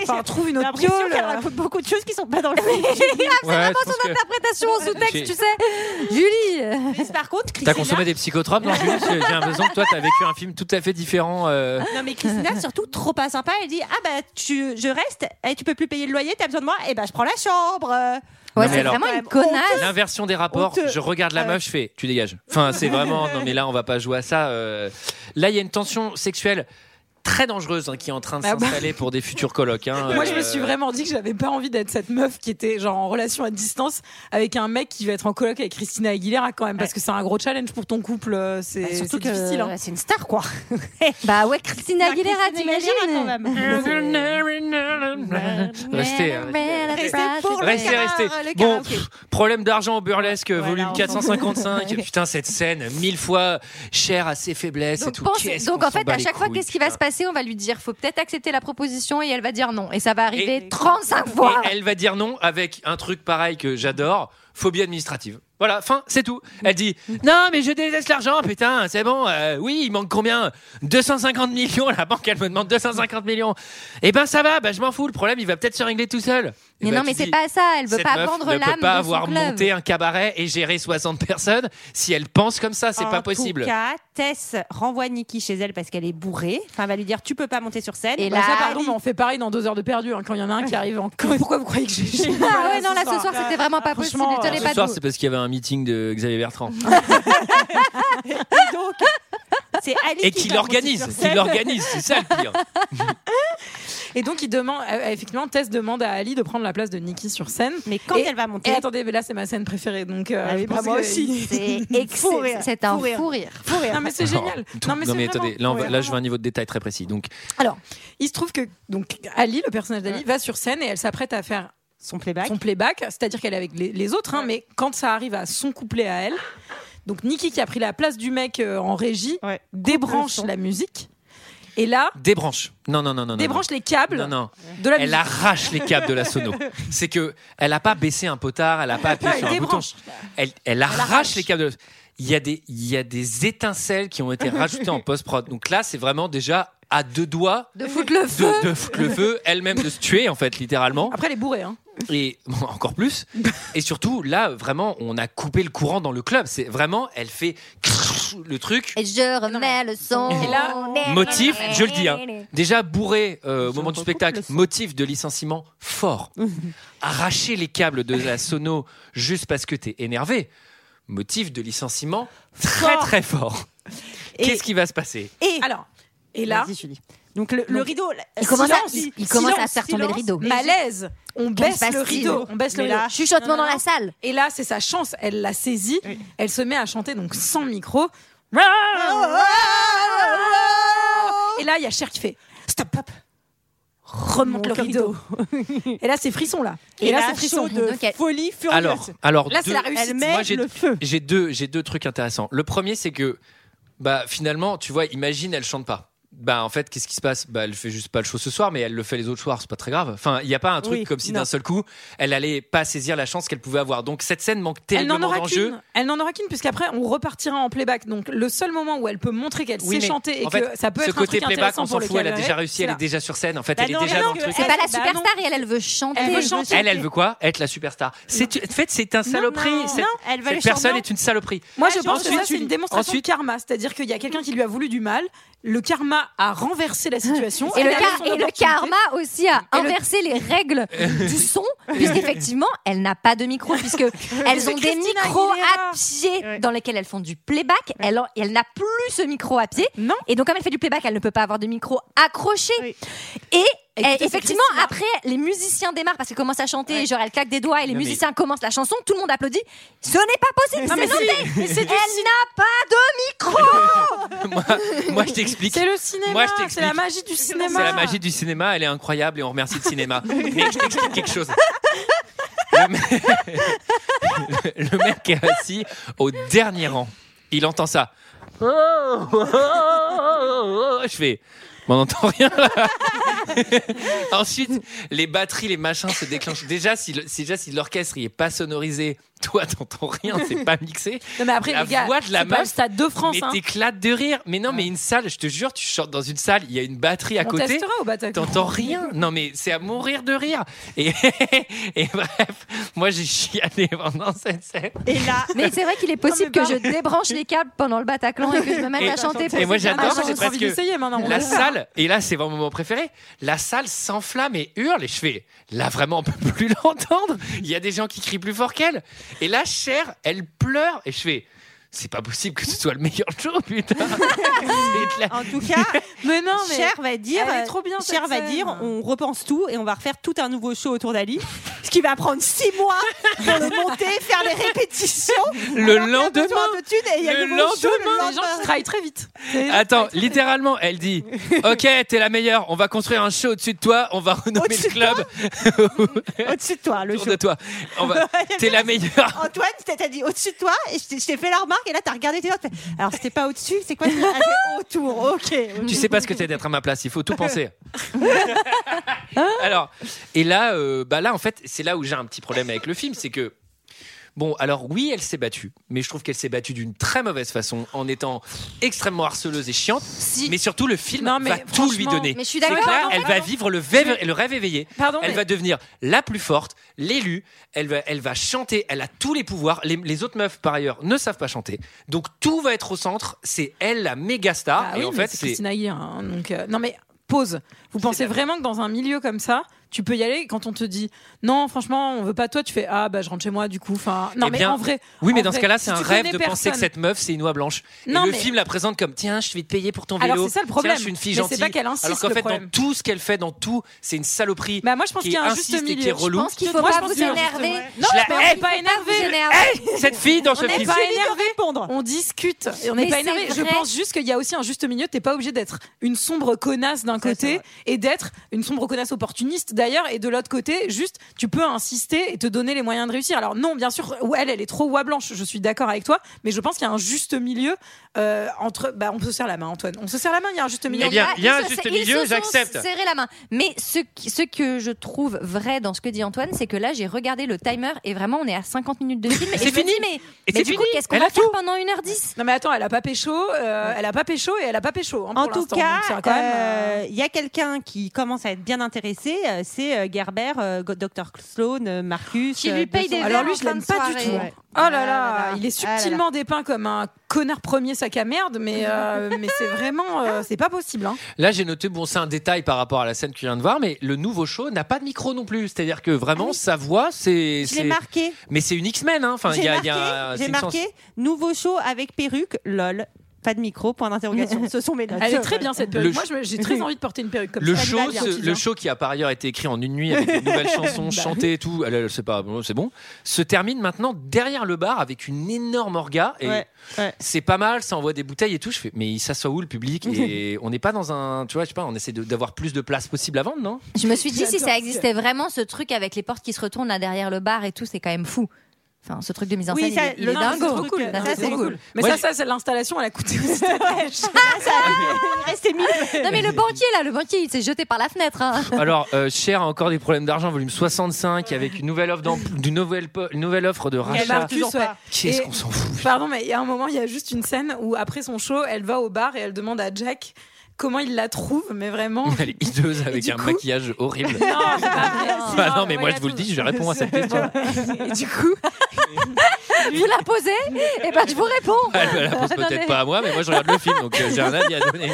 Speaker 10: Enfin, trouve une
Speaker 6: J'ai
Speaker 10: autre
Speaker 6: l'impression
Speaker 10: gueule.
Speaker 6: qu'elle raconte beaucoup de choses qui sont pas dans le film.
Speaker 1: Ouais, je pense que
Speaker 11: Interprétation en
Speaker 1: J'ai-
Speaker 11: sous-texte, tu sais. Julie. euh,
Speaker 6: Mais Par contre,
Speaker 1: T'as
Speaker 6: Christina.
Speaker 1: consommé des psychotropes non, Julie Parce que J'ai l'impression que toi, t'as vécu un film tout à fait différent. euh,
Speaker 6: Non mais Christina surtout trop pas sympa, elle dit ah bah tu je reste et tu peux plus payer le loyer, t'as besoin de moi et bah je prends la
Speaker 10: Euh,
Speaker 6: chambre.
Speaker 1: mais
Speaker 11: Ouais, c'est
Speaker 1: alors-
Speaker 11: vraiment une
Speaker 6: Quand même,
Speaker 11: connasse.
Speaker 1: L'inversion des rapports,
Speaker 6: Honteux.
Speaker 1: je regarde la
Speaker 6: Ouais.
Speaker 1: meuf, je fais tu dégages. Enfin, c'est vraiment non, mais là on va pas jouer à ça. euh. Là, il y a une tension sexuelle très dangereuse hein, qui est en train de
Speaker 10: Ah bah.
Speaker 1: s'installer pour des futurs colocs. hein.
Speaker 10: Moi, je me
Speaker 1: Euh,
Speaker 10: suis vraiment dit que j'avais pas envie d'être cette meuf qui était genre en relation à distance avec un mec qui va être en coloc avec Christina Aguilera quand même, parce que c'est un gros challenge pour ton couple. euh, C'est
Speaker 6: Bah,
Speaker 10: c'est difficile. hein.
Speaker 6: c'est une star quoi.
Speaker 11: Bah ouais, Christina Aguilera,
Speaker 6: Christina Aguilera, quand
Speaker 11: t'imagines
Speaker 6: même.
Speaker 1: Restez. hein.
Speaker 6: Restez pour le
Speaker 1: Restez,
Speaker 6: canard,
Speaker 1: restez.
Speaker 6: le
Speaker 1: Bon,
Speaker 6: karaoké.
Speaker 1: pff, problème d'argent au burlesque,
Speaker 6: Voilà,
Speaker 1: volume
Speaker 6: on
Speaker 1: 455. Putain, cette scène, mille fois chère à ses faiblesses et
Speaker 11: Donc,
Speaker 1: tout.
Speaker 11: pense-
Speaker 1: Qu'est-ce
Speaker 11: donc
Speaker 1: qu'on
Speaker 11: en fait,
Speaker 1: s'en bat
Speaker 11: à
Speaker 1: les
Speaker 11: chaque fois,
Speaker 1: couilles,
Speaker 11: qu'est-ce qui va se
Speaker 1: putain.
Speaker 11: passer On va lui dire, faut peut-être accepter la proposition et elle va dire non. Et ça va arriver
Speaker 1: Et-
Speaker 11: 35 fois.
Speaker 1: Et elle va dire non avec un truc pareil que j'adore, phobie administrative. Voilà, fin, c'est tout. Elle dit Non, mais je déteste l'argent, putain, c'est bon. euh, oui, il manque combien 250 millions. La banque, elle me demande 250 millions. Eh ben, ça va, bah, je m'en fous. Le problème, il va peut-être se régler tout seul. Eh
Speaker 11: Mais
Speaker 1: ben,
Speaker 11: non,
Speaker 1: tu
Speaker 11: mais c'est
Speaker 1: dis,
Speaker 11: pas ça. Elle veut
Speaker 1: Cette
Speaker 11: pas
Speaker 1: meuf
Speaker 11: vendre
Speaker 1: ne
Speaker 11: l'âme.
Speaker 1: peut pas
Speaker 11: de
Speaker 1: avoir
Speaker 11: son club.
Speaker 1: monté un cabaret et gérer 60 personnes si elle pense comme ça, c'est
Speaker 6: En
Speaker 1: pas possible.
Speaker 6: tout cas, Tess renvoie Nikki chez elle parce qu'elle est bourrée. Enfin, elle va lui dire tu peux pas monter sur scène.
Speaker 11: Et
Speaker 10: Bah,
Speaker 11: là,
Speaker 10: ça, pardon, mais on fait pareil dans deux heures de perdu hein, quand il y en a un qui arrive en. Pourquoi vous croyez que j'ai.
Speaker 11: Ah ouais, non, là ce soir, c'était vraiment pas possible.
Speaker 10: franchement,
Speaker 11: Tenez
Speaker 1: euh, Ce
Speaker 11: pas
Speaker 1: soir,
Speaker 11: debout.
Speaker 1: c'est parce qu'il y avait un meeting de Xavier Bertrand.
Speaker 6: Et donc, c'est Ali
Speaker 1: Et qui
Speaker 6: va monter
Speaker 1: l'organise,
Speaker 6: sur
Speaker 1: qui
Speaker 6: scène.
Speaker 1: l'organise, c'est ça le pire.
Speaker 10: Et donc, il demande, euh, effectivement, Tess demande à Ali de prendre la place de Nikki sur scène.
Speaker 6: Mais quand
Speaker 10: Et-
Speaker 6: elle va
Speaker 10: Et
Speaker 6: monter,
Speaker 10: attendez, mais là, c'est ma scène préférée, donc. euh,
Speaker 6: Ah oui,
Speaker 10: je
Speaker 6: bah,
Speaker 10: pense
Speaker 6: moi
Speaker 10: que-
Speaker 6: aussi.
Speaker 11: C'est
Speaker 6: Fou rire.
Speaker 11: excellent. C'est un
Speaker 6: Fou rire.
Speaker 11: fou rire.
Speaker 6: faut rire.
Speaker 10: Non, mais
Speaker 1: Oh.
Speaker 10: c'est génial.
Speaker 1: Tout-
Speaker 10: non, mais, c'est vraiment-
Speaker 1: attendez, là, on va-
Speaker 10: ouais,
Speaker 1: là, je veux un niveau de détail très précis. Donc,
Speaker 10: Alors, il se trouve que donc Ali, le personnage d'Ali, va sur scène et elle s'apprête à faire
Speaker 6: Son playback.
Speaker 10: son playback, c'est-à-dire qu'elle est avec les, les autres, hein, mais quand ça arrive à son couplet à elle, donc Nikki qui a pris la place du mec euh, en régie
Speaker 6: Ouais.
Speaker 10: débranche
Speaker 6: Coupe le son.
Speaker 10: la musique et là
Speaker 1: débranche. Non, non, non, non. non,
Speaker 10: débranche les câbles
Speaker 1: Non, non.
Speaker 10: de la
Speaker 1: Elle
Speaker 10: musique.
Speaker 1: arrache les câbles de la sono. C'est que elle a pas baissé un potard, elle a pas appuyé
Speaker 10: Elle
Speaker 1: sur un bouton.
Speaker 10: débranche.
Speaker 1: Elle, elle arrache les câbles. De... Il y a des, il y a des étincelles qui ont été rajoutées en post prod. Donc là, c'est vraiment déjà à deux doigts
Speaker 11: De foutre le feu.
Speaker 1: de, de foutre le feu, elle-même de se tuer en fait, littéralement.
Speaker 10: Après, elle est bourrée. Hein.
Speaker 1: et bon, encore plus. Et surtout, là, vraiment, on a coupé le courant dans le club. C'est vraiment, elle fait le truc.
Speaker 11: Et je remets le son.
Speaker 1: Et là,
Speaker 11: Oh,
Speaker 1: motif, je le dis, hein. Déjà bourré euh, au moment du spectacle, motif de licenciement fort. Arracher les câbles de la sono juste parce que t'es énervé, motif de licenciement très
Speaker 6: Fort.
Speaker 1: très fort.
Speaker 6: Et-
Speaker 1: Qu'est-ce qui va se passer
Speaker 6: Et,
Speaker 10: Alors, et là,
Speaker 6: Vas-y, Julie. Donc le, le
Speaker 10: Donc,
Speaker 6: rideau. la-
Speaker 11: Il commence,
Speaker 6: silence.
Speaker 11: à, il- il commence à
Speaker 10: silence,
Speaker 11: faire tomber le
Speaker 10: silence,
Speaker 11: rideau.
Speaker 10: malaise, on baisse
Speaker 11: passe
Speaker 10: le rideau, on baisse le
Speaker 6: Mais
Speaker 10: rideau.
Speaker 6: là-
Speaker 11: Chuchotement dans la salle.
Speaker 10: Et là, c'est sa chance, elle la saisit,
Speaker 6: Oui.
Speaker 10: elle se met à chanter donc sans micro. Et là, il y a Cher qui fait Stop, hop Remonte le
Speaker 6: Monte le
Speaker 10: rideau. Et là, c'est frisson là. Et, là, c'est frisson.
Speaker 6: chaud de
Speaker 11: Donc, elle-
Speaker 6: folie furieuse.
Speaker 1: Alors, alors
Speaker 10: Là, c'est
Speaker 1: deux-
Speaker 10: la réussite.
Speaker 6: elle
Speaker 1: Moi,
Speaker 6: met
Speaker 1: j'ai-
Speaker 6: le feu.
Speaker 1: j'ai deux, j'ai deux trucs intéressants. Le premier, c'est que bah, finalement, tu vois, imagine, elle chante pas. bah en fait, qu'est-ce qui se passe Bah elle fait juste pas le show ce soir, mais elle le fait les autres soirs, c'est pas très grave. Enfin, il n'y a pas un truc
Speaker 10: Oui,
Speaker 1: comme si
Speaker 10: non.
Speaker 1: d'un seul coup, elle allait pas saisir la chance qu'elle pouvait avoir. Donc cette scène manque
Speaker 10: Elle
Speaker 1: terriblement
Speaker 10: n'en aura
Speaker 1: d'enjeu.
Speaker 10: qu'une. Elle n'en aura qu'une puisqu'après on repartira en playback. Donc le seul moment où elle peut montrer qu'elle
Speaker 1: Oui,
Speaker 10: sait
Speaker 1: mais
Speaker 10: chanter et
Speaker 1: en
Speaker 10: que
Speaker 1: fait,
Speaker 10: ça peut
Speaker 1: ce
Speaker 10: être un
Speaker 1: côté
Speaker 10: truc
Speaker 1: playback,
Speaker 10: intéressant
Speaker 1: on s'en
Speaker 10: pour le
Speaker 1: fout, elle a déjà réussi, elle est déjà sur scène. En fait,
Speaker 10: Bah
Speaker 1: elle
Speaker 10: non,
Speaker 1: est déjà
Speaker 10: mais
Speaker 1: dans
Speaker 10: non,
Speaker 1: le truc.
Speaker 11: C'est pas la
Speaker 10: bah non.
Speaker 11: superstar et elle, elle veut chanter.
Speaker 10: Elle veut chanter.
Speaker 1: Elle, elle veut quoi Être la superstar. C'est en fait, c'est un saloperie.
Speaker 10: non,
Speaker 1: cette
Speaker 10: non, elle va
Speaker 1: cette
Speaker 10: les
Speaker 1: personne
Speaker 10: chanter.
Speaker 1: est une saloperie.
Speaker 10: Moi, je pense que ça,
Speaker 1: Ensuite,
Speaker 10: c'est une démonstration
Speaker 1: ensuite,
Speaker 10: de karma. C'est-à-dire qu'il y a quelqu'un qui lui a voulu du mal. Le karma a renversé la situation.
Speaker 11: Et le,
Speaker 10: elle a
Speaker 11: car-
Speaker 10: son
Speaker 11: et le
Speaker 10: opportunité.
Speaker 11: karma aussi a
Speaker 10: Et le-
Speaker 11: inversé les règles du son, puisqu'effectivement, elle n'a pas de micro, puisque elles ont des
Speaker 10: Christina
Speaker 11: micros
Speaker 10: Aguilera.
Speaker 11: à pied dans lesquels elles font du playback. Elle, en- elle n'a plus ce micro à pied.
Speaker 10: Non.
Speaker 11: Et donc, comme elle fait du playback, elle ne peut pas avoir de micro accroché.
Speaker 6: Oui.
Speaker 11: Et.
Speaker 10: Écoutez,
Speaker 11: eh,
Speaker 10: c'est
Speaker 11: effectivement,
Speaker 10: Christina.
Speaker 11: après, les musiciens démarrent parce qu'ils commencent à chanter, genre elle claque des doigts et les
Speaker 1: Non, mais-
Speaker 11: musiciens commencent la chanson, tout le monde applaudit. Ce n'est pas possible,
Speaker 10: Non, mais
Speaker 11: c'est noté.
Speaker 10: si. Mais c'est
Speaker 11: Elle
Speaker 10: du cinéma.
Speaker 11: n'a pas de micro
Speaker 1: moi, moi, je t'explique.
Speaker 10: C'est le cinéma.
Speaker 1: Moi, je t'explique.
Speaker 10: c'est la magie du cinéma.
Speaker 1: C'est la magie du cinéma, elle est incroyable et on remercie le cinéma. Mais je t'explique quelque chose. Le mec, le mec est assis au dernier rang. Il entend ça. Je fais. mais On n'entend rien là. Ensuite, les batteries, les machins se déclenchent. Déjà, si, le- si- déjà, si l'orchestre n'y est pas sonorisé, toi, t'entends rien, c'est pas mixé.
Speaker 10: Non, mais après,
Speaker 1: La
Speaker 10: les gars,
Speaker 1: voix de la
Speaker 10: c'est pas
Speaker 1: meuf,
Speaker 10: le Stade de France.
Speaker 1: mais
Speaker 10: hein.
Speaker 1: t'éclates de rire. Mais non, mais une salle, je te jure, tu chantes dans une salle, il y a une batterie à
Speaker 10: On
Speaker 1: côté.
Speaker 10: testera au Bataclan.
Speaker 1: T'entends rien. Non, mais c'est à mourir de rire. Et, et bref, moi j'ai chialé pendant cette scène.
Speaker 6: Et là,
Speaker 11: Mais c'est vrai qu'il est possible que je débranche les câbles pendant le Bataclan et que je me mette
Speaker 1: Et-
Speaker 11: à chanter. pour
Speaker 1: et moi,
Speaker 11: ces
Speaker 1: j'adore,
Speaker 11: images.
Speaker 1: c'est
Speaker 10: j'ai trop
Speaker 1: parce
Speaker 10: envie
Speaker 1: que
Speaker 10: d'essayer maintenant.
Speaker 1: La salle, et là c'est mon moment préféré, la salle s'enflamme et hurle. Et je fais, là vraiment on peut plus l'entendre. Il y a des gens qui crient plus fort qu'elle. Et là, Cher, elle pleure. Et je fais, c'est pas possible que ce soit le meilleur show, putain. C'est de la-
Speaker 6: en tout cas,
Speaker 10: Mais non, mais.
Speaker 6: Cher va dire,
Speaker 10: elle est trop bien,
Speaker 6: Cher
Speaker 10: cette
Speaker 6: va
Speaker 10: scène.
Speaker 6: dire, on repense tout et on va refaire tout un nouveau show autour d'Ali, ce qui va prendre six mois pour le monter, faire les répétitions.
Speaker 1: Le
Speaker 6: alors qu'il y a besoin
Speaker 1: lendemain.
Speaker 6: de thunes et il y a
Speaker 1: Le
Speaker 6: le nouveau show le
Speaker 1: lendemain.
Speaker 10: Les gens qui travaillent très vite. C'est-
Speaker 1: Attends, littéralement, elle dit Ok, t'es la meilleure, on va construire un show au-dessus de toi, on va renommer
Speaker 6: Au-dessus
Speaker 1: le
Speaker 6: de
Speaker 1: club
Speaker 6: lendemain. Au-dessus de toi, le
Speaker 1: autour
Speaker 6: show.
Speaker 1: de toi. On va... T'es la meilleure.
Speaker 6: Antoine, t'as t'as dit au-dessus de toi et je t'ai- je t'ai fait la remarque et là t'as regardé tes notes. t'as fait, Alors c'était pas au-dessus, c'est quoi Elle fait Autour, ok.
Speaker 1: Tu sais pas ce que c'est d'être à ma place, il faut tout penser. Hein alors, et là, euh, bah là, en fait, c'est là où j'ai un petit problème avec le film, c'est que. Bon, alors oui, elle s'est battue, mais je trouve qu'elle s'est battue d'une très mauvaise façon, en étant extrêmement harceleuse et chiante.
Speaker 11: Si.
Speaker 1: Mais surtout, le film
Speaker 10: Non, mais
Speaker 1: va tout lui
Speaker 10: franchement,
Speaker 1: donner.
Speaker 11: mais je suis
Speaker 1: C'est
Speaker 11: d'accord,
Speaker 1: que là,
Speaker 11: non,
Speaker 1: elle
Speaker 11: mais
Speaker 1: va vivre le rêve, le rêve éveillé.
Speaker 10: Pardon,
Speaker 1: elle
Speaker 10: mais-
Speaker 1: va devenir la plus forte, l'élue. Elle va, elle va chanter. Elle a tous les pouvoirs. Les, les autres meufs, par ailleurs, ne savent pas chanter. Donc tout va être au centre. C'est elle la méga star.
Speaker 10: Ah
Speaker 1: et
Speaker 10: oui,
Speaker 1: en
Speaker 10: mais
Speaker 1: fait,
Speaker 10: c'est
Speaker 1: c'est
Speaker 10: Christina Aguilera, hein, donc, euh, non, mais pause. Vous pensez vraiment que dans un milieu comme ça, tu peux y aller quand on te dit non, franchement, on veut pas de toi, tu fais ah bah je rentre chez moi du coup. Enfin, non,
Speaker 1: Eh
Speaker 10: mais
Speaker 1: bien,
Speaker 10: en vrai.
Speaker 1: oui, mais
Speaker 10: en
Speaker 1: dans ce
Speaker 10: vrai,
Speaker 1: cas-là,
Speaker 10: si
Speaker 1: c'est un
Speaker 10: tu
Speaker 1: rêve de
Speaker 10: connais
Speaker 1: penser que
Speaker 10: personne-
Speaker 1: cette meuf, c'est une oie blanche.
Speaker 10: Non,
Speaker 1: et le
Speaker 10: mais-
Speaker 1: film la présente comme tiens, je vais te payer pour ton vélo.
Speaker 10: Alors, c'est ça le
Speaker 1: Tiens,
Speaker 10: problème.
Speaker 1: je suis une fille
Speaker 10: Mais c'est
Speaker 1: gentille.
Speaker 10: pas qu'elle insiste,
Speaker 1: Alors qu'en
Speaker 10: le
Speaker 1: fait, dans
Speaker 10: problème.
Speaker 1: tout ce qu'elle fait, dans tout, c'est une saloperie.
Speaker 10: Bah moi je pense
Speaker 1: qui
Speaker 10: qu'il y a un
Speaker 1: insiste
Speaker 10: juste
Speaker 1: et qui est
Speaker 10: milieu.
Speaker 11: Je
Speaker 1: relou.
Speaker 11: pense qu'il
Speaker 10: Je
Speaker 11: faut
Speaker 10: pense
Speaker 11: pas
Speaker 10: que
Speaker 11: vous
Speaker 10: c'est un-
Speaker 11: énerver.
Speaker 1: Non,
Speaker 11: Je
Speaker 1: la
Speaker 11: pense
Speaker 1: hais.
Speaker 11: qu'il faut
Speaker 10: Pas énerver.
Speaker 11: vous énerver.
Speaker 1: Hey, cette fille dans ce
Speaker 10: est
Speaker 1: film.
Speaker 10: pas
Speaker 6: J'ai envie de répondre.
Speaker 10: On discute et on n'est
Speaker 11: Mais
Speaker 10: pas
Speaker 11: c'est
Speaker 10: énervé. Je
Speaker 11: vrai.
Speaker 10: pense juste qu'il y a aussi un juste milieu. T'es pas obligé d'être une sombre connasse d'un côté et d'être une sombre connasse opportuniste d'ailleurs, et de l'autre côté, juste tu peux insister et te donner les moyens de réussir. Alors non, bien sûr, ouais, elle, elle est trop oie blanche. Je suis d'accord avec toi, mais je pense qu'il y a un juste milieu euh, entre. Bah, on se serre la main, Antoine. On se serre la main. Il y a un juste milieu.
Speaker 1: Eh bien,
Speaker 11: Là,
Speaker 1: il y a un
Speaker 11: ils se-
Speaker 1: juste
Speaker 11: ils
Speaker 1: milieu,
Speaker 11: se sont
Speaker 1: j'accepte.
Speaker 11: serré la main. Mais ce, qui- ce que je trouve vrai dans ce que dit Antoine, c'est que là, j'ai regardé le timer et vraiment, on est à 50 minutes de film. Et
Speaker 1: c'est
Speaker 11: je me
Speaker 1: fini.
Speaker 11: dis, mais,
Speaker 1: Et
Speaker 11: mais
Speaker 1: c'est
Speaker 11: du coup,
Speaker 1: fini.
Speaker 11: qu'est-ce qu'on
Speaker 1: Elle
Speaker 11: va
Speaker 1: a
Speaker 11: faire
Speaker 1: tout.
Speaker 11: pendant 1h10
Speaker 10: Non mais attends, elle a pas pécho, euh, elle a pas pécho et elle a pas pécho. hein,
Speaker 6: En
Speaker 10: pour
Speaker 6: tout
Speaker 10: l'instant.
Speaker 6: cas,
Speaker 10: Donc, c'est
Speaker 6: il
Speaker 10: quand même, euh,
Speaker 6: y a quelqu'un qui commence à être bien intéressé, euh, c'est euh, Gerber, euh, Go- Dr. Sloan, euh, Marcus.
Speaker 11: Qui lui
Speaker 6: euh,
Speaker 11: paye
Speaker 6: de son-
Speaker 11: des
Speaker 10: Alors
Speaker 11: verres
Speaker 10: lui,
Speaker 11: en
Speaker 10: je
Speaker 11: fin
Speaker 10: l'aime
Speaker 11: de
Speaker 10: pas du
Speaker 11: soirée.
Speaker 10: tout.
Speaker 11: Ouais.
Speaker 10: Oh là
Speaker 6: Ah là
Speaker 10: là,
Speaker 6: là.
Speaker 10: il est
Speaker 6: Ah là là.
Speaker 10: subtilement dépeint comme un connard premier sac à merde, mais, euh, mais c'est vraiment, euh, c'est pas possible. hein.
Speaker 1: Là, j'ai noté, bon, c'est un détail par rapport à la scène que tu viens de voir, mais le nouveau show n'a pas de micro non plus. C'est-à-dire que vraiment, sa voix, c'est.
Speaker 6: Ah Je
Speaker 1: c'est-
Speaker 6: l'ai marqué.
Speaker 1: Mais c'est une X-Men, hein. Enfin, il
Speaker 6: J'ai
Speaker 1: y a, il
Speaker 6: marqué,
Speaker 1: y a- c'est
Speaker 6: j'ai
Speaker 1: une
Speaker 6: marqué
Speaker 1: chance.
Speaker 6: nouveau show avec perruque, lol. Pas de micro, point d'interrogation. Ce sont mes notes.
Speaker 10: Elle est très bien cette
Speaker 1: Le
Speaker 10: perruque. Moi, je- j'ai très envie de porter une perruque comme
Speaker 1: Le
Speaker 10: ça.
Speaker 1: show,
Speaker 10: Elle me va bien.
Speaker 1: ce- le show qui a par ailleurs été écrit en une nuit avec des nouvelles
Speaker 6: Bah
Speaker 1: chansons chantées et tout, elle, elle, c'est pas bon, c'est bon, se termine maintenant derrière le bar avec une énorme orga et
Speaker 6: Ouais, ouais.
Speaker 1: c'est pas mal, ça envoie des bouteilles et tout. Je fais, mais ça soit où le public et on n'est pas dans un, tu vois, je sais pas, on essaie de- d'avoir plus de place possible à vendre, non
Speaker 11: Je me suis dit, si ça existait vraiment, ce truc avec les portes qui se retournent là derrière le bar et tout, c'est quand même fou. Enfin, ce truc de mise en
Speaker 10: Oui,
Speaker 11: scène,
Speaker 10: ça-
Speaker 11: il est- il
Speaker 10: le-
Speaker 11: est
Speaker 10: non,
Speaker 11: dingo.
Speaker 10: c'est trop cool.
Speaker 11: Là,
Speaker 10: Non,
Speaker 11: c'est
Speaker 10: c'est
Speaker 11: trop
Speaker 10: trop
Speaker 11: cool.
Speaker 10: Mais ça, ça, c'est l'installation, elle a coûté aussi.
Speaker 6: Il restait mille.
Speaker 11: Non, mais le banquier, là, le banquier, il s'est jeté par la fenêtre. hein.
Speaker 1: Alors, euh, Cher a encore des problèmes d'argent, volume 65, avec une nouvelle offre, d'emp- d'une nouvelle, po- une nouvelle offre de
Speaker 10: Et
Speaker 1: rachat.
Speaker 10: Marcus, ouais.
Speaker 1: Qu'est-ce
Speaker 10: Et-
Speaker 1: qu'on s'en fout
Speaker 10: Pardon, mais il y a un moment, il y a juste une scène où après son show, elle va au bar et elle demande à Jack comment il la trouve, mais vraiment.
Speaker 1: Elle est hideuse avec un maquillage horrible.
Speaker 10: Non, c'est pas vrai.
Speaker 1: Bah non, mais moi je vous le dis, je réponds à cette question.
Speaker 10: Et du coup,
Speaker 11: Vous la posez, et ben je vous réponds.
Speaker 1: Ah, Elle me la pose peut-être
Speaker 10: mais-
Speaker 1: pas à moi, mais moi je regarde le film, donc euh, j'ai un avis à donner.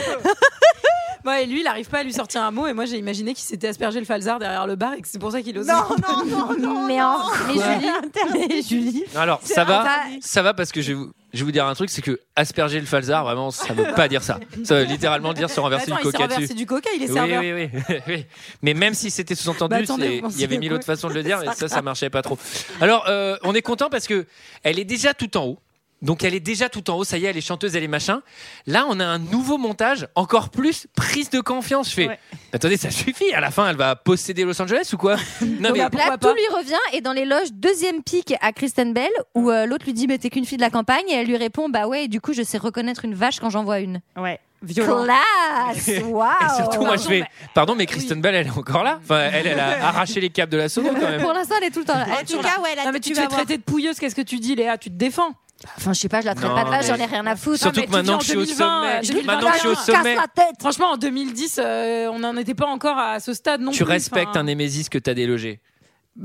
Speaker 10: ouais, et lui, il arrive pas à lui sortir un mot. Et moi, j'ai imaginé qu'il s'était aspergé le falzar derrière le bar et que c'est pour ça qu'il osait.
Speaker 6: Non, non, non, non.
Speaker 11: Mais, en- mais
Speaker 1: Quoi
Speaker 11: Julie, mais Julie.
Speaker 1: Non, Alors,
Speaker 6: C'est
Speaker 1: ça va,
Speaker 11: interdit.
Speaker 1: ça va parce que je vais vous, je vais vous dire un truc, c'est que asperger le falzar, vraiment, ça veut pas dire ça. Ça veut littéralement dire se renverser
Speaker 10: Attends,
Speaker 1: du
Speaker 10: il s'est
Speaker 1: coca
Speaker 10: renversé
Speaker 1: dessus.
Speaker 10: du coca, il est
Speaker 1: Oui,
Speaker 10: serveur.
Speaker 1: oui, oui, oui. Mais même si c'était sous-entendu,
Speaker 10: Bah, attendez,
Speaker 1: c'est-
Speaker 10: vous pensez
Speaker 1: il y avait mille
Speaker 10: quoi
Speaker 1: autres façons de le dire, et ça, ça marchait pas trop. Alors, euh, on est content parce que elle est déjà tout en haut. Donc, elle est déjà tout en haut. Ça y est, elle est chanteuse, elle est machin. Là, on a un nouveau montage, encore plus prise de confiance. Je fais,
Speaker 6: Ouais.
Speaker 1: attendez, ça suffit. À la fin, elle va posséder Los Angeles ou quoi Non, mais
Speaker 10: bah,
Speaker 11: Là,
Speaker 10: pourquoi
Speaker 11: tout
Speaker 10: pas
Speaker 11: lui revient et dans les loges, deuxième pic à Kristen Bell où euh, l'autre lui dit mais t'es qu'une fille de la campagne et elle lui répond bah ouais et du coup je sais reconnaître une vache quand j'en vois une.
Speaker 6: Ouais, violent.
Speaker 11: Classe, waouh.
Speaker 1: Et
Speaker 10: Oh,
Speaker 1: surtout, moi, je vais. Pardon, mais Kristen Bell, elle est encore là. Enfin, elle, elle a arraché les câbles de la sono quand même.
Speaker 11: Pour l'instant elle est tout le temps là.
Speaker 6: En tout cas, ouais, là,
Speaker 10: Non, mais tu, te fais
Speaker 6: vas voir.
Speaker 10: traiter de pouilleuse, qu'est-ce que tu dis, Léa Tu te défends.
Speaker 11: Enfin je sais pas, je la traite
Speaker 1: Non,
Speaker 11: pas de vache,
Speaker 1: mais-
Speaker 11: j'en ai rien à foutre.
Speaker 1: Surtout
Speaker 10: mais
Speaker 1: que
Speaker 10: tu
Speaker 1: maintenant que je
Speaker 10: viens
Speaker 1: suis au
Speaker 10: en 2020,
Speaker 1: sommet,
Speaker 10: euh,
Speaker 1: que maintenant que je suis au
Speaker 11: Je casse
Speaker 1: sommet,
Speaker 11: la tête.
Speaker 10: Franchement, en 2010, euh, on n'en était pas encore à ce stade non
Speaker 1: tu
Speaker 10: plus.
Speaker 1: respectes
Speaker 10: enfin.
Speaker 1: un Némésis que t'as délogé.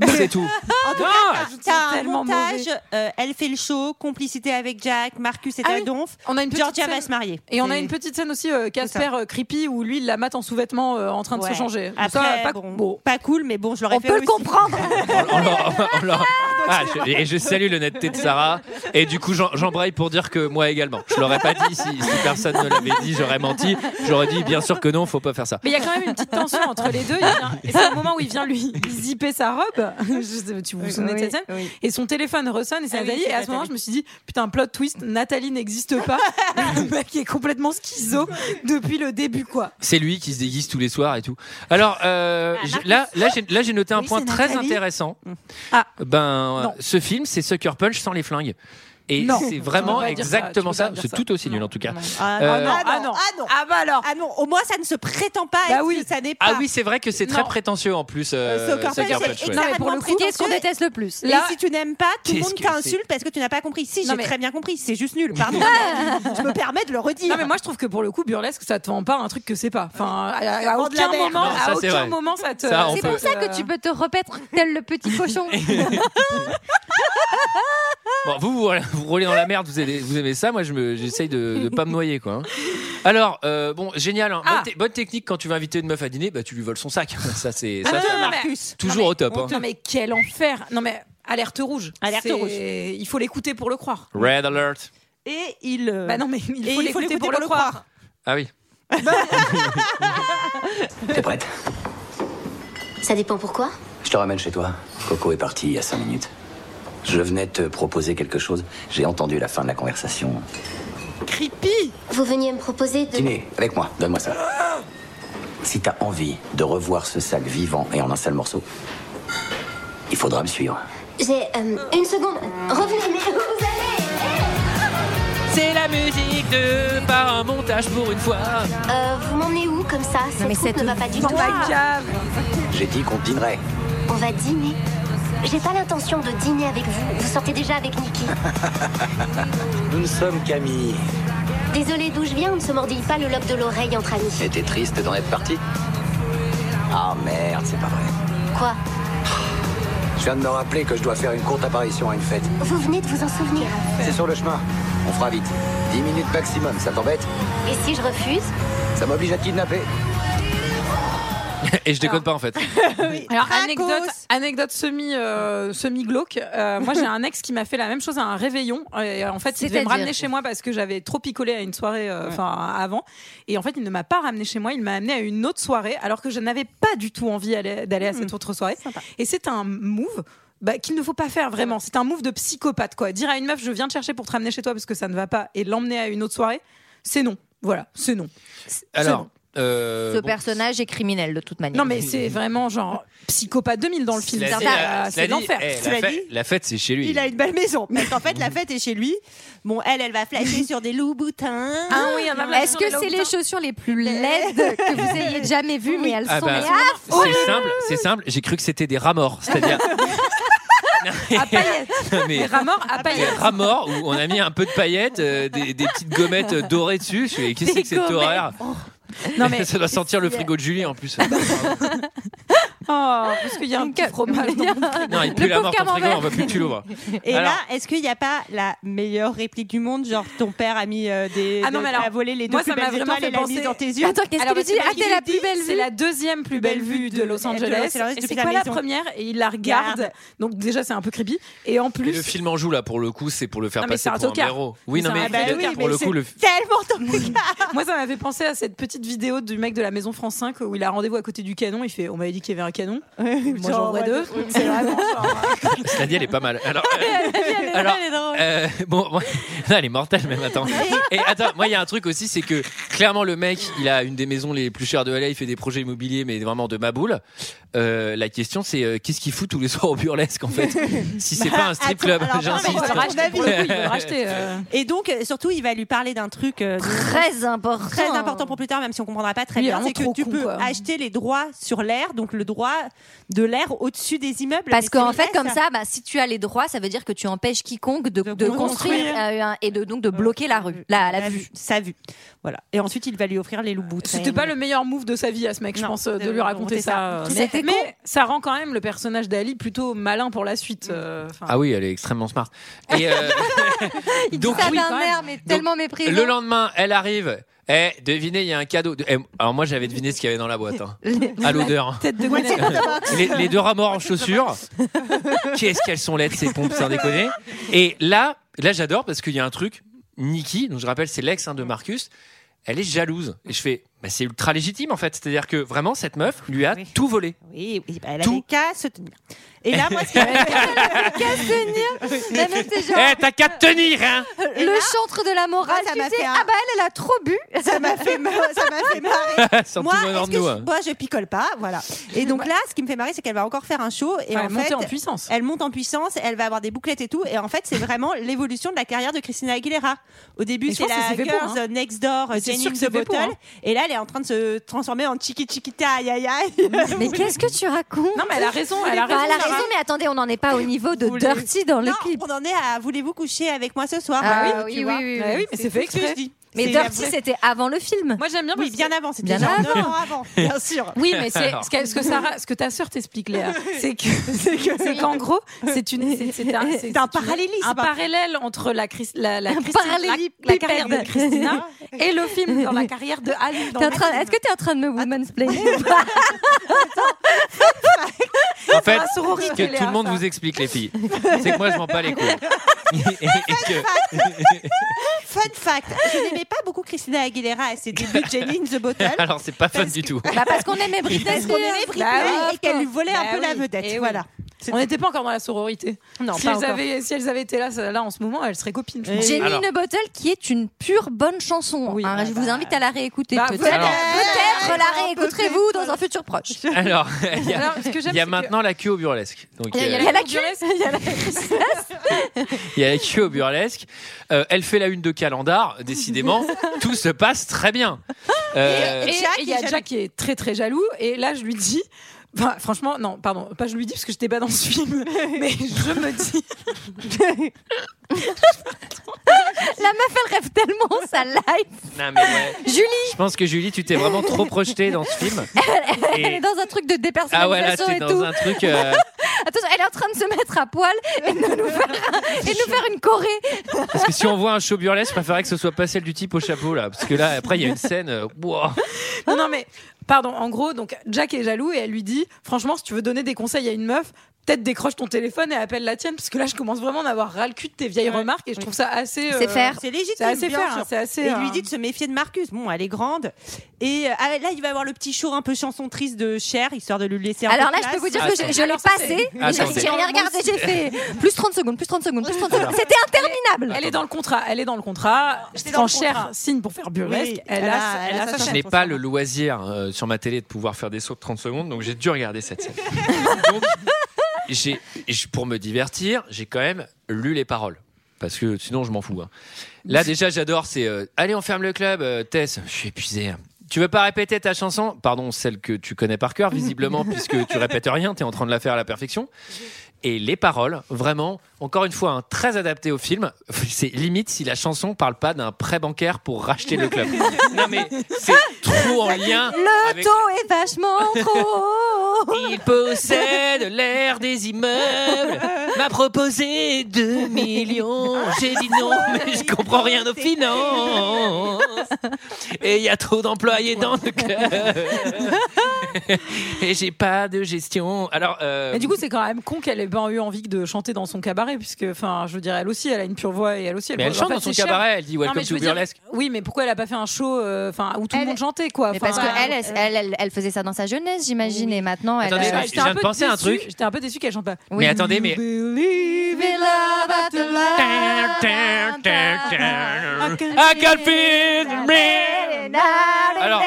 Speaker 1: C'est tout.
Speaker 6: En tout
Speaker 1: Non,
Speaker 6: cas,
Speaker 10: je me
Speaker 6: t'as-
Speaker 10: sens
Speaker 6: t'as un
Speaker 10: tellement
Speaker 6: montage. euh, elle fait le show, complicité avec Jack, Marcus est
Speaker 10: Ah
Speaker 6: à
Speaker 10: oui.
Speaker 6: Donf.
Speaker 10: On a une petite
Speaker 6: Georgia
Speaker 10: scène-
Speaker 6: va se marier.
Speaker 10: Et on a
Speaker 6: C'est-
Speaker 10: une petite scène aussi, euh, Casper euh, creepy, où lui, il la mate en sous-vêtements euh, en train de
Speaker 6: Ouais.
Speaker 10: se changer. Donc
Speaker 6: Après,
Speaker 10: ça, pas
Speaker 6: bon,
Speaker 10: bon.
Speaker 6: pas cool, mais bon, je l'aurais
Speaker 11: On
Speaker 6: fait
Speaker 11: peut le
Speaker 6: aussi.
Speaker 11: comprendre.
Speaker 1: On leur- on leur- Ah, je- et je salue l'honnêteté de Sarah. Et du coup, j'en- j'embraye pour dire que moi également. Je l'aurais pas dit si, si personne ne l'avait dit, j'aurais menti. J'aurais dit bien sûr que non, faut pas faire ça.
Speaker 10: Mais il y a quand même une petite tension entre les deux. Il vient- et C'est au moment où il vient lui zipper sa robe. Je sais- tu vous vous souvenez de cette scène
Speaker 6: Oui.
Speaker 10: Et son téléphone ressonne et c'est
Speaker 6: Ah oui,
Speaker 10: Nathalie.
Speaker 6: c'est
Speaker 10: et à ce moment,
Speaker 6: Nathalie.
Speaker 10: je me suis dit, putain, plot twist, Nathalie n'existe pas. le mec est complètement schizo depuis le début, quoi.
Speaker 1: C'est lui qui se déguise tous les soirs et tout. Alors euh,
Speaker 6: Ah,
Speaker 1: j'ai-
Speaker 6: Marcus.
Speaker 1: là, là, j'ai- là, j'ai noté un
Speaker 6: Oui,
Speaker 1: point
Speaker 6: c'est
Speaker 1: très
Speaker 6: Nathalie.
Speaker 1: intéressant.
Speaker 10: Ah.
Speaker 1: Ben, euh,
Speaker 10: Non.
Speaker 1: ce film, c'est Sucker Punch sans les flingues. Et
Speaker 10: Non.
Speaker 1: c'est
Speaker 10: Tu
Speaker 1: vraiment
Speaker 10: peux pas dire ça,
Speaker 1: exactement
Speaker 10: tu peux
Speaker 1: ça.
Speaker 10: pas dire
Speaker 1: C'est
Speaker 10: ça.
Speaker 1: tout aussi nul
Speaker 10: Non,
Speaker 1: en tout cas.
Speaker 10: non.
Speaker 6: Ah,
Speaker 1: Euh,
Speaker 6: non,
Speaker 10: Ah non,
Speaker 6: ah non,
Speaker 10: Ah bah alors
Speaker 6: ah non, au moins ça ne se prétend pas.
Speaker 10: Bah
Speaker 6: être
Speaker 10: oui.
Speaker 6: ce que ça n'est pas.
Speaker 1: Ah oui, c'est vrai que c'est très
Speaker 10: Non.
Speaker 1: prétentieux en plus.
Speaker 6: Euh,
Speaker 1: Euh,
Speaker 6: Sucker Punch,
Speaker 1: Sucker
Speaker 6: c'est
Speaker 1: Punch, ouais.
Speaker 6: extrêmement
Speaker 10: Non, mais pour le coup,
Speaker 11: Qu'est-ce qu'on
Speaker 6: prétentieux.
Speaker 11: déteste le plus
Speaker 10: Là-
Speaker 6: et si tu n'aimes pas, tout le
Speaker 1: Qu'est-ce
Speaker 6: monde
Speaker 1: que c'est
Speaker 6: t'insulte parce que tu n'as pas compris. Si,
Speaker 10: Non,
Speaker 6: j'ai
Speaker 10: mais-
Speaker 6: très bien compris, c'est juste nul. Pardon, mais je me permets de le redire.
Speaker 10: Non mais moi je trouve que pour le coup burlesque ça te vend pas un truc que c'est pas. Enfin à, à
Speaker 6: vend de la
Speaker 10: aucun
Speaker 6: merde.
Speaker 10: moment,
Speaker 1: Non, ça,
Speaker 10: à
Speaker 1: c'est vrai.
Speaker 10: aucun moment ça te. Euh,
Speaker 1: Ça, Ah, on
Speaker 11: C'est
Speaker 1: peut-
Speaker 11: pour ça que tu peux te repaître tel le petit cochon.
Speaker 1: Bon, vous, vous, vous roulez dans la merde, vous aimez, vous aimez ça. Moi, je me- j'essaye de ne pas me noyer, quoi. hein. Alors, euh, bon, génial. hein. Bonne,
Speaker 10: Ah.
Speaker 1: te- bonne technique quand tu vas inviter une meuf à dîner, bah, tu lui voles son sac. Ça, c'est
Speaker 10: Ah,
Speaker 1: ça,
Speaker 10: non,
Speaker 1: c'est
Speaker 10: non, non, mais-
Speaker 6: Marcus.
Speaker 1: toujours au top.
Speaker 10: Non,
Speaker 1: hein.
Speaker 10: mais quel enfer Non mais alerte rouge.
Speaker 6: Alerte
Speaker 10: C'est-
Speaker 6: rouge.
Speaker 10: Il faut l'écouter pour le croire.
Speaker 1: Red alert.
Speaker 6: Et il. euh,
Speaker 10: Bah non mais il
Speaker 6: et
Speaker 10: faut l'écouter pour, le croire.
Speaker 1: Ah oui.
Speaker 9: T'es prête
Speaker 7: Ça dépend pourquoi
Speaker 9: Je te ramène chez toi. Coco est parti il y a cinq minutes. Je venais te proposer quelque chose. J'ai entendu la fin de la conversation.
Speaker 10: Creepy.
Speaker 7: Vous veniez me proposer de...
Speaker 9: Dîner avec moi, donne-moi ça. Si t'as envie de revoir ce sac vivant et en un seul morceau, il faudra me suivre.
Speaker 7: J'ai... euh, une seconde. Revenez, mais où vous allez
Speaker 1: C'est la musique de par un montage pour une fois.
Speaker 7: Euh, Vous m'emmenez où comme ça Cette
Speaker 11: mais
Speaker 7: route
Speaker 11: cette
Speaker 7: ne va pas du tout.
Speaker 10: Ma cave.
Speaker 9: J'ai dit qu'on dînerait.
Speaker 7: On va dîner. J'ai pas l'intention de dîner avec vous. Vous sortez déjà avec Nikki.
Speaker 9: Nous ne sommes qu'amis.
Speaker 7: Désolée d'où je viens, on ne se mordille pas le lobe de l'oreille entre amis.
Speaker 9: Et t'es triste d'en être parti Ah merde, c'est pas vrai.
Speaker 7: Quoi
Speaker 9: Je viens de me rappeler que je dois faire une courte apparition à une fête.
Speaker 7: Vous venez de vous en souvenir.
Speaker 9: C'est sur le chemin. On fera vite. 10 minutes maximum, ça t'embête
Speaker 7: Et si je refuse
Speaker 9: Ça m'oblige à te kidnapper.
Speaker 1: Et je déconne pas en fait.
Speaker 10: Alors
Speaker 6: Cracos.
Speaker 10: anecdote, anecdote semi euh, semi glauque. Euh, moi j'ai un ex qui m'a fait la même chose à un réveillon. Et, euh, en fait il devait
Speaker 11: C'est-à-dire
Speaker 10: me ramener chez moi parce que j'avais trop picolé à une soirée euh, enfin avant. Et en fait il ne m'a pas ramené chez moi. Il m'a amené à une autre soirée alors que je n'avais pas du tout envie d'aller d'aller à cette autre soirée. Et c'est un move. bah, qu'il ne faut pas faire vraiment. C'est un move de psychopathe, quoi. Dire à une meuf, je viens te chercher pour te ramener chez toi parce que ça ne va pas, et l'emmener à une autre soirée, c'est non. Voilà, c'est non.
Speaker 1: Alors, euh,
Speaker 11: Ce
Speaker 1: bon,
Speaker 11: personnage est criminel de toute manière.
Speaker 10: Non, mais c'est vraiment genre psychopathe 2000 dans le film.
Speaker 1: cela dit,
Speaker 10: Ça,
Speaker 1: euh,
Speaker 10: Ah, C'est
Speaker 1: cela dit,
Speaker 10: l'enfer.
Speaker 1: eh,
Speaker 6: Cela
Speaker 1: la,
Speaker 6: dit,
Speaker 1: fête, la fête, c'est chez lui.
Speaker 6: Il a une belle maison. Parce qu'en fait, la fête est chez lui. Bon, elle, elle va flasher sur des loups boutins.
Speaker 11: Ah oui, elle va flasher Est-ce sur que des c'est les Louboutins. chaussures les plus laides que vous ayez jamais vues, mais elles
Speaker 1: Ah
Speaker 11: sont
Speaker 1: bah,
Speaker 11: mais
Speaker 1: c'est simple, c'est simple. J'ai cru que c'était des rats morts, c'est-à-dire
Speaker 10: À paillettes.
Speaker 1: Non, mais-
Speaker 10: Mais Ramor à
Speaker 1: des
Speaker 10: paillettes.
Speaker 1: rats morts où on a mis un peu de paillettes, euh, des, des petites gommettes euh, dorées dessus. Je fais, qu'est-ce que c'est que cet
Speaker 10: Des
Speaker 1: horaire
Speaker 10: Non, mais- Bah,
Speaker 1: ça doit sentir le frigo de Julie en plus.
Speaker 10: Oh, parce qu'il y a un petit fromage. dans mon frigo.
Speaker 1: Non, il pue la mort ton frigo, on veut plus que tu l'ouvres.
Speaker 6: Et
Speaker 1: Alors-
Speaker 6: là, est-ce qu'il n'y a pas la meilleure réplique du monde Genre, ton père a mis euh, des.
Speaker 10: Ah non, mais alors,
Speaker 6: a volé les deux
Speaker 10: moi,
Speaker 6: plus
Speaker 10: ça m'a
Speaker 6: belles
Speaker 10: vraiment
Speaker 6: étoiles
Speaker 10: fait
Speaker 6: et l'a mis
Speaker 10: penser.
Speaker 6: dans tes yeux.
Speaker 10: Alors,
Speaker 11: dit
Speaker 10: parce
Speaker 11: Ah, t'es la
Speaker 10: lui
Speaker 11: plus
Speaker 10: dit,
Speaker 11: belle
Speaker 10: C'est
Speaker 11: vue.
Speaker 10: la deuxième plus belle vue de Los Angeles.
Speaker 6: Los Angeles
Speaker 10: Et
Speaker 6: depuis
Speaker 10: C'est
Speaker 6: la
Speaker 10: quoi la
Speaker 6: maison.
Speaker 10: première Et il la regarde. Donc, déjà, c'est un peu creepy. Et en
Speaker 1: Et le
Speaker 10: plus.
Speaker 1: film en joue là pour le coup, c'est pour le faire
Speaker 10: Non, mais
Speaker 1: passer
Speaker 10: c'est un
Speaker 1: pour un
Speaker 10: tocard.
Speaker 1: héros. Oui,
Speaker 10: Mais
Speaker 1: non
Speaker 10: c'est un
Speaker 6: Ah bah
Speaker 1: mais
Speaker 10: vrai
Speaker 1: le-
Speaker 10: tocard.
Speaker 1: pour le coup, le
Speaker 6: Tellement ton
Speaker 10: Moi, ça m'a fait penser à cette petite vidéo du mec de la maison France 5 où il a rendez-vous à côté du canon. Il fait On m'avait dit qu'il y avait un canon. Moi, j'en vois deux. C'est vraiment.
Speaker 1: cela dit, elle est pas mal. Alors, euh,
Speaker 10: Ah, Elle est-
Speaker 1: Alors,
Speaker 10: elle est drôle.
Speaker 1: euh, bon, moi- non, elle est mortelle même. Attends. Et attends, moi, il y a un truc aussi, c'est que clairement le mec, il a une des maisons les plus chères de LA, il fait des projets immobiliers, mais vraiment de ma boule. Euh, la question, c'est euh, qu'est-ce qu'il fout tous les soirs au burlesque en fait Si c'est
Speaker 6: Bah,
Speaker 1: pas un strip
Speaker 6: attends,
Speaker 1: club,
Speaker 6: alors,
Speaker 1: j'insiste.
Speaker 10: Il veut le racheter. Pour le coup, il veut le racheter. euh.
Speaker 6: Et donc, euh, surtout, il va lui parler d'un truc euh, de-
Speaker 11: Très important.
Speaker 6: très important pour plus tard, même si on comprendra pas très
Speaker 10: Lui,
Speaker 6: bien.
Speaker 10: vraiment
Speaker 6: C'est que
Speaker 10: trop
Speaker 6: tu
Speaker 10: con,
Speaker 6: peux
Speaker 10: quoi.
Speaker 6: acheter les droits sur l'air, donc le droit de l'air au-dessus des immeubles.
Speaker 11: Parce
Speaker 6: Mais
Speaker 11: qu'en
Speaker 6: c'est
Speaker 11: fait, comme
Speaker 6: laisse.
Speaker 11: ça, bah, si tu as les droits, ça veut dire que tu empêches quiconque de, de
Speaker 6: construire.
Speaker 11: construire euh, un- et de, donc de bloquer la rue, la, la vue.
Speaker 6: Sa vue. Voilà. Et ensuite, il va lui offrir les loups boutins.
Speaker 10: C'était pas le meilleur move de sa vie à ce mec, je
Speaker 6: Non,
Speaker 10: pense, euh,
Speaker 6: de
Speaker 10: de lui
Speaker 6: lui
Speaker 10: raconter
Speaker 6: raconter
Speaker 10: ça.
Speaker 6: ça.
Speaker 10: euh,
Speaker 11: C'était
Speaker 10: Mais, mais ça rend quand même le personnage d'Ali plutôt malin pour la suite.
Speaker 6: Mm.
Speaker 10: euh, enfin.
Speaker 1: Ah oui, elle est extrêmement smart. Et euh, donc
Speaker 11: ça
Speaker 1: oui,
Speaker 11: d'un
Speaker 10: quand
Speaker 11: air, mais tellement méprisant.
Speaker 1: le lendemain, elle arrive. Eh, devinez, il y a un cadeau. Eh, alors moi, j'avais deviné ce qu'il y avait dans la boîte. hein. À l'odeur. hein.
Speaker 10: Tête de Gwyneth.
Speaker 1: les, les deux rats morts en chaussures. Qu'est-ce qu'elles sont laides ces pompes, sans déconner. Et là, là j'adore parce qu'il y a un truc. Nikki, donc je rappelle, c'est l'ex hein, de Marcus. Elle est jalouse. Et je fais, bah, c'est ultra légitime en fait. C'est-à-dire que vraiment, cette meuf lui a
Speaker 6: Oui.
Speaker 1: tout volé.
Speaker 6: Oui, oui, bah, elle a
Speaker 1: Tout.
Speaker 6: des cas à se tenir. Et là, moi, ce qui m'a-
Speaker 11: La meuf, c'est
Speaker 1: Eh,
Speaker 11: genre,
Speaker 1: t'as qu'à te tenir, hein
Speaker 11: le chantre de la morale,
Speaker 6: Moi, ça
Speaker 11: tu
Speaker 6: m'a
Speaker 11: sais,
Speaker 6: fait un-
Speaker 11: ah bah elle, elle a trop bu.
Speaker 6: ça m'a fait, mar- ça m'a fait marrer.
Speaker 1: Sans
Speaker 6: Moi,
Speaker 1: tout
Speaker 6: est-ce
Speaker 1: bonheur de
Speaker 6: que
Speaker 1: nous.
Speaker 6: je,
Speaker 1: hein.
Speaker 6: moi, je picole pas, voilà. Et donc là, ce qui me fait marrer, c'est qu'elle va encore faire un show et
Speaker 10: Enfin,
Speaker 6: en
Speaker 10: elle montait
Speaker 6: fait,
Speaker 10: en puissance.
Speaker 6: elle monte en puissance, elle va avoir des bouclettes et tout. Et en fait, c'est vraiment l'évolution de la carrière de Christina Aguilera. Au début,
Speaker 10: Mais je
Speaker 6: c'est
Speaker 10: pense que
Speaker 6: la
Speaker 10: c'est fait
Speaker 6: Girls euh,
Speaker 10: pour, hein.
Speaker 6: Next Door,
Speaker 10: Mais c'est
Speaker 6: Jenny
Speaker 10: sûr
Speaker 6: in
Speaker 10: que
Speaker 6: the
Speaker 10: c'est fait pour, hein.
Speaker 6: Bottle. Et là, elle est en train de se transformer en Chiqui Chiquita, aïe aïe aïe.
Speaker 11: Mais qu'est-ce que tu racontes
Speaker 10: Non, mais elle a raison, elle a
Speaker 11: Enfin,
Speaker 10: raison.
Speaker 11: elle a
Speaker 10: Sarah.
Speaker 11: raison, mais attendez, on n'en est pas au niveau de
Speaker 6: Vous voulez-
Speaker 11: Dirty dans le
Speaker 6: Non,
Speaker 11: clip.
Speaker 6: on en est à voulez-vous coucher avec moi ce soir
Speaker 11: Ah
Speaker 6: Bah
Speaker 11: oui,
Speaker 6: tu
Speaker 11: oui,
Speaker 6: vois.
Speaker 11: oui, oui.
Speaker 10: Ah oui, mais c'est fait
Speaker 6: tout ce que
Speaker 10: exprès.
Speaker 6: je dis.
Speaker 11: Mais
Speaker 6: C'est
Speaker 11: Dirty,
Speaker 6: la-
Speaker 11: c'était avant le film.
Speaker 10: Moi j'aime bien parce
Speaker 6: Oui, bien
Speaker 10: que-
Speaker 6: avant, c'était
Speaker 11: Bien
Speaker 6: genre
Speaker 11: avant.
Speaker 6: 9 ans avant, bien sûr.
Speaker 10: Oui, mais c'est
Speaker 1: Alors.
Speaker 10: ce, que- ce que Sarah, ce que ta sœur t'explique, Léa, c'est que c'est que- c'est qu'en gros, c'est une, c'est- c'est un, c'est-
Speaker 6: C'est un
Speaker 10: c'est une-
Speaker 6: parallélisme.
Speaker 10: un parallèle entre la, Chris- la, la, Christi- la, la
Speaker 11: parallélépipède.
Speaker 10: carrière de Christina et le film dans la carrière de Ali. dans
Speaker 11: T'es en
Speaker 10: le
Speaker 11: train-
Speaker 10: film.
Speaker 11: Est-ce que tu es en train de me womansplainer
Speaker 1: En fait,
Speaker 10: la sororité,
Speaker 1: ce que tout
Speaker 10: Léa,
Speaker 1: le monde
Speaker 10: ça.
Speaker 1: vous explique, les filles, c'est que moi, je m'en bats les couilles. Et que-
Speaker 6: Fun fact, je n'aimais pas beaucoup Christina Aguilera à ses débuts de Jenny in the Bottle.
Speaker 1: alors, c'est pas fun du tout.
Speaker 11: Bah parce qu'on aimait Britney
Speaker 6: Parce qu'on aimait
Speaker 11: Spears.
Speaker 6: Britney et qu'elle lui volait un
Speaker 10: Bah
Speaker 6: peu la
Speaker 10: oui,
Speaker 6: vedette.
Speaker 10: eh oui.
Speaker 6: Voilà.
Speaker 10: On n'était pas encore dans la sororité.
Speaker 6: Non,
Speaker 10: si,
Speaker 6: pas
Speaker 10: elles
Speaker 6: encore.
Speaker 10: avaient, si elles avaient été là, ça- là en ce moment, elles seraient copines. je pense.
Speaker 11: Jenny
Speaker 1: Alors.
Speaker 11: in a Bottle qui est une pure bonne chanson.
Speaker 10: Oui,
Speaker 11: hein.
Speaker 10: bah,
Speaker 11: je vous invite à la réécouter.
Speaker 10: Bah,
Speaker 11: Peut-être
Speaker 10: voilà.
Speaker 1: Alors.
Speaker 11: peut-être
Speaker 6: Ouais,
Speaker 11: la
Speaker 6: on peut
Speaker 11: réécouterez-vous dans un futur proche.
Speaker 1: Alors, il y a,
Speaker 10: Alors, ce que j'aime,
Speaker 1: il y a
Speaker 10: c'est que-
Speaker 1: maintenant la queue au burlesque. Donc,
Speaker 11: Il y a- il y a
Speaker 1: euh,
Speaker 11: la
Speaker 10: Pour
Speaker 11: queue.
Speaker 10: du reste, il y a la-
Speaker 1: Il y a la queue au burlesque. Euh, elle fait la une de calendar. Décidément, tout se passe très bien. Euh,
Speaker 10: Et
Speaker 6: Jack,
Speaker 10: et il y a
Speaker 6: il est
Speaker 10: Jack qui est très très jaloux. Et là, je lui dis. Enfin, franchement, non, pardon, pas je lui dis parce que j'étais pas dans ce film, mais je me dis.
Speaker 11: La meuf, elle rêve tellement sa life.
Speaker 1: non, mais ouais.
Speaker 11: Julie,
Speaker 1: Je pense que Julie, tu t'es vraiment trop projetée dans ce film.
Speaker 11: elle
Speaker 1: Et-
Speaker 11: est dans un truc de
Speaker 1: Ah ouais, là,
Speaker 11: dépersonnalisation
Speaker 1: t'es
Speaker 11: et
Speaker 1: dans
Speaker 11: tout.
Speaker 1: un truc. euh,
Speaker 11: Attention, elle est en train de se mettre à poil et de nous faire, un- et de nous faire une choré.
Speaker 1: Parce que si on voit un show burlesque, je préférerais que ce soit pas celle du type au chapeau là. Parce que là, après, il y a une scène. euh, wow.
Speaker 10: Non, non, mais Pardon, en gros, donc Jack est jaloux et elle lui dit Franchement, si tu veux donner des conseils à une meuf, peut-être décroche ton téléphone et appelle la tienne, parce que là, je commence vraiment à avoir ras le cul de tes vieilles remarques et je trouve ça assez. euh,
Speaker 6: C'est faire. C'est légitime.
Speaker 10: C'est assez
Speaker 6: bien
Speaker 10: faire.
Speaker 6: sûr.
Speaker 10: hein, C'est assez.
Speaker 6: Et il
Speaker 10: euh,
Speaker 6: lui dit de se méfier de Marcus. Bon, elle est grande. Et euh, ah, là, il va avoir le petit show un peu chanson triste de Cher, histoire de lui laisser un
Speaker 11: Alors
Speaker 6: peu de
Speaker 11: là, je
Speaker 6: place.
Speaker 11: peux vous dire que je, je l'ai passé. mais
Speaker 6: Attendez.
Speaker 11: J'ai j'ai rien regardé, j'ai fait plus 30 secondes, plus 30 secondes, plus 30 secondes.
Speaker 10: Alors.
Speaker 11: C'était interminable.
Speaker 10: Elle est dans le contrat. Elle est dans le contrat. Quand
Speaker 11: dans le contrat.
Speaker 10: Cher signe pour faire burlesque,
Speaker 11: Oui,
Speaker 10: elle, a, elle a sa
Speaker 1: Je
Speaker 10: chaîne.
Speaker 1: n'ai pas le loisir euh, sur ma télé de pouvoir faire des sauts de 30 secondes, donc j'ai dû regarder cette scène. Donc, j'ai- j- pour me divertir, j'ai quand même lu les paroles. Parce que sinon, je m'en fous. hein. Là, déjà, j'adore. C'est euh, Allez, on ferme le club, euh, Tess. Je suis épuisé. Tu veux pas répéter ta chanson Pardon, celle que tu connais par cœur, visiblement, puisque tu répètes rien, tu es en train de la faire à la perfection. Et les paroles, vraiment, encore une fois, hein, très adaptées au film. C'est limite si la chanson parle pas d'un prêt bancaire pour racheter le club. non, mais c'est trop en lien.
Speaker 11: Le
Speaker 1: avec-
Speaker 11: taux est vachement trop. haut.
Speaker 1: Il possède l'air des immeubles, m'a proposé 2 millions. J'ai dit non, mais je comprends rien aux finances. Et il y a trop d'employés dans le club. Et j'ai pas de gestion. Alors, euh,
Speaker 10: Mais du coup, c'est quand même con qu'elle ait pas eu envie de chanter dans son cabaret, puisque, enfin, je veux dire, elle aussi, elle a une pure voix et elle aussi.
Speaker 1: Mais elle
Speaker 10: en
Speaker 1: chante
Speaker 10: fait,
Speaker 1: dans son
Speaker 10: c'est Cher.
Speaker 1: cabaret, elle dit Welcome
Speaker 10: Non, mais je
Speaker 1: to
Speaker 10: veux dire,
Speaker 1: Burlesque.
Speaker 10: Oui, mais pourquoi elle a pas fait un show, euh, enfin, où tout le
Speaker 11: Elle-
Speaker 10: monde chantait, quoi.
Speaker 11: Mais parce
Speaker 10: enfin,
Speaker 11: qu'elle, elle, elle, elle- elle faisait ça dans sa jeunesse, j'imagine, et maintenant elle.
Speaker 1: Attendez,
Speaker 11: euh,
Speaker 1: je viens de penser à un
Speaker 10: déçue-
Speaker 1: truc.
Speaker 10: J'étais un peu déçu qu'elle chante pas.
Speaker 1: Mais attendez, mais. Ah, I can feel the rain. Alors,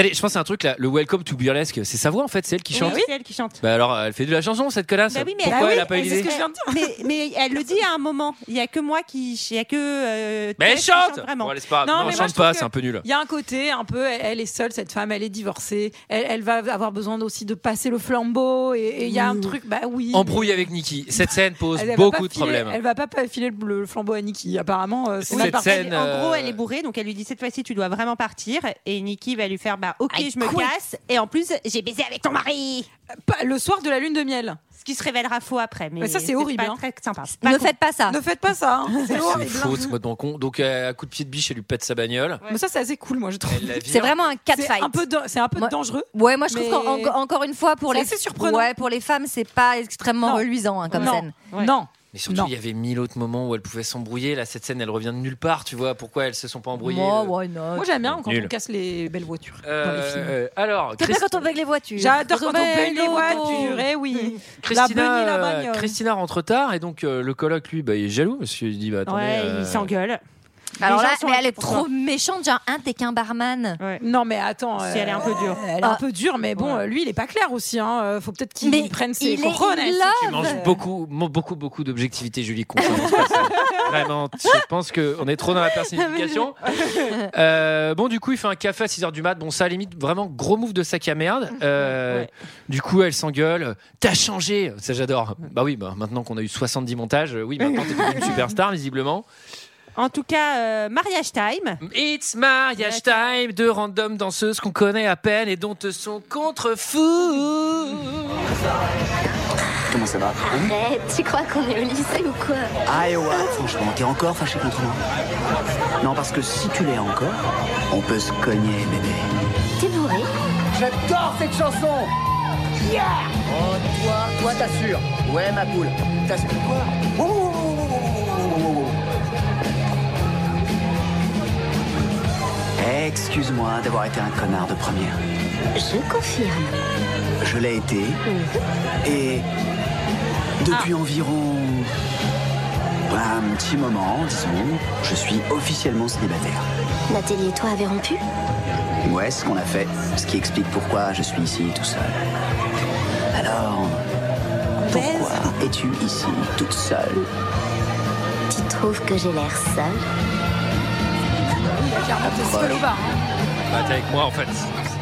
Speaker 1: attendez, je pense à un truc là, le Welcome to Burlesque, c'est sa voix en fait, c'est elle qui
Speaker 6: Oui,
Speaker 1: chante.
Speaker 6: c'est elle qui chante.
Speaker 1: Bah alors, elle fait de la chanson cette connasse.
Speaker 6: Bah oui, mais
Speaker 1: Pourquoi
Speaker 6: ah oui,
Speaker 1: elle a pas eu
Speaker 6: mais
Speaker 1: l'idée
Speaker 6: c'est ce que je viens de dire. Mais, mais elle le dit à un moment. Il y a que moi qui, il y a que. euh,
Speaker 1: Mais elle
Speaker 6: Tess qui chante
Speaker 1: chante
Speaker 6: vraiment.
Speaker 1: Bon, allez, c'est pas grave. Non,
Speaker 10: mais
Speaker 1: elle
Speaker 10: moi,
Speaker 1: chante
Speaker 10: je trouve
Speaker 1: pas,
Speaker 10: que
Speaker 1: c'est un peu nul.
Speaker 10: Il y a un côté un peu, elle, elle est seule, cette femme, elle est divorcée, elle, elle va avoir besoin aussi de passer le flambeau, et et il y a un truc, bah oui.
Speaker 1: Embrouille avec Nikki. Cette scène pose
Speaker 10: Elle, elle va pas
Speaker 1: beaucoup de
Speaker 10: filer-
Speaker 1: problèmes.
Speaker 10: Elle va pas pa- filer le, le flambeau à Nikki, apparemment. euh, c'est
Speaker 1: Cette
Speaker 10: mal parti.
Speaker 1: scène, euh,
Speaker 6: En gros, elle est bourrée, donc elle lui dit cette fois-ci, tu dois vraiment partir. Et Nikki va lui faire, bah ok, je me casse. Et en plus, j'ai baisé avec ton mari.
Speaker 10: Pas- le soir de la lune de miel.
Speaker 6: Ce qui se révélera faux après. Ah, Mais
Speaker 10: Ouais, ça, c'est horrible,
Speaker 6: Pas
Speaker 10: hein.
Speaker 6: très sympa.
Speaker 11: Ne faites pas ça.
Speaker 10: Ne faites pas ça. hein. C'est
Speaker 1: C'est
Speaker 10: horrible.
Speaker 1: faux, c'est complètement con. Donc, euh, à coup de pied de biche, elle lui pète sa bagnole.
Speaker 10: Mais ça, c'est assez cool, moi, je trouve.
Speaker 1: Elle la vire.
Speaker 11: C'est vraiment un
Speaker 10: C'est
Speaker 11: catfight.
Speaker 10: un peu, dan- c'est un peu
Speaker 11: Moi-
Speaker 10: dangereux.
Speaker 11: Ouais, moi je
Speaker 10: Mais-
Speaker 11: trouve qu'encore encore une fois pour
Speaker 10: C'est
Speaker 11: les
Speaker 10: assez surprenant.
Speaker 11: Ouais, pour les femmes, c'est pas extrêmement
Speaker 10: Non.
Speaker 11: reluisant hein, comme
Speaker 10: non.
Speaker 11: scène.
Speaker 10: Non.
Speaker 1: Mais surtout,
Speaker 10: Non.
Speaker 1: il y avait mille autres moments où elle pouvait s'embrouiller. Là, cette scène, elle revient de nulle part. Tu vois pourquoi elles se sont pas embrouillées
Speaker 11: Moi,
Speaker 1: euh.
Speaker 11: why not
Speaker 10: Moi, j'aime bien quand
Speaker 1: Nul.
Speaker 10: on casse les belles voitures.
Speaker 1: Euh,
Speaker 10: dans les films.
Speaker 1: euh, alors,
Speaker 11: T'aimes bien
Speaker 1: Christ-
Speaker 11: quand on veut avec les voitures.
Speaker 10: J'adore quand on
Speaker 11: Rebelle
Speaker 10: paye les
Speaker 11: auto.
Speaker 10: voitures, eh oui.
Speaker 1: Christina,
Speaker 10: la
Speaker 1: euh,
Speaker 10: bagnole, la bagnole.
Speaker 1: Christina rentre tard et donc euh, le coloc, lui, bah, il est jaloux parce qu'il dit bah, attendez,
Speaker 6: Ouais,
Speaker 1: euh,
Speaker 6: il s'engueule.
Speaker 11: Alors
Speaker 6: Les gens
Speaker 11: là,
Speaker 6: sont
Speaker 11: mais elle
Speaker 6: là
Speaker 11: est
Speaker 6: pour ça.
Speaker 11: trop méchante, genre un t'es qu'un barman.
Speaker 6: Ouais.
Speaker 10: Non, mais attends. euh,
Speaker 6: Si elle est un peu dure.
Speaker 10: Elle est un peu dure, mais bon, euh, lui, il est pas clair aussi. Hein. Euh, Faut peut-être qu'il
Speaker 11: Mais
Speaker 10: prenne ses hein,
Speaker 11: il est
Speaker 10: couronnes.
Speaker 11: in
Speaker 1: Tu manges beaucoup, mo- beaucoup, beaucoup d'objectivité, Julie. qu'on commence par ça. Vraiment, je pense qu'on est trop dans la personnification.
Speaker 6: Ah,
Speaker 1: Euh, bon, du coup, il fait un café à 6h du mat. Bon, ça, à la limite, vraiment gros move de sac à merde. Euh,
Speaker 6: Ouais.
Speaker 1: Du coup, elle s'engueule. T'as changé Ça, j'adore. Bah oui, bah, maintenant qu'on a eu 70 montages, euh, oui, maintenant t'es devenue une superstar, visiblement.
Speaker 6: En tout cas, euh, mariage time.
Speaker 1: It's mariage time, deux random danseuses qu'on connaît à peine et dont te sont contre fous.
Speaker 9: Comment ça va
Speaker 7: Arrête, tu crois qu'on est au lycée ou quoi
Speaker 9: Iowa, Ah, franchement, t'es encore fâché contre moi Non, parce que si tu l'es encore, on peut se cogner, bébé.
Speaker 7: T'es bourré
Speaker 9: J'adore cette chanson Yeah Oh, toi, toi, t'assures. Ouais, ma poule. T'assures quoi Oh, oh, oh, oh, oh, oh, oh, oh. Excuse-moi d'avoir été un connard de première.
Speaker 7: Je confirme.
Speaker 9: Je l'ai été. Et depuis environ un petit moment, disons, je suis officiellement célibataire.
Speaker 7: Nathalie et toi avez rompu
Speaker 9: Ouais, c'est ce qu'on a fait, ce qui explique pourquoi je suis ici tout seul. Alors, pourquoi es-tu ici toute seule
Speaker 7: Tu trouves que j'ai l'air sale
Speaker 10: Clairement, t'es solo bar, hein.
Speaker 1: Bah, t'es avec moi, en fait.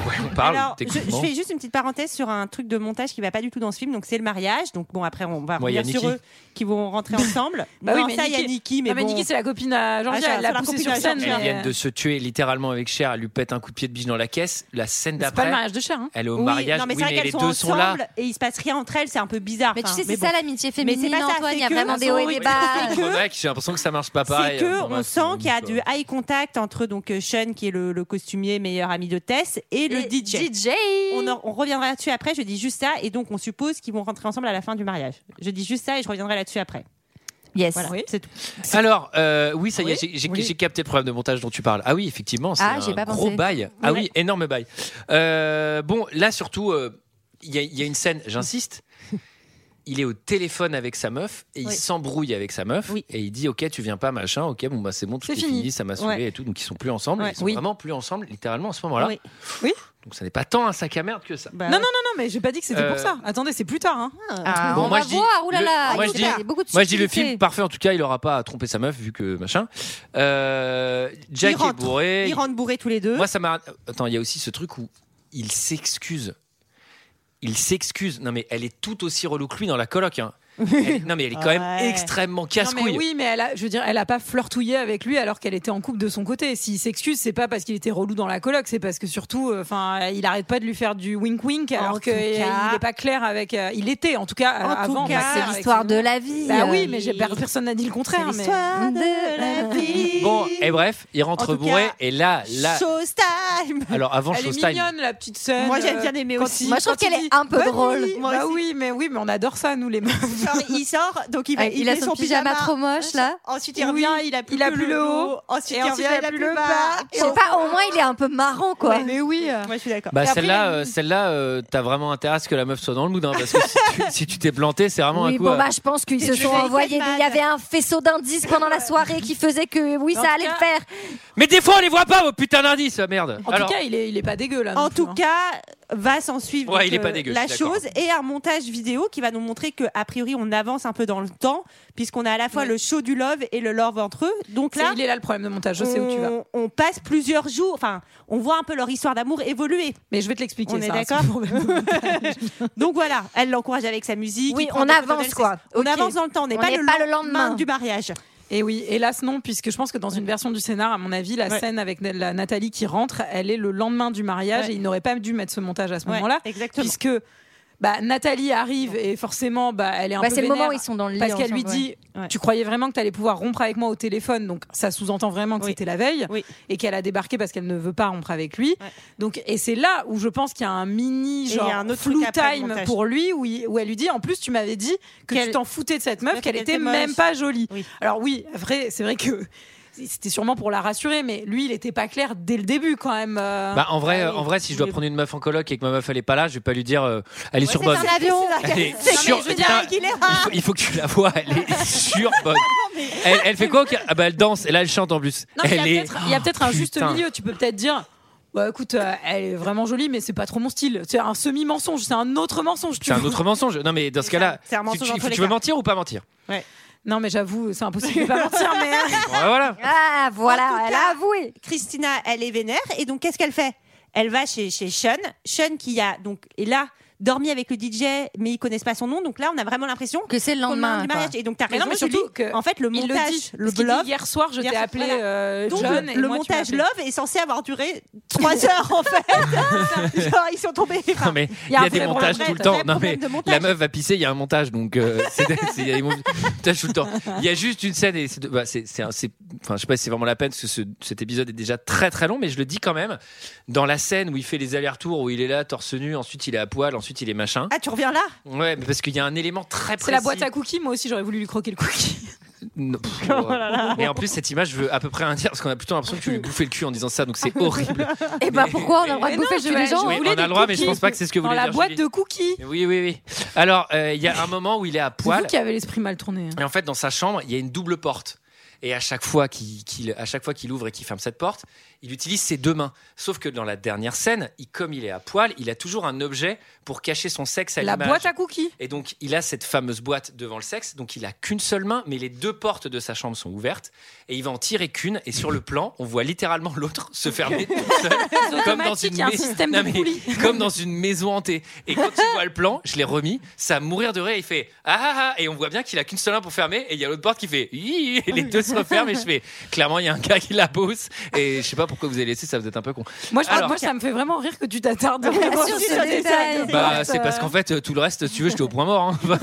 Speaker 1: Ouais, on parle.
Speaker 6: Alors, je, je
Speaker 1: techniquement.
Speaker 6: fais juste une petite parenthèse sur un truc de montage qui va pas du tout dans ce film. Donc c'est le mariage. Donc bon, après on va
Speaker 1: Moi, y a
Speaker 6: revenir sur
Speaker 1: Nikki.
Speaker 6: eux qui vont rentrer ensemble.
Speaker 10: Bah
Speaker 6: Non,
Speaker 10: oui, mais
Speaker 6: ça il y a
Speaker 10: Nikki-
Speaker 6: Nikki, mais
Speaker 10: Non, mais
Speaker 6: bon.
Speaker 10: Nikki, c'est la copine à Georgia.
Speaker 6: Ah,
Speaker 10: elle l'a
Speaker 6: c'est la
Speaker 10: poussée
Speaker 6: copine
Speaker 10: sur
Speaker 6: à
Speaker 10: scène. euh,
Speaker 6: Georgia.
Speaker 1: Elles
Speaker 10: mais-
Speaker 1: viennent de se tuer littéralement avec Cher. Elle lui pète un coup de pied de biche dans la caisse. La scène
Speaker 10: C'est pas le
Speaker 1: d'après,
Speaker 10: mariage de Cher. Hein.
Speaker 1: elle est au
Speaker 6: Oui,
Speaker 1: mariage.
Speaker 6: non, mais
Speaker 1: Oui,
Speaker 6: c'est vrai
Speaker 1: mais les
Speaker 6: qu'elles
Speaker 1: deux
Speaker 6: sont
Speaker 1: sont là.
Speaker 6: ensemble et il se passe rien entre elles. C'est un peu bizarre.
Speaker 11: Mais tu
Speaker 6: enfin,
Speaker 11: sais, c'est
Speaker 6: bon.
Speaker 11: ça l'amitié
Speaker 6: Mais c'est
Speaker 11: féminine,
Speaker 6: pas ça,
Speaker 11: Antoine. Il y a
Speaker 6: c'est que-
Speaker 11: vraiment des hauts et des bas.
Speaker 6: que-
Speaker 1: Ouais, j'ai l'impression que ça marche pas pareil. hein.
Speaker 6: c'est que
Speaker 1: Bon,
Speaker 6: on
Speaker 1: bref,
Speaker 6: sent qu'il y a
Speaker 1: bon,
Speaker 6: du
Speaker 1: quoi.
Speaker 6: eye contact entre donc euh, Sean qui est le, le costumier meilleur ami de Tess et le DJ. On, en- on reviendra là-dessus après, je dis juste ça, et donc on suppose qu'ils vont rentrer ensemble à la fin du mariage. Je dis juste ça et je reviendrai là-dessus après.
Speaker 11: Yes.
Speaker 6: Voilà, c'est tout.
Speaker 1: Alors, euh, oui, ça y est,
Speaker 6: Oui,
Speaker 1: j'ai- j'ai
Speaker 6: oui.
Speaker 1: j'ai capté le problème de montage dont tu parles. Ah oui, effectivement, c'est
Speaker 11: Ah,
Speaker 1: un
Speaker 11: j'ai pas
Speaker 1: gros
Speaker 11: pensé.
Speaker 1: bail. Ah
Speaker 11: Ouais.
Speaker 1: oui, énorme bail. Euh, bon, là surtout, euh, il y, a- il y a une scène, j'insiste. Il est au téléphone avec sa meuf et il
Speaker 6: Oui.
Speaker 1: s'embrouille avec sa meuf et il dit ok tu viens pas machin ok bon bah c'est bon tout
Speaker 10: C'est
Speaker 1: est fini.
Speaker 10: fini.
Speaker 1: ça m'a saoulé
Speaker 10: Ouais.
Speaker 1: et tout donc ils sont plus ensemble
Speaker 10: Ouais.
Speaker 1: ils sont
Speaker 10: Oui.
Speaker 1: vraiment plus ensemble littéralement à ce moment là
Speaker 10: Oui. Bah, Oui.
Speaker 1: donc ça n'est pas tant un sac à merde que ça
Speaker 6: bah
Speaker 10: non, non, non, non, mais j'ai pas dit que c'était pour
Speaker 1: Euh,
Speaker 10: ça. Attendez, c'est plus tard. Hein.
Speaker 11: Ah,
Speaker 1: Bon,
Speaker 11: on
Speaker 1: moi,
Speaker 11: va
Speaker 1: je dis-
Speaker 11: voir, oulala,
Speaker 1: le- moi, je
Speaker 11: écoute,
Speaker 1: dis-
Speaker 11: il y a beaucoup de
Speaker 1: moi, je dis le
Speaker 11: subtilité.
Speaker 1: film parfait en tout cas il aura pas à tromper sa meuf vu que machin Euh, Jack
Speaker 6: Ils rentrent.
Speaker 1: est bourré
Speaker 6: Ils rentrent bourrés tous les deux.
Speaker 1: moi ça m'a attends il y a aussi ce truc où il s'excuse il s'excuse non mais elle est tout aussi relou que lui dans la coloc hein. Elle- non mais elle est quand même
Speaker 10: Ouais.
Speaker 1: extrêmement
Speaker 10: Non, mais
Speaker 1: casse-couille
Speaker 10: oui, mais elle a, je veux dire, elle a pas flirtouillé avec lui alors qu'elle était en couple de son côté. S'il s'excuse, c'est pas parce qu'il était relou dans la coloc, c'est parce que surtout, euh, enfin, il arrête pas de lui faire du wink wink alors
Speaker 11: tout
Speaker 10: qu'il
Speaker 11: cas-
Speaker 10: n'est pas clair avec. euh, il était en tout cas euh,
Speaker 6: En tout
Speaker 10: avant.
Speaker 6: cas,
Speaker 10: bah,
Speaker 11: C'est l'histoire de la vie.
Speaker 10: Bah oui,
Speaker 11: euh,
Speaker 10: mais j'ai- personne n'a dit le contraire. Mais...
Speaker 6: L'histoire de la vie.
Speaker 1: bon eh, et bref il rentre
Speaker 6: En tout
Speaker 1: bourré
Speaker 6: cas,
Speaker 1: et là là
Speaker 6: Showtime
Speaker 1: alors avant
Speaker 10: Elle est
Speaker 1: Showtime
Speaker 10: mignonne la petite scène.
Speaker 6: Moi, j'aime
Speaker 10: euh,
Speaker 6: bien aimer
Speaker 10: quand
Speaker 6: aussi.
Speaker 10: il-
Speaker 11: Moi, je trouve
Speaker 10: quand il
Speaker 11: qu'elle est
Speaker 10: dit,
Speaker 11: un peu
Speaker 10: bah
Speaker 11: drôle.
Speaker 10: oui,
Speaker 6: Moi
Speaker 10: bah
Speaker 6: aussi.
Speaker 10: oui, mais oui, mais on adore ça nous les meufs.
Speaker 6: Genre, il sort, donc il, va,
Speaker 11: Ah, il a
Speaker 6: met
Speaker 11: son pyjama trop moche, là.
Speaker 6: Ensuite, il
Speaker 10: Oui,
Speaker 6: revient, il a plus,
Speaker 10: il a
Speaker 6: que
Speaker 10: plus le haut.
Speaker 6: Ensuite,
Speaker 10: Et
Speaker 6: il
Speaker 10: ensuite,
Speaker 6: revient, il a plus le bas.
Speaker 11: Je
Speaker 6: Et
Speaker 11: sais
Speaker 6: on-
Speaker 11: pas, au moins il est un peu marrant quoi.
Speaker 10: Mais oui.
Speaker 6: Moi, je suis d'accord.
Speaker 1: Bah
Speaker 10: Et après,
Speaker 1: celle-là,
Speaker 10: il y a
Speaker 1: euh, celle-là, euh, t'as vraiment intérêt à ce que la meuf soit dans le mood, hein, parce que si tu- si tu t'es planté, c'est vraiment un
Speaker 11: Oui,
Speaker 1: coup. euh,
Speaker 11: bon,
Speaker 1: à-
Speaker 11: bah, je pense qu'ils
Speaker 6: Et
Speaker 11: se
Speaker 6: tu
Speaker 11: sont
Speaker 6: fais
Speaker 11: envoyés.
Speaker 6: Feynman.
Speaker 11: Il y avait un faisceau d'indices pendant la soirée qui faisait que oui,
Speaker 10: En
Speaker 11: ça
Speaker 10: tout
Speaker 11: allait le
Speaker 10: cas-
Speaker 11: faire.
Speaker 1: Mais des fois, on les voit pas, vos putains d'indices, euh, merde.
Speaker 10: En
Speaker 1: Alors,
Speaker 10: tout cas, il est, il est pas dégueu là. non
Speaker 6: En
Speaker 10: plus,
Speaker 6: tout
Speaker 10: hein.
Speaker 6: cas, Ah, va s'en suivre
Speaker 1: Ouais,
Speaker 6: donc,
Speaker 1: il est pas
Speaker 6: euh,
Speaker 1: dégueu,
Speaker 6: la
Speaker 1: je suis d'accord.
Speaker 6: chose et un montage vidéo qui va nous montrer que a priori on avance un peu dans le temps puisqu'on a à la fois
Speaker 10: Oui.
Speaker 6: le show du love et le love entre eux. Donc
Speaker 10: C'est-
Speaker 6: là,
Speaker 10: il est là le problème de montage. Je sais où tu vas.
Speaker 6: on- On passe plusieurs jours, enfin, on voit un peu leur histoire d'amour évoluer.
Speaker 10: Mais je vais te l'expliquer.
Speaker 6: On est
Speaker 10: ça,
Speaker 6: d'accord
Speaker 10: c'est le problème de montage.
Speaker 6: Donc voilà, elle l'encourage avec sa musique.
Speaker 11: Oui,
Speaker 6: il prend
Speaker 11: on
Speaker 6: des photos
Speaker 11: avance,
Speaker 6: d'elle,
Speaker 11: quoi.
Speaker 6: c'est- On
Speaker 11: Ok.
Speaker 6: avance dans le temps, on n'est
Speaker 11: On
Speaker 6: pas,
Speaker 11: n'est
Speaker 6: le,
Speaker 11: pas le
Speaker 6: lendemain
Speaker 11: lendemain.
Speaker 6: du mariage.
Speaker 10: Et oui, hélas non, puisque je pense que dans une version du scénar, à mon avis, la
Speaker 6: Ouais.
Speaker 10: scène avec la Nathalie qui rentre, elle est le lendemain du mariage
Speaker 6: Ouais.
Speaker 10: et il n'aurait pas dû mettre ce montage à ce
Speaker 6: Ouais,
Speaker 10: moment-là,
Speaker 6: exactement.
Speaker 10: puisque bah, Nathalie arrive et forcément, bah, elle est un
Speaker 11: Bah,
Speaker 10: peu
Speaker 11: c'est le moment
Speaker 10: vénère
Speaker 11: où ils sont dans le lit.
Speaker 10: parce qu'elle lui
Speaker 11: ensemble, ouais.
Speaker 10: dit,
Speaker 6: Ouais.
Speaker 10: tu croyais vraiment que tu allais pouvoir rompre avec moi au téléphone, donc ça sous-entend vraiment que
Speaker 6: Oui.
Speaker 10: c'était la veille
Speaker 6: Oui.
Speaker 10: et qu'elle a débarqué parce qu'elle ne veut pas rompre avec lui.
Speaker 6: Ouais.
Speaker 10: Donc et c'est là où je pense qu'il y a un mini
Speaker 6: Et il y a
Speaker 10: genre
Speaker 6: un autre
Speaker 10: flou
Speaker 6: truc après le
Speaker 10: time
Speaker 6: montage.
Speaker 10: pour lui où, il- où elle lui dit, en plus tu m'avais dit que
Speaker 6: Qu'elle-
Speaker 10: tu t'en foutais de cette meuf,
Speaker 6: meuf,
Speaker 10: qu'elle
Speaker 6: qu'elle
Speaker 10: était
Speaker 6: était moche.
Speaker 10: même pas jolie.
Speaker 6: Oui.
Speaker 10: Alors oui, vrai, c'est vrai que c'était sûrement pour la rassurer, mais lui, il était pas clair dès le début quand même. euh.
Speaker 1: bah, en vrai,
Speaker 6: Ah
Speaker 1: euh,
Speaker 6: oui.
Speaker 1: en vrai, si je dois
Speaker 6: Mais-
Speaker 1: prendre une meuf en coloc et que ma meuf elle est pas là, je vais pas lui dire, euh, elle est
Speaker 6: Ouais,
Speaker 1: sur
Speaker 6: c'est
Speaker 1: bonne.
Speaker 10: Ah,
Speaker 6: un avion.
Speaker 1: Elle est
Speaker 6: C'est
Speaker 1: sur-
Speaker 6: Maria
Speaker 1: putain,
Speaker 6: Aguilera.
Speaker 1: Il faut, il faut que tu la vois, elle est sur bonne. Elle, elle fait quoi au ca- ah, bah, Elle danse et là elle chante en plus.
Speaker 10: Non, mais
Speaker 1: elle
Speaker 10: il y a
Speaker 1: est. Oh,
Speaker 10: peut-être- il y a peut-être un juste
Speaker 1: putain.
Speaker 10: milieu. Tu peux peut-être dire. Bah écoute, euh, elle est vraiment jolie, mais c'est pas trop mon style. C'est un semi-mensonge, c'est un autre mensonge. tu
Speaker 1: C'est un
Speaker 10: vois.
Speaker 1: autre mensonge. Non mais dans ce
Speaker 6: C'est un-
Speaker 1: cas-là,
Speaker 6: c'est un
Speaker 1: tu,
Speaker 6: mensonge
Speaker 1: tu-
Speaker 6: entre
Speaker 1: faut-
Speaker 6: les
Speaker 1: tu veux
Speaker 6: gars.
Speaker 1: mentir ou pas mentir
Speaker 10: Non, mais j'avoue, c'est impossible de pas mentir, mais.
Speaker 1: Bon, bah, Voilà.
Speaker 11: Ah,
Speaker 6: En tout
Speaker 11: voilà, elle
Speaker 6: cas-
Speaker 11: a avoué.
Speaker 6: Christina, elle est vénère et donc qu'est-ce qu'elle fait Elle va chez chez Sean, Sean qui a donc est là dormi avec le DJ mais ils connaissent pas son nom donc là on a vraiment l'impression
Speaker 11: Que c'est le
Speaker 6: qu'on est
Speaker 11: lendemain.
Speaker 6: du
Speaker 11: quoi.
Speaker 6: mariage et donc t'as
Speaker 10: Mais non,
Speaker 6: raison
Speaker 10: mais
Speaker 6: Julie,
Speaker 10: surtout que
Speaker 6: en fait le
Speaker 10: Il le
Speaker 6: montage
Speaker 10: dit.
Speaker 6: le
Speaker 10: Parce qu'il dit,
Speaker 6: bluff
Speaker 10: Hier soir, je
Speaker 6: Hier
Speaker 10: t'ai
Speaker 6: soir,
Speaker 10: appelé
Speaker 6: voilà.
Speaker 10: euh,
Speaker 6: donc
Speaker 10: John.
Speaker 6: le,
Speaker 10: et
Speaker 6: le
Speaker 10: moi, tu m'as
Speaker 6: montage
Speaker 10: appelé.
Speaker 6: love est censé avoir duré 3 heures en fait Genre, ils sont tombés enfin,
Speaker 1: Non mais il y
Speaker 10: un
Speaker 1: a
Speaker 10: vrai
Speaker 1: des
Speaker 10: problème,
Speaker 1: montages
Speaker 10: vrai
Speaker 1: tout le temps. Non mais
Speaker 6: problème de montage.
Speaker 1: la meuf va pisser, il y a un montage donc euh, c'est c'est- il y a des mon- montages tout le temps. Il y a juste une scène et c'est de- bah, c'est c'est un- c'est- enfin je sais pas si c'est vraiment la peine parce que ce- cet épisode est déjà très très long mais je le dis quand même dans la scène où il fait les allers-retours où il est là torse nu, ensuite il est à poil, ensuite il est machin.
Speaker 6: ah tu reviens là
Speaker 1: Ouais, mais parce qu'il y a un élément très précis.
Speaker 10: C'est la boîte à Oh cookies, moi aussi, j'aurais voulu lui croquer le cookie.
Speaker 6: Ah,
Speaker 1: Non, pff, Et en plus cette image veut à peu près rien dire parce qu'on a plutôt l'impression que tu lui bouffais le cul en disant ça donc c'est horrible.
Speaker 11: Et bah pourquoi on a le droit de
Speaker 10: Mais
Speaker 11: bouffer
Speaker 10: non,
Speaker 11: chez
Speaker 10: je-
Speaker 11: les
Speaker 10: je
Speaker 11: gens
Speaker 10: voulais
Speaker 1: Oui, on a
Speaker 10: des
Speaker 1: le droit mais je
Speaker 10: cookies
Speaker 1: pense pas que c'est ce que vous
Speaker 10: Dans
Speaker 1: voulez
Speaker 10: la
Speaker 1: dire.
Speaker 10: boîte
Speaker 1: Julie.
Speaker 10: de cookies.
Speaker 1: Oui oui oui. Alors euh, il y a un moment où il est à
Speaker 10: C'est
Speaker 1: poil.
Speaker 10: vous qui avez l'esprit mal tourné. hein.
Speaker 1: Et en fait, dans sa chambre, il y a une double porte. Et à chaque fois qu'il qu'il- à chaque fois qu'il ouvre et qu'il ferme cette porte, il utilise ses deux mains. Sauf que dans la dernière scène, il, comme il est à poil, il a toujours un objet pour cacher son sexe à
Speaker 10: La
Speaker 1: l'image.
Speaker 10: boîte à cookies.
Speaker 1: Et donc, il a cette fameuse boîte devant le sexe. Donc, il a qu'une seule main, mais les deux portes de sa chambre sont ouvertes. Et il va en tirer qu'une. Et sur le plan, on voit littéralement l'autre se fermer tout seul. comme dans
Speaker 10: automatique,
Speaker 1: une,
Speaker 10: il y a un
Speaker 1: mais-
Speaker 10: système de
Speaker 1: Non, mais
Speaker 10: poulies.
Speaker 1: comme dans une maison hantée. Et quand il voit le plan, je l'ai remis, ça à mourir de rire. Il fait ah ah ah. Et on voit bien qu'il a qu'une seule main pour fermer. Et il y a l'autre porte qui fait Hi, hi. Et les deux se referment. Et je fais clairement, il y a un gars qui la bosse. Et je sais pas pourquoi vous avez laissé ça, vous êtes un peu con.
Speaker 10: Moi, je-
Speaker 1: Alors-
Speaker 10: moi, ça me fait vraiment rire que tu t'attardes vraiment
Speaker 11: Sur
Speaker 10: sur
Speaker 11: ce
Speaker 10: ce
Speaker 11: détail.
Speaker 10: détail.
Speaker 1: Bah, c'est parce qu'en fait, euh, tout le reste, si tu veux, j'étais au point mort. hein.
Speaker 6: Bref,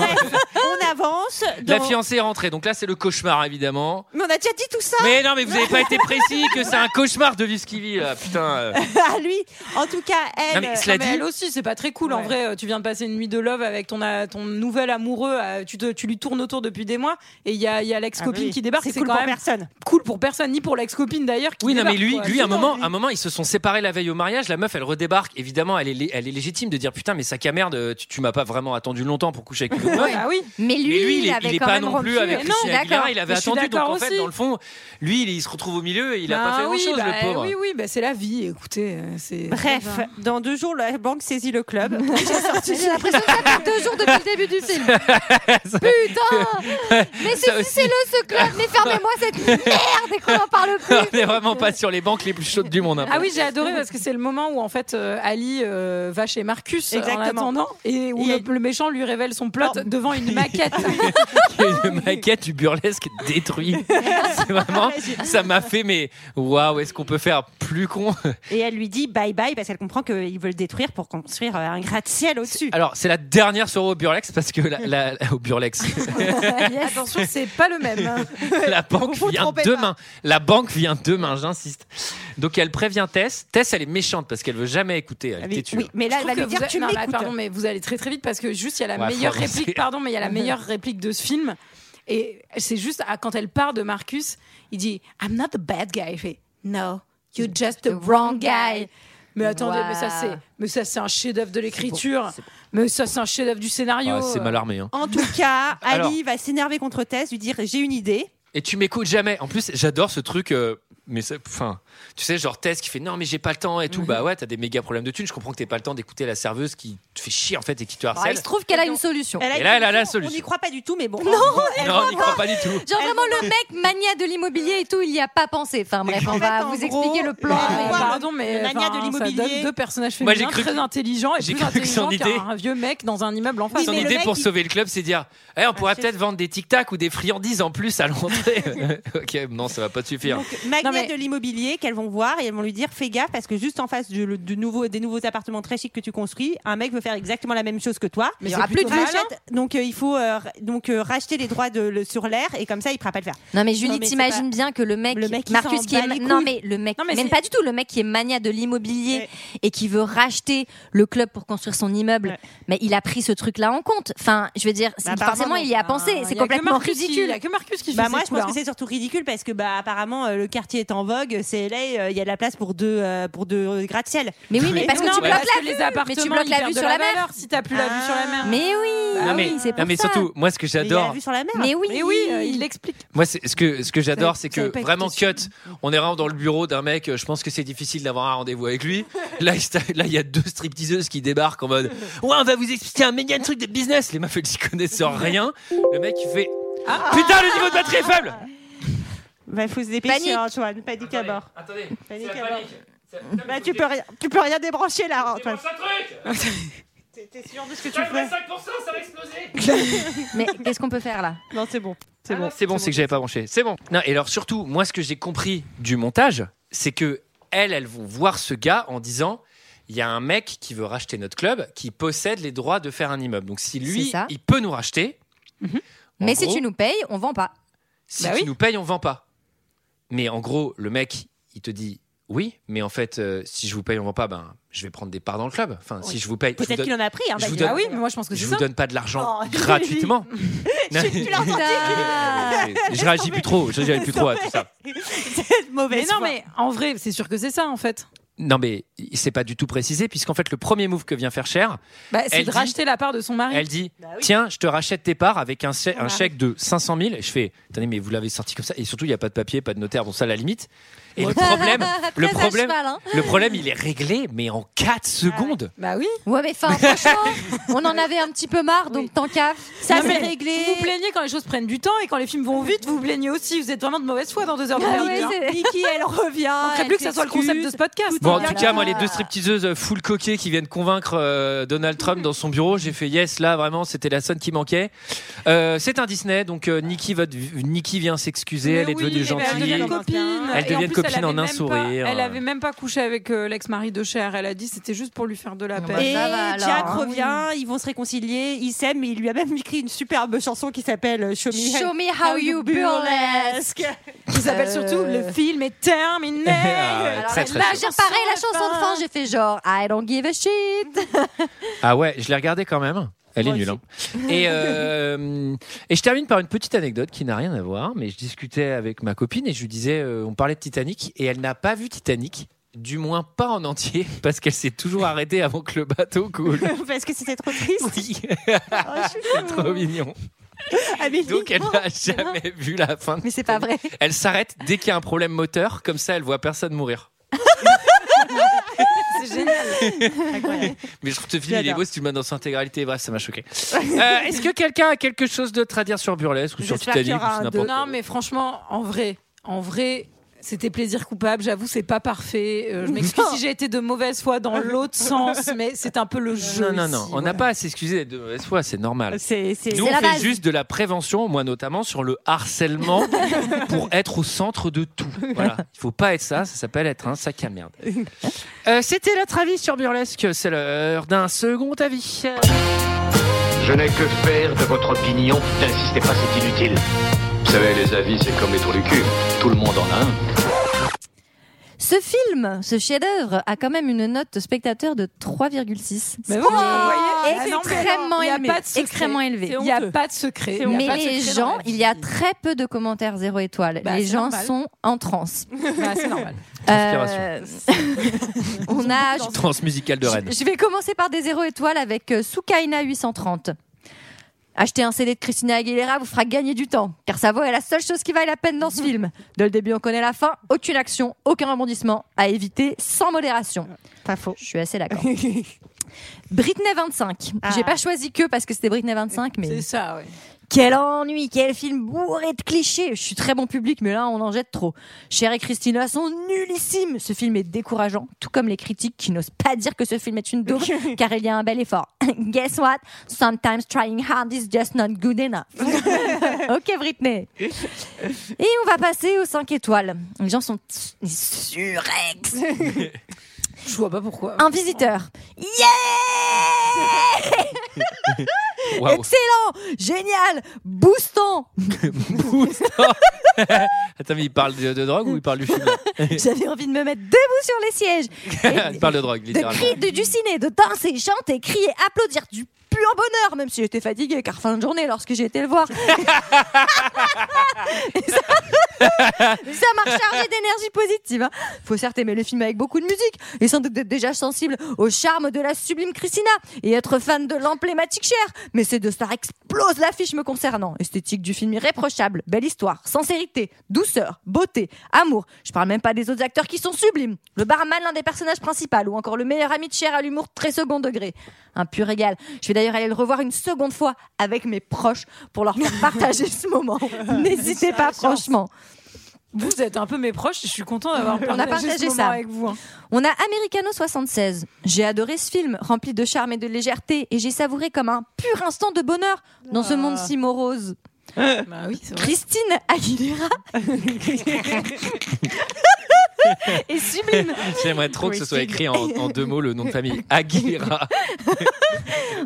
Speaker 6: on avance.
Speaker 1: La
Speaker 6: dans-
Speaker 1: fiancée est rentrée, donc là c'est le cauchemar évidemment.
Speaker 6: Mais on a déjà dit tout ça.
Speaker 1: Mais non, mais vous n'avez pas été précis que c'est un cauchemar de vivre ce qu'il vit là, putain. euh.
Speaker 10: Ah,
Speaker 6: à lui. En tout cas, elle.
Speaker 1: Non, mais cela dit-
Speaker 10: elle aussi, c'est pas très cool. En vrai, euh, tu viens de passer une nuit de love avec ton, euh, ton nouvel amoureux. euh, Tu, te, tu lui tournes autour depuis des mois. Et il y a, il y a l'ex-copine
Speaker 6: Ah oui.
Speaker 10: qui débarque.
Speaker 6: C'est
Speaker 10: C'est
Speaker 6: cool
Speaker 10: quand
Speaker 6: pour
Speaker 10: même
Speaker 6: personne.
Speaker 10: Cool pour personne, ni pour l'ex-copine d'ailleurs. qui
Speaker 1: Oui, non, mais
Speaker 10: débarque,
Speaker 1: lui,
Speaker 10: quoi.
Speaker 1: lui, à un moment, à un moment, ils se sont séparés la veille au mariage. La meuf, elle redébarque. Évidemment, elle est, lé- elle est légitime de dire putain, mais sac à merde, euh, tu, tu m'as pas vraiment attendu longtemps pour coucher avec une autre meuf.
Speaker 10: bah Ah oui.
Speaker 11: Mais lui,
Speaker 1: Mais lui, il, est-
Speaker 11: il,
Speaker 1: il
Speaker 11: avait
Speaker 1: est
Speaker 11: quand
Speaker 1: pas
Speaker 11: même
Speaker 1: non plus
Speaker 11: rompu.
Speaker 1: avec
Speaker 11: Mais
Speaker 1: Christina Aguilera, il avait
Speaker 10: Mais je suis
Speaker 1: attendu. Donc en
Speaker 10: d'accord
Speaker 1: fait,
Speaker 10: aussi.
Speaker 1: dans le fond, lui, il, il se retrouve au milieu. et Il a
Speaker 10: Bah
Speaker 1: pas fait grand
Speaker 10: oui,
Speaker 1: chose,
Speaker 10: bah,
Speaker 1: le pauvre.
Speaker 10: Oui, oui, bah, c'est la vie. Écoutez, euh, c'est.
Speaker 6: Bref, dans deux jours, la banque saisit le club. J'ai sorti-
Speaker 11: J'ai l'impression que ça fait deux jours depuis le début du film. Putain Mais
Speaker 1: Ça
Speaker 11: saisissez-le ce club, mais fermez-moi cette merde et qu'on en parle plus.
Speaker 1: On est vraiment pas sur les banques les plus chaudes du monde. hein.
Speaker 10: Ah oui, j'ai adoré parce que c'est le moment où en fait euh, Ali euh, va chez Marcus euh, en
Speaker 6: Exactement.
Speaker 10: attendant et où
Speaker 6: Il y a-
Speaker 10: le, le méchant lui révèle son plot devant une maquette.
Speaker 1: Il y
Speaker 6: Ah
Speaker 1: a une maquette du burlesque détruit. C'est vraiment, ça m'a fait, mais waouh, est-ce qu'on peut faire plus con
Speaker 6: Et elle lui dit bye bye parce qu'elle comprend qu'ils veulent détruire pour construire euh, un gratte-ciel au-dessus.
Speaker 1: Alors, c'est la dernière soirée au burlex parce que la, la- la- au burlex,
Speaker 10: Attention, c'est pas le même. hein.
Speaker 1: la banque
Speaker 10: Vous vous
Speaker 1: vient
Speaker 10: trompez
Speaker 1: demain. La banque vient demain, j'insiste. Donc, elle prévient Tess. Tess, elle est méchante parce qu'elle veut jamais écouter.
Speaker 6: Ah
Speaker 1: Elle est têtue.
Speaker 6: mais là,
Speaker 10: Je
Speaker 6: elle va
Speaker 10: trouve
Speaker 6: lui
Speaker 10: que
Speaker 6: dire
Speaker 10: vous a-
Speaker 6: tu
Speaker 10: non, là,
Speaker 6: m'écoutes.
Speaker 10: Pardon, mais vous allez très très vite parce que juste il y a la
Speaker 1: Ouais, faut
Speaker 10: meilleure
Speaker 1: avancer.
Speaker 10: réplique. Pardon, mais il y a la meilleure réplique de ce film. Et c'est juste ah, quand elle part de Marcus, il dit I'm not the bad guy. Il fait No, you're just the wrong guy. Mais attendez, mais ça c'est, mais ça c'est un chef-d'œuvre de l'écriture. Mais ça c'est un chef-d'œuvre du scénario.
Speaker 1: Ah, c'est mal armé. hein.
Speaker 6: En tout cas,
Speaker 1: Alors.
Speaker 6: Ali va s'énerver contre Tess, lui dire j'ai une idée.
Speaker 1: Et tu m'écoutes jamais. En plus, j'adore ce truc. euh, mais ça- enfin, tu sais, genre Tess qui fait non, mais j'ai pas le temps et tout.
Speaker 6: Mhm.
Speaker 1: Bah ouais, t'as des méga problèmes de thunes. Je comprends que t'es pas le temps d'écouter la serveuse qui te fait chier en fait et qui te
Speaker 11: Ah,
Speaker 1: harcèle.
Speaker 6: Bah,
Speaker 11: il se trouve qu'elle a une solution.
Speaker 6: a
Speaker 1: Et
Speaker 6: une
Speaker 1: là, elle a la
Speaker 6: On n'y
Speaker 1: solution.
Speaker 6: croit pas du tout, mais bon.
Speaker 1: Non, on n'y croit pas du tout.
Speaker 11: Genre vraiment le mec mania de l'immobilier et tout, il n'y a pas pensé. Enfin bref, on va
Speaker 6: en
Speaker 11: vous
Speaker 6: gros,
Speaker 11: expliquer le plan.
Speaker 10: Ah, mais
Speaker 6: Voir
Speaker 10: pardon,
Speaker 6: le-
Speaker 10: mais
Speaker 6: le mania
Speaker 10: enfin,
Speaker 6: de
Speaker 10: ça
Speaker 6: l'immobilier.
Speaker 10: donne deux personnages
Speaker 1: Moi, j'ai
Speaker 10: féminins
Speaker 1: cru
Speaker 10: très
Speaker 1: que-
Speaker 10: intelligents et
Speaker 1: j'ai
Speaker 10: plus
Speaker 1: cru que son
Speaker 10: intelligents
Speaker 1: idée-
Speaker 10: qu'un vieux mec dans un immeuble en face.
Speaker 1: Son
Speaker 6: mais le
Speaker 1: idée
Speaker 6: mec,
Speaker 1: pour
Speaker 6: il- Ah,
Speaker 1: sauver le club, c'est dire Eh, on pourrait peut-être vendre des tic-tac ou des friandises en plus à l'entrée. ok, non, ça va pas te suffire.
Speaker 6: Donc, mania
Speaker 10: Non, mais-
Speaker 6: de l'immobilier qu'elles vont voir et elles vont lui dire fais gaffe parce que juste en face du, du nouveau, des nouveaux appartements très chics que tu construis, un mec veut faire exactement la même chose que toi.
Speaker 10: Mais
Speaker 6: Il y
Speaker 10: c'est
Speaker 6: aura
Speaker 10: plutôt
Speaker 6: Ah, de
Speaker 10: malin.
Speaker 6: rachète. Donc euh, il faut euh, r- donc euh, racheter les droits de, le- sur l'air et comme ça il pourra pas le faire.
Speaker 11: Non mais Julie,
Speaker 6: mais c'est
Speaker 11: t'imagines bien que le mec,
Speaker 6: Le mec, il
Speaker 11: Marcus
Speaker 6: s'en
Speaker 11: qui est
Speaker 6: bat les
Speaker 11: non
Speaker 6: couilles.
Speaker 11: mais le mec,
Speaker 10: Non, mais
Speaker 11: même
Speaker 10: c'est-
Speaker 11: pas du tout, le mec qui est mania de l'immobilier
Speaker 6: Ouais.
Speaker 11: et qui veut racheter le club pour construire son immeuble,
Speaker 6: Ouais.
Speaker 11: mais il a pris ce truc-là en compte. Enfin, je veux dire, c'est-
Speaker 6: Bah, apparemment,
Speaker 11: forcément il y a pensé,
Speaker 10: Ah,
Speaker 11: c'est
Speaker 10: y a que
Speaker 11: complètement
Speaker 10: Marcus qui-
Speaker 11: ridicule.
Speaker 10: y a que Marcus qui fait
Speaker 6: Bah
Speaker 10: ces
Speaker 6: moi je
Speaker 10: coups-là,
Speaker 6: pense que c'est surtout ridicule parce que bah apparemment euh, le quartier est en vogue, c'est LA, euh, il y a de la place pour deux euh, pour deux euh, gratte-ciel.
Speaker 11: Mais oui, mais
Speaker 1: Mais
Speaker 11: parce que
Speaker 1: non,
Speaker 11: tu
Speaker 1: mais
Speaker 11: bloques
Speaker 1: parce
Speaker 11: la
Speaker 10: les
Speaker 11: vue, mais
Speaker 10: appartements,
Speaker 11: tu bloques
Speaker 10: ils
Speaker 11: la
Speaker 10: perdent
Speaker 11: vue
Speaker 10: de
Speaker 11: sur la mer.
Speaker 10: valeur si t'as plus la vue sur la mer.
Speaker 11: Mais oui,
Speaker 6: Ah
Speaker 10: Bah
Speaker 1: non,
Speaker 10: oui,
Speaker 1: mais,
Speaker 11: c'est pour
Speaker 1: non, mais
Speaker 11: ça.
Speaker 1: surtout, moi, ce que
Speaker 6: Mais il y a la
Speaker 1: j'adore,
Speaker 6: vue sur la mer.
Speaker 11: Mais oui,
Speaker 10: Mais oui, euh, il l'explique.
Speaker 1: moi, c'est- ce que, ce que j'adore, c'est
Speaker 10: j'avais
Speaker 1: que
Speaker 10: pas écouté
Speaker 1: vraiment
Speaker 10: ce
Speaker 1: cut, on est vraiment dans le bureau d'un mec, euh, je pense que c'est difficile d'avoir un rendez-vous avec lui. Là, il se- là, il y a deux stripteaseuses qui débarquent en mode Ouais, on va vous expliquer un méga truc de business. Les meufs, elles y connaissent rien. Le mec, il fait
Speaker 6: Ah,
Speaker 1: Putain, le niveau de batterie est faible
Speaker 6: Bah faut se dépêcher
Speaker 11: Panique.
Speaker 6: Antoine, ah, panique à bord.
Speaker 1: Attendez,
Speaker 6: Panique à bord. Bah tu peux rien tu peux rien débrancher là hein. Antoine.
Speaker 1: truc
Speaker 6: T'es t'es sûr de ce que tu fais
Speaker 1: ça va exploser
Speaker 11: mais qu'est-ce qu'on peut faire là
Speaker 6: Non, c'est bon. C'est
Speaker 10: Ah,
Speaker 6: bon.
Speaker 1: Ah, C'est bon, c'est que j'avais pas branché. C'est bon. Non, et alors surtout, moi, ce que j'ai compris du montage, c'est que elles, elles vont voir ce gars en disant. Il y a un mec qui veut racheter notre club, qui possède les droits de faire un immeuble. Donc si
Speaker 11: C'est
Speaker 1: lui,
Speaker 11: ça.
Speaker 1: il peut nous racheter. en
Speaker 11: Mais si
Speaker 1: gros,
Speaker 11: tu nous payes, on vend pas.
Speaker 1: si
Speaker 10: Bah
Speaker 1: tu
Speaker 10: oui.
Speaker 1: nous payes, on vend pas. Mais en gros, le mec, il te dit oui, mais en fait, euh, si je vous paye, on vend pas. Ben, je vais prendre des parts dans le club. Enfin, si je vous paye, je vous
Speaker 6: Peut-être
Speaker 1: donne,
Speaker 6: qu'il en a pris. Hein,
Speaker 1: je vous
Speaker 6: d'ailleurs.
Speaker 10: Ah oui, mais moi je pense que
Speaker 1: je
Speaker 10: c'est
Speaker 1: vous
Speaker 10: ça.
Speaker 1: donne pas de l'argent
Speaker 6: Oh,
Speaker 1: gratuitement.
Speaker 6: Tu l'as entendu
Speaker 1: je réagis plus trop. Je réagis plus trop à tout ça.
Speaker 6: C'est mauvais.
Speaker 10: Mais non, mais en vrai, c'est sûr que c'est ça en fait.
Speaker 1: Non, mais c'est pas du tout précisé, puisqu'en fait, le premier move que vient faire Cher,
Speaker 10: Bah, c'est
Speaker 1: Elle
Speaker 10: de
Speaker 1: dit-
Speaker 10: racheter la part de son mari.
Speaker 1: elle dit
Speaker 6: Bah oui.
Speaker 1: Tiens, je te rachète tes parts avec un, chè- un
Speaker 6: Ah.
Speaker 1: chèque de 500 000. Et je fais Attendez, mais vous l'avez sorti comme ça. Et surtout, il n'y a pas de papier, pas de notaire, bon, ça, à la limite. Et le problème, le,
Speaker 11: Très à
Speaker 1: problème
Speaker 11: cheval, hein.
Speaker 1: le problème, il est réglé, mais en 4 secondes.
Speaker 10: Bah oui.
Speaker 11: Ouais, mais enfin, franchement, on en avait un petit peu marre, donc tant qu'à.
Speaker 6: Ça,
Speaker 10: Non,
Speaker 6: c'est
Speaker 10: mais
Speaker 6: réglé.
Speaker 10: Vous vous plaignez quand les choses prennent du temps et quand les films vont vite, vous vous plaignez aussi. Vous êtes vraiment de mauvaise foi dans deux heures de
Speaker 11: Ah
Speaker 10: perdu,
Speaker 11: ouais,
Speaker 10: hein.
Speaker 11: c'est-
Speaker 6: Nikki, elle revient.
Speaker 10: On ferait
Speaker 6: elle
Speaker 10: plus que ça soit le concept de
Speaker 6: s'excuse.
Speaker 10: ce podcast. hein.
Speaker 1: Bon, en tout cas, moi, les deux stripteaseuses euh, full coquées qui viennent convaincre euh, Donald Trump dans son bureau, j'ai fait yes, là, vraiment, c'était la scène qui manquait. Euh, c'est un Disney, donc euh, Nikki, va- Nikki vient s'excuser, elle est devenue
Speaker 10: Elle
Speaker 1: gentille.
Speaker 10: devient copine.
Speaker 1: Elle
Speaker 10: Et
Speaker 1: devient
Speaker 10: en plus,
Speaker 1: copine
Speaker 10: elle
Speaker 1: en
Speaker 10: avait
Speaker 1: un
Speaker 10: même pas-
Speaker 1: sourire.
Speaker 10: elle avait même pas couché avec euh, l'ex-mari de Cher. Elle a dit c'était juste pour lui faire de la peine.
Speaker 6: Et Jack revient, ils vont se réconcilier, ils s'aiment, et il lui a même écrit une superbe chanson qui s'appelle euh, Show Me,
Speaker 11: Show me how you burlesque.
Speaker 10: Qui s'appelle surtout Le film est terminé.
Speaker 1: Ah, ouais, très, très
Speaker 11: là,
Speaker 1: chaud.
Speaker 11: Bah, j'ai reparé la chanson de fin, j'ai fait genre I don't give a shit.
Speaker 1: Ah ouais, je l'ai regardée quand même. Elle est nulle. hein. Et, euh, et je termine par une petite anecdote qui n'a rien à voir, mais je discutais avec ma copine et je lui disais, euh, on parlait de Titanic et elle n'a pas vu Titanic, du moins pas en entier, parce qu'elle s'est toujours arrêtée avant que le bateau coule.
Speaker 6: Parce que c'était trop triste.
Speaker 1: C'est trop mignon. Donc elle n'a jamais vu la fin.
Speaker 11: Mais c'est pas vrai.
Speaker 1: Elle s'arrête dès qu'il y a un problème moteur, comme ça elle voit personne mourir.
Speaker 10: C'est génial.
Speaker 1: Mais je trouve ce film il est
Speaker 10: J'adore.
Speaker 1: beau si tu le mets dans son intégralité. Bref, ça m'a choqué. Euh, Est-ce que quelqu'un a quelque chose d'autre à dire sur Burlesque ou sur Titanic ou sur n'importe
Speaker 10: Non, mais franchement, en vrai, en vrai. C'était plaisir coupable, j'avoue, c'est pas parfait. Euh, je m'excuse si j'ai été de mauvaise foi dans l'autre sens, mais c'est un peu le jeu.
Speaker 1: Non, non, non.
Speaker 10: ici.
Speaker 1: On n'a pas à s'excuser d'être de mauvaise foi, c'est normal.
Speaker 6: C'est- c'est-
Speaker 1: Nous,
Speaker 6: c'est
Speaker 1: on
Speaker 6: la
Speaker 1: fait
Speaker 6: base.
Speaker 1: juste de la prévention, moi notamment, sur le harcèlement pour être au centre de tout. Voilà. Il faut pas être ça, ça s'appelle être un sac à merde. Euh, C'était notre avis sur Burlesque. C'est l'heure d'un second avis.
Speaker 12: Je n'ai que faire de votre opinion. N'insistez pas, c'est inutile. Vous savez, les avis, c'est comme les trous du cul. Tout le monde en a un.
Speaker 11: Ce film, ce chef-d'œuvre, a quand même une note de spectateur de 3,6.
Speaker 10: Mais
Speaker 11: C'est
Speaker 10: bon, vous voyez,
Speaker 11: extrêmement
Speaker 10: il y a
Speaker 11: élevé.
Speaker 10: pas de secret.
Speaker 11: extrêmement élevé.
Speaker 10: C'est Il y a honteux. pas de secret. Il y a
Speaker 11: Mais
Speaker 10: pas de
Speaker 11: les
Speaker 10: secret dans
Speaker 11: gens,
Speaker 10: la
Speaker 11: il y a très peu de commentaires zéro étoile.
Speaker 10: Bah,
Speaker 11: les
Speaker 10: c'est
Speaker 11: gens
Speaker 10: normal.
Speaker 11: sont en transe.
Speaker 10: Bah, c'est normal.
Speaker 11: Euh, on a.
Speaker 1: Transmusicale de Rennes.
Speaker 11: Je, je vais commencer par des zéro étoiles avec euh, Soukaina 830. Acheter un CD de Christina Aguilera vous fera gagner du temps, car sa voix est la seule chose qui vaille la peine dans ce film. Dès le début, on connaît la fin, aucune action, aucun rebondissement, à éviter sans modération.
Speaker 6: Pas faux.
Speaker 11: Je suis assez d'accord. Britney 25.
Speaker 6: Ah.
Speaker 11: J'ai pas choisi que parce que c'était Britney 25, mais.
Speaker 10: C'est ça, ouais.
Speaker 11: Quel ennui, quel film bourré de clichés. Je suis très bon public, mais là, on en jette trop. Cher et Christina sont nullissimes. Ce film est décourageant, tout comme les critiques qui n'osent pas dire que ce film est une daube, car il y a un bel effort. Guess what? Sometimes trying hard is just not good enough. ok, Britney. Et on va passer aux 5 étoiles. Les gens sont surex.
Speaker 10: Je vois pas pourquoi.
Speaker 11: Un visiteur. Yeah!
Speaker 1: Waouh.
Speaker 11: Excellent, génial, boostant.
Speaker 1: Attends, mais il parle de, de drogue ou il parle du film
Speaker 11: J'avais envie de me mettre debout sur les sièges,
Speaker 1: Il parle de drogue,
Speaker 11: de
Speaker 1: littéralement.
Speaker 11: crier, de du ciné, de danser, chanter, crier, applaudir du pur bonheur, même si j'étais fatiguée car fin de journée lorsque j'ai été le voir. Et ça, ça m'a rechargé d'énergie positive. hein. Faut certes aimer le film avec beaucoup de musique et sans doute d'être déjà sensible au charme de la sublime Christina et être fan de l'emblématique Cher, mais ces deux stars explosent l'affiche me concernant. Esthétique du film irréprochable, belle histoire, sincérité, douceur, beauté, amour. Je parle même pas des autres acteurs qui sont sublimes. Le barman, l'un des personnages principaux, ou encore le meilleur ami de Cher à l'humour très second degré. Un pur régal. Je vais d'ailleurs aller le revoir une seconde fois avec mes proches pour leur faire partager ce moment. N'hésitez pas, franchement.
Speaker 10: Vous êtes un peu mes proches, je suis content d'avoir
Speaker 11: On a partagé
Speaker 10: ce moment
Speaker 11: ça.
Speaker 10: avec vous. hein.
Speaker 11: On a Americano 76. J'ai adoré ce film, rempli de charme et de légèreté, et j'ai savouré comme un pur instant de bonheur dans ce monde si morose.
Speaker 10: Bah oui, c'est vrai.
Speaker 11: Christine Aguilera est sublime.
Speaker 1: J'aimerais trop que ce soit écrit en, en deux mots le nom de famille. Aguilera.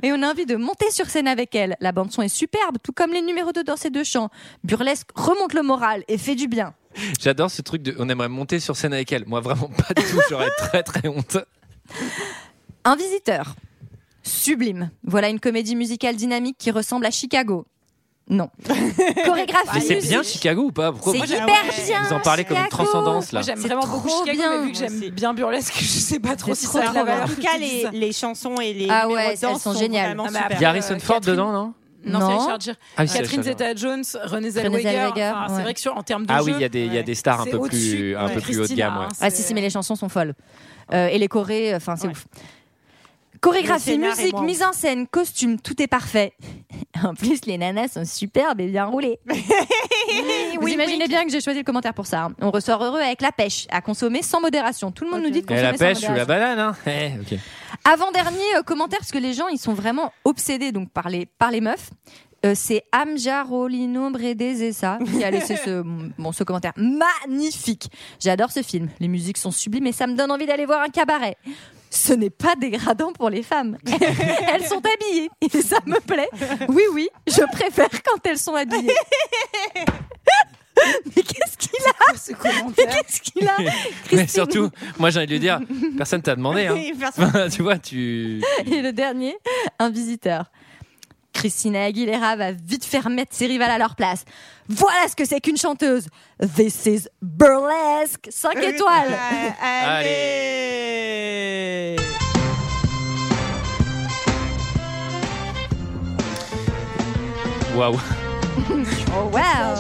Speaker 11: Et on a envie de monter sur scène avec elle. La bande-son est superbe, tout comme les numéros de dans ces deux chants. Burlesque remonte le moral et fait du bien.
Speaker 1: J'adore ce truc de. On aimerait monter sur scène avec elle. Moi, vraiment pas du tout. J'aurais très très honte.
Speaker 11: Un visiteur. Sublime. Voilà une comédie musicale dynamique qui ressemble à Chicago. Non.
Speaker 10: Ah,
Speaker 11: Chorégraphie.
Speaker 1: Mais c'est bien
Speaker 11: musique.
Speaker 1: Chicago ou pas Pourquoi
Speaker 11: C'est
Speaker 1: Moi, j'ai-
Speaker 11: hyper bien,
Speaker 1: Vous en parlez comme une
Speaker 11: Chicago.
Speaker 1: transcendance là.
Speaker 10: Moi, J'aime vraiment beaucoup
Speaker 11: trop
Speaker 10: Chicago,
Speaker 11: bien.
Speaker 10: mais vu que j'aime bien Burlesque, je sais pas trop
Speaker 11: C'est
Speaker 10: si
Speaker 11: trop,
Speaker 10: ça a de la
Speaker 11: trop bien.
Speaker 10: valeur.
Speaker 11: En
Speaker 6: tout cas, les- les chansons et les
Speaker 11: Ah
Speaker 6: numéros
Speaker 11: ouais,
Speaker 6: de
Speaker 11: elles
Speaker 6: danse
Speaker 11: sont
Speaker 6: sont
Speaker 11: géniales.
Speaker 6: vraiment
Speaker 11: Ah bah,
Speaker 6: super.
Speaker 1: Il y a Harrison Ford dedans, non
Speaker 10: euh, Non,
Speaker 11: Non.
Speaker 10: c'est Richard Gere.
Speaker 1: Ah oui, c'est
Speaker 10: Catherine
Speaker 1: Richard
Speaker 10: Zeta-Jones, René
Speaker 11: Zellweger,
Speaker 10: Zellweger. enfin,
Speaker 11: ouais.
Speaker 10: C'est vrai que sur, en termes de
Speaker 1: Ah
Speaker 10: jeu,
Speaker 1: oui, il y a des, il y a des stars un
Speaker 10: C'est
Speaker 1: peu plus,
Speaker 10: au-dessus,
Speaker 1: un
Speaker 10: ouais.
Speaker 1: peu plus haut de
Speaker 10: Christina,
Speaker 1: gamme. ouais.
Speaker 10: hein,
Speaker 11: euh, Ah si, si, mais les chansons sont folles. Euh, et les chorés, enfin, c'est ouf.
Speaker 10: Le
Speaker 11: Chorégraphie,
Speaker 10: scénar est
Speaker 11: musique,
Speaker 10: bon.
Speaker 11: mise en scène, costume, tout est parfait. En plus, les nanas sont superbes et bien roulées. Vous imaginez bien que j'ai choisi le commentaire pour ça. hein. On ressort heureux avec la pêche, à consommer sans modération. Tout le monde nous dit de
Speaker 1: Et
Speaker 11: consommer
Speaker 1: la
Speaker 11: sans
Speaker 1: pêche ou la
Speaker 11: modération.
Speaker 1: banane, hein Eh, ok.
Speaker 11: Avant-dernier euh, commentaire, parce que les gens, ils sont vraiment obsédés donc, par, les, par les meufs. Euh, c'est Amja Rolino Bredezessa qui a laissé ce, bon, ce commentaire magnifique. J'adore ce film. Les musiques sont sublimes et ça me donne envie d'aller voir un cabaret. Ce n'est pas dégradant pour les femmes. elles sont habillées et ça me plaît. Oui, oui, je préfère quand elles sont habillées. Mais qu'est-ce qu'il a
Speaker 10: Ah,
Speaker 11: Mais qu'est-ce qu'il a
Speaker 1: Mais surtout, moi j'ai envie de lui dire, personne t'a demandé.
Speaker 11: Oui,
Speaker 1: Hein.
Speaker 11: personne.
Speaker 1: tu vois, tu.
Speaker 11: Et le dernier, un visiteur. Christina Aguilera va vite faire mettre ses rivales à leur place. Voilà ce que c'est qu'une chanteuse. This is burlesque. 5
Speaker 1: Eh
Speaker 11: étoiles.
Speaker 1: Ah, Allez. Waouh.
Speaker 11: Oh
Speaker 1: Ah,
Speaker 11: wow.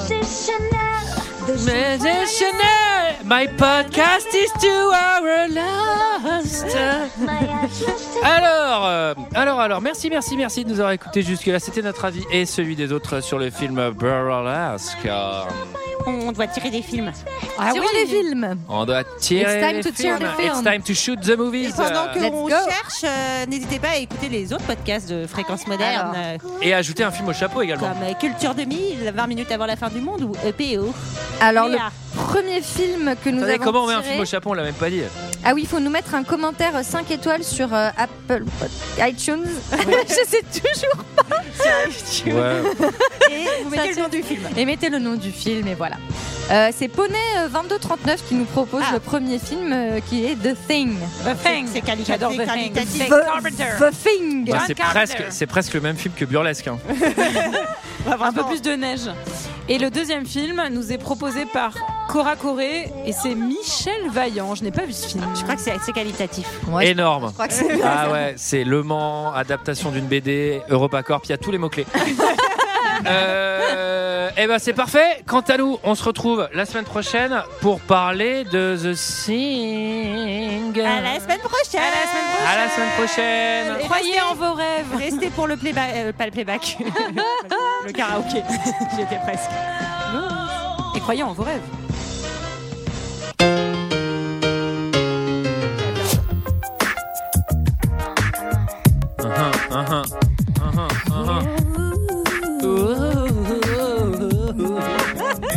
Speaker 1: Mais Chanel, my podcast is two hours lost. Alors, euh, alors, alors, merci, merci, merci de nous avoir écoutés jusque-là. C'était notre avis et celui des autres sur le film Burlesque.
Speaker 10: On doit tirer des films.
Speaker 11: Ah Tirons oui. des films.
Speaker 1: On doit tirer
Speaker 10: It's time
Speaker 1: les
Speaker 10: to
Speaker 1: films.
Speaker 10: tear the film.
Speaker 1: It's time to shoot the movies.
Speaker 10: Et pendant
Speaker 1: Euh,
Speaker 10: qu'on cherche, euh, n'hésitez pas à écouter les autres podcasts de Fréquence Moderne, euh,
Speaker 1: Et ajouter un film au chapeau également.
Speaker 10: comme euh, Culture 2000, 20 minutes avant la fin du monde ou E EPO.
Speaker 11: Alors, le premier film que nous
Speaker 1: Attendez,
Speaker 11: avons
Speaker 1: comment on met un
Speaker 11: tiré-
Speaker 1: film au chapeau On l'a même pas dit.
Speaker 11: Ah oui, il faut nous mettre un commentaire 5 étoiles sur euh, Apple Pod- iTunes. Je sais toujours pas.
Speaker 1: Ouais.
Speaker 11: Et vous mettez le nom du film. Et mettez le nom du film et voilà. Euh, c'est Poney euh, 2239 qui nous propose le premier film euh, qui est The Thing. The Thing. C'est
Speaker 10: J'adore The Thing. qualitatif. Carpenter.
Speaker 11: The, Thing.
Speaker 1: Bah, c'est presque, c'est presque le même film que Burlesque. hein.
Speaker 13: un peu plus de neige. Et le deuxième film nous est proposé par Cora Coré et c'est Michel Vaillant. Je n'ai pas vu ce film. Je
Speaker 10: crois que c'est assez qualitatif.
Speaker 1: Énorme.
Speaker 13: crois que c'est-
Speaker 1: ah ouais, c'est Le Mans, adaptation d'une BD, EuropaCorp, il y a tous les mots-clés. euh, et ben c'est parfait. Quant à nous, on se retrouve la semaine prochaine pour parler de The Thing.
Speaker 10: À la semaine prochaine.
Speaker 1: À la semaine
Speaker 13: Euh,
Speaker 1: prochaine.
Speaker 10: Croyez en vos rêves. Restez pour le playback, euh, pas le playback, le karaoké. J'étais presque.
Speaker 13: Et croyez en vos rêves.
Speaker 1: Uh-huh, uh-huh, uh-huh, uh-huh.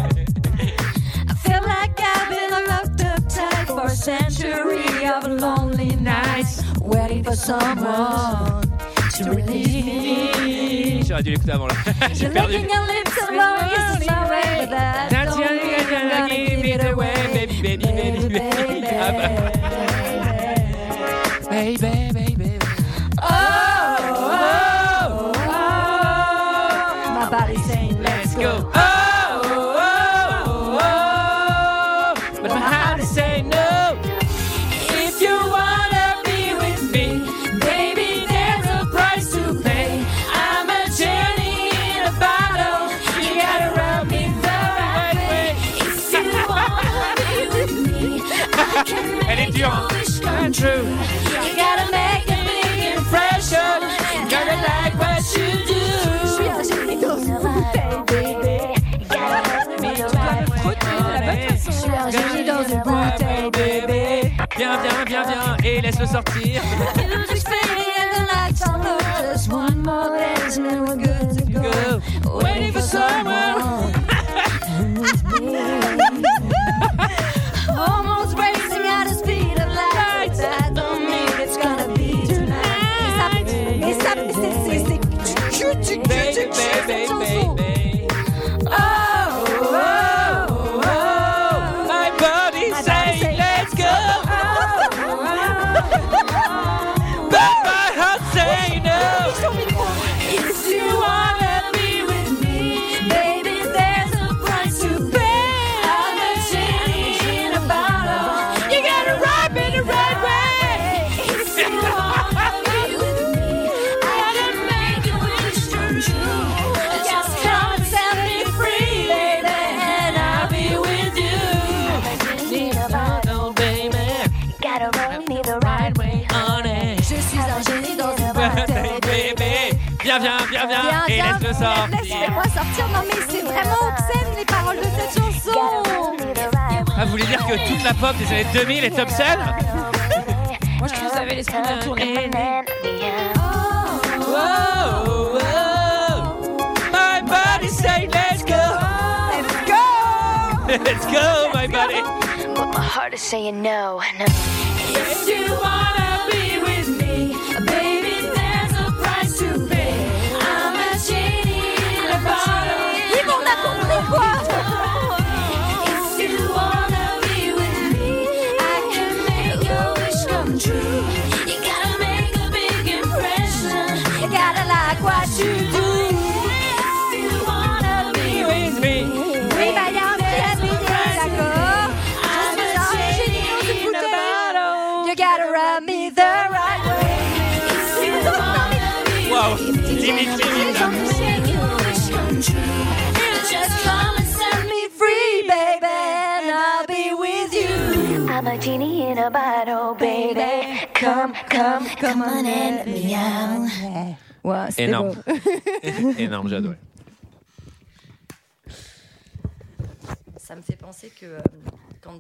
Speaker 7: I feel like I've been locked up tight for a century of lonely nights, waiting for someone to relieve me.
Speaker 1: J'aurais dû l'écouter avant là. J'ai
Speaker 7: You're
Speaker 1: perdu.
Speaker 7: licking your lips and long kisses my way, but that
Speaker 1: That's
Speaker 7: don't
Speaker 1: your-
Speaker 7: mean you're gonna give it away, baby, baby, baby, baby,
Speaker 1: baby, baby, baby.
Speaker 7: Oh, oh, oh, oh. my body's saying let's go. Oh, oh, oh, oh, but my heart is saying no. If you wanna be with me, baby, there's a price to pay. I'm a journey in a bottle. You gotta rub me the right way. If you wanna be with me, I can
Speaker 1: Elle est
Speaker 7: make
Speaker 1: dure,
Speaker 7: your
Speaker 1: hein.
Speaker 7: wish come true. You gotta make a big impression. Gotta like what you do.
Speaker 1: Viens, viens, viens, viens et laisse-le sortir.
Speaker 7: Waiting for someone. Almost racing at the speed of light. That don't mean it's gonna be tonight. It's up, it's up, it's up, it's up. Baby, baby, baby. Oh, oh, oh, oh. My body say, let's go. Oh, oh, oh, oh.
Speaker 1: viens, viens, viens,
Speaker 14: Viens,
Speaker 1: et
Speaker 14: viens,
Speaker 1: laisse-le sortir.
Speaker 14: Laissez-moi sortir. Non, mais c'est vraiment obscène les paroles de cette chanson.
Speaker 1: Ah, vous voulez dire que toute la pop des années 2000 est obscène
Speaker 10: Moi, je trouve que ça avait l'esprit d'un tournée.
Speaker 11: My body say let's go. Let's go.
Speaker 1: Let's go, my buddy.
Speaker 7: But my heart is saying no, no.
Speaker 11: If you wanna be with me, baby, there's a price to pay. I'm a genie in a bottle. Yves, on a compris quoi If you wanna be with me, I can make your wish come true. You gotta make a big impression. You gotta like what you do. If you wanna be with me,
Speaker 14: Oui, bah, il y a un petit
Speaker 11: there's a
Speaker 14: ami,
Speaker 11: price to pay.
Speaker 14: d'accord.
Speaker 11: I'm a genie in a bottle.
Speaker 14: You gotta rub me the right way.
Speaker 1: Wow, limite, limite. là.
Speaker 7: I'm a genie in a bottle, baby. Come, come, come on and let me out.
Speaker 14: Ouais, c'était
Speaker 1: Énorme.
Speaker 14: bon.
Speaker 1: Énorme, j'ai adoré.
Speaker 14: Ça me fait penser que euh, quand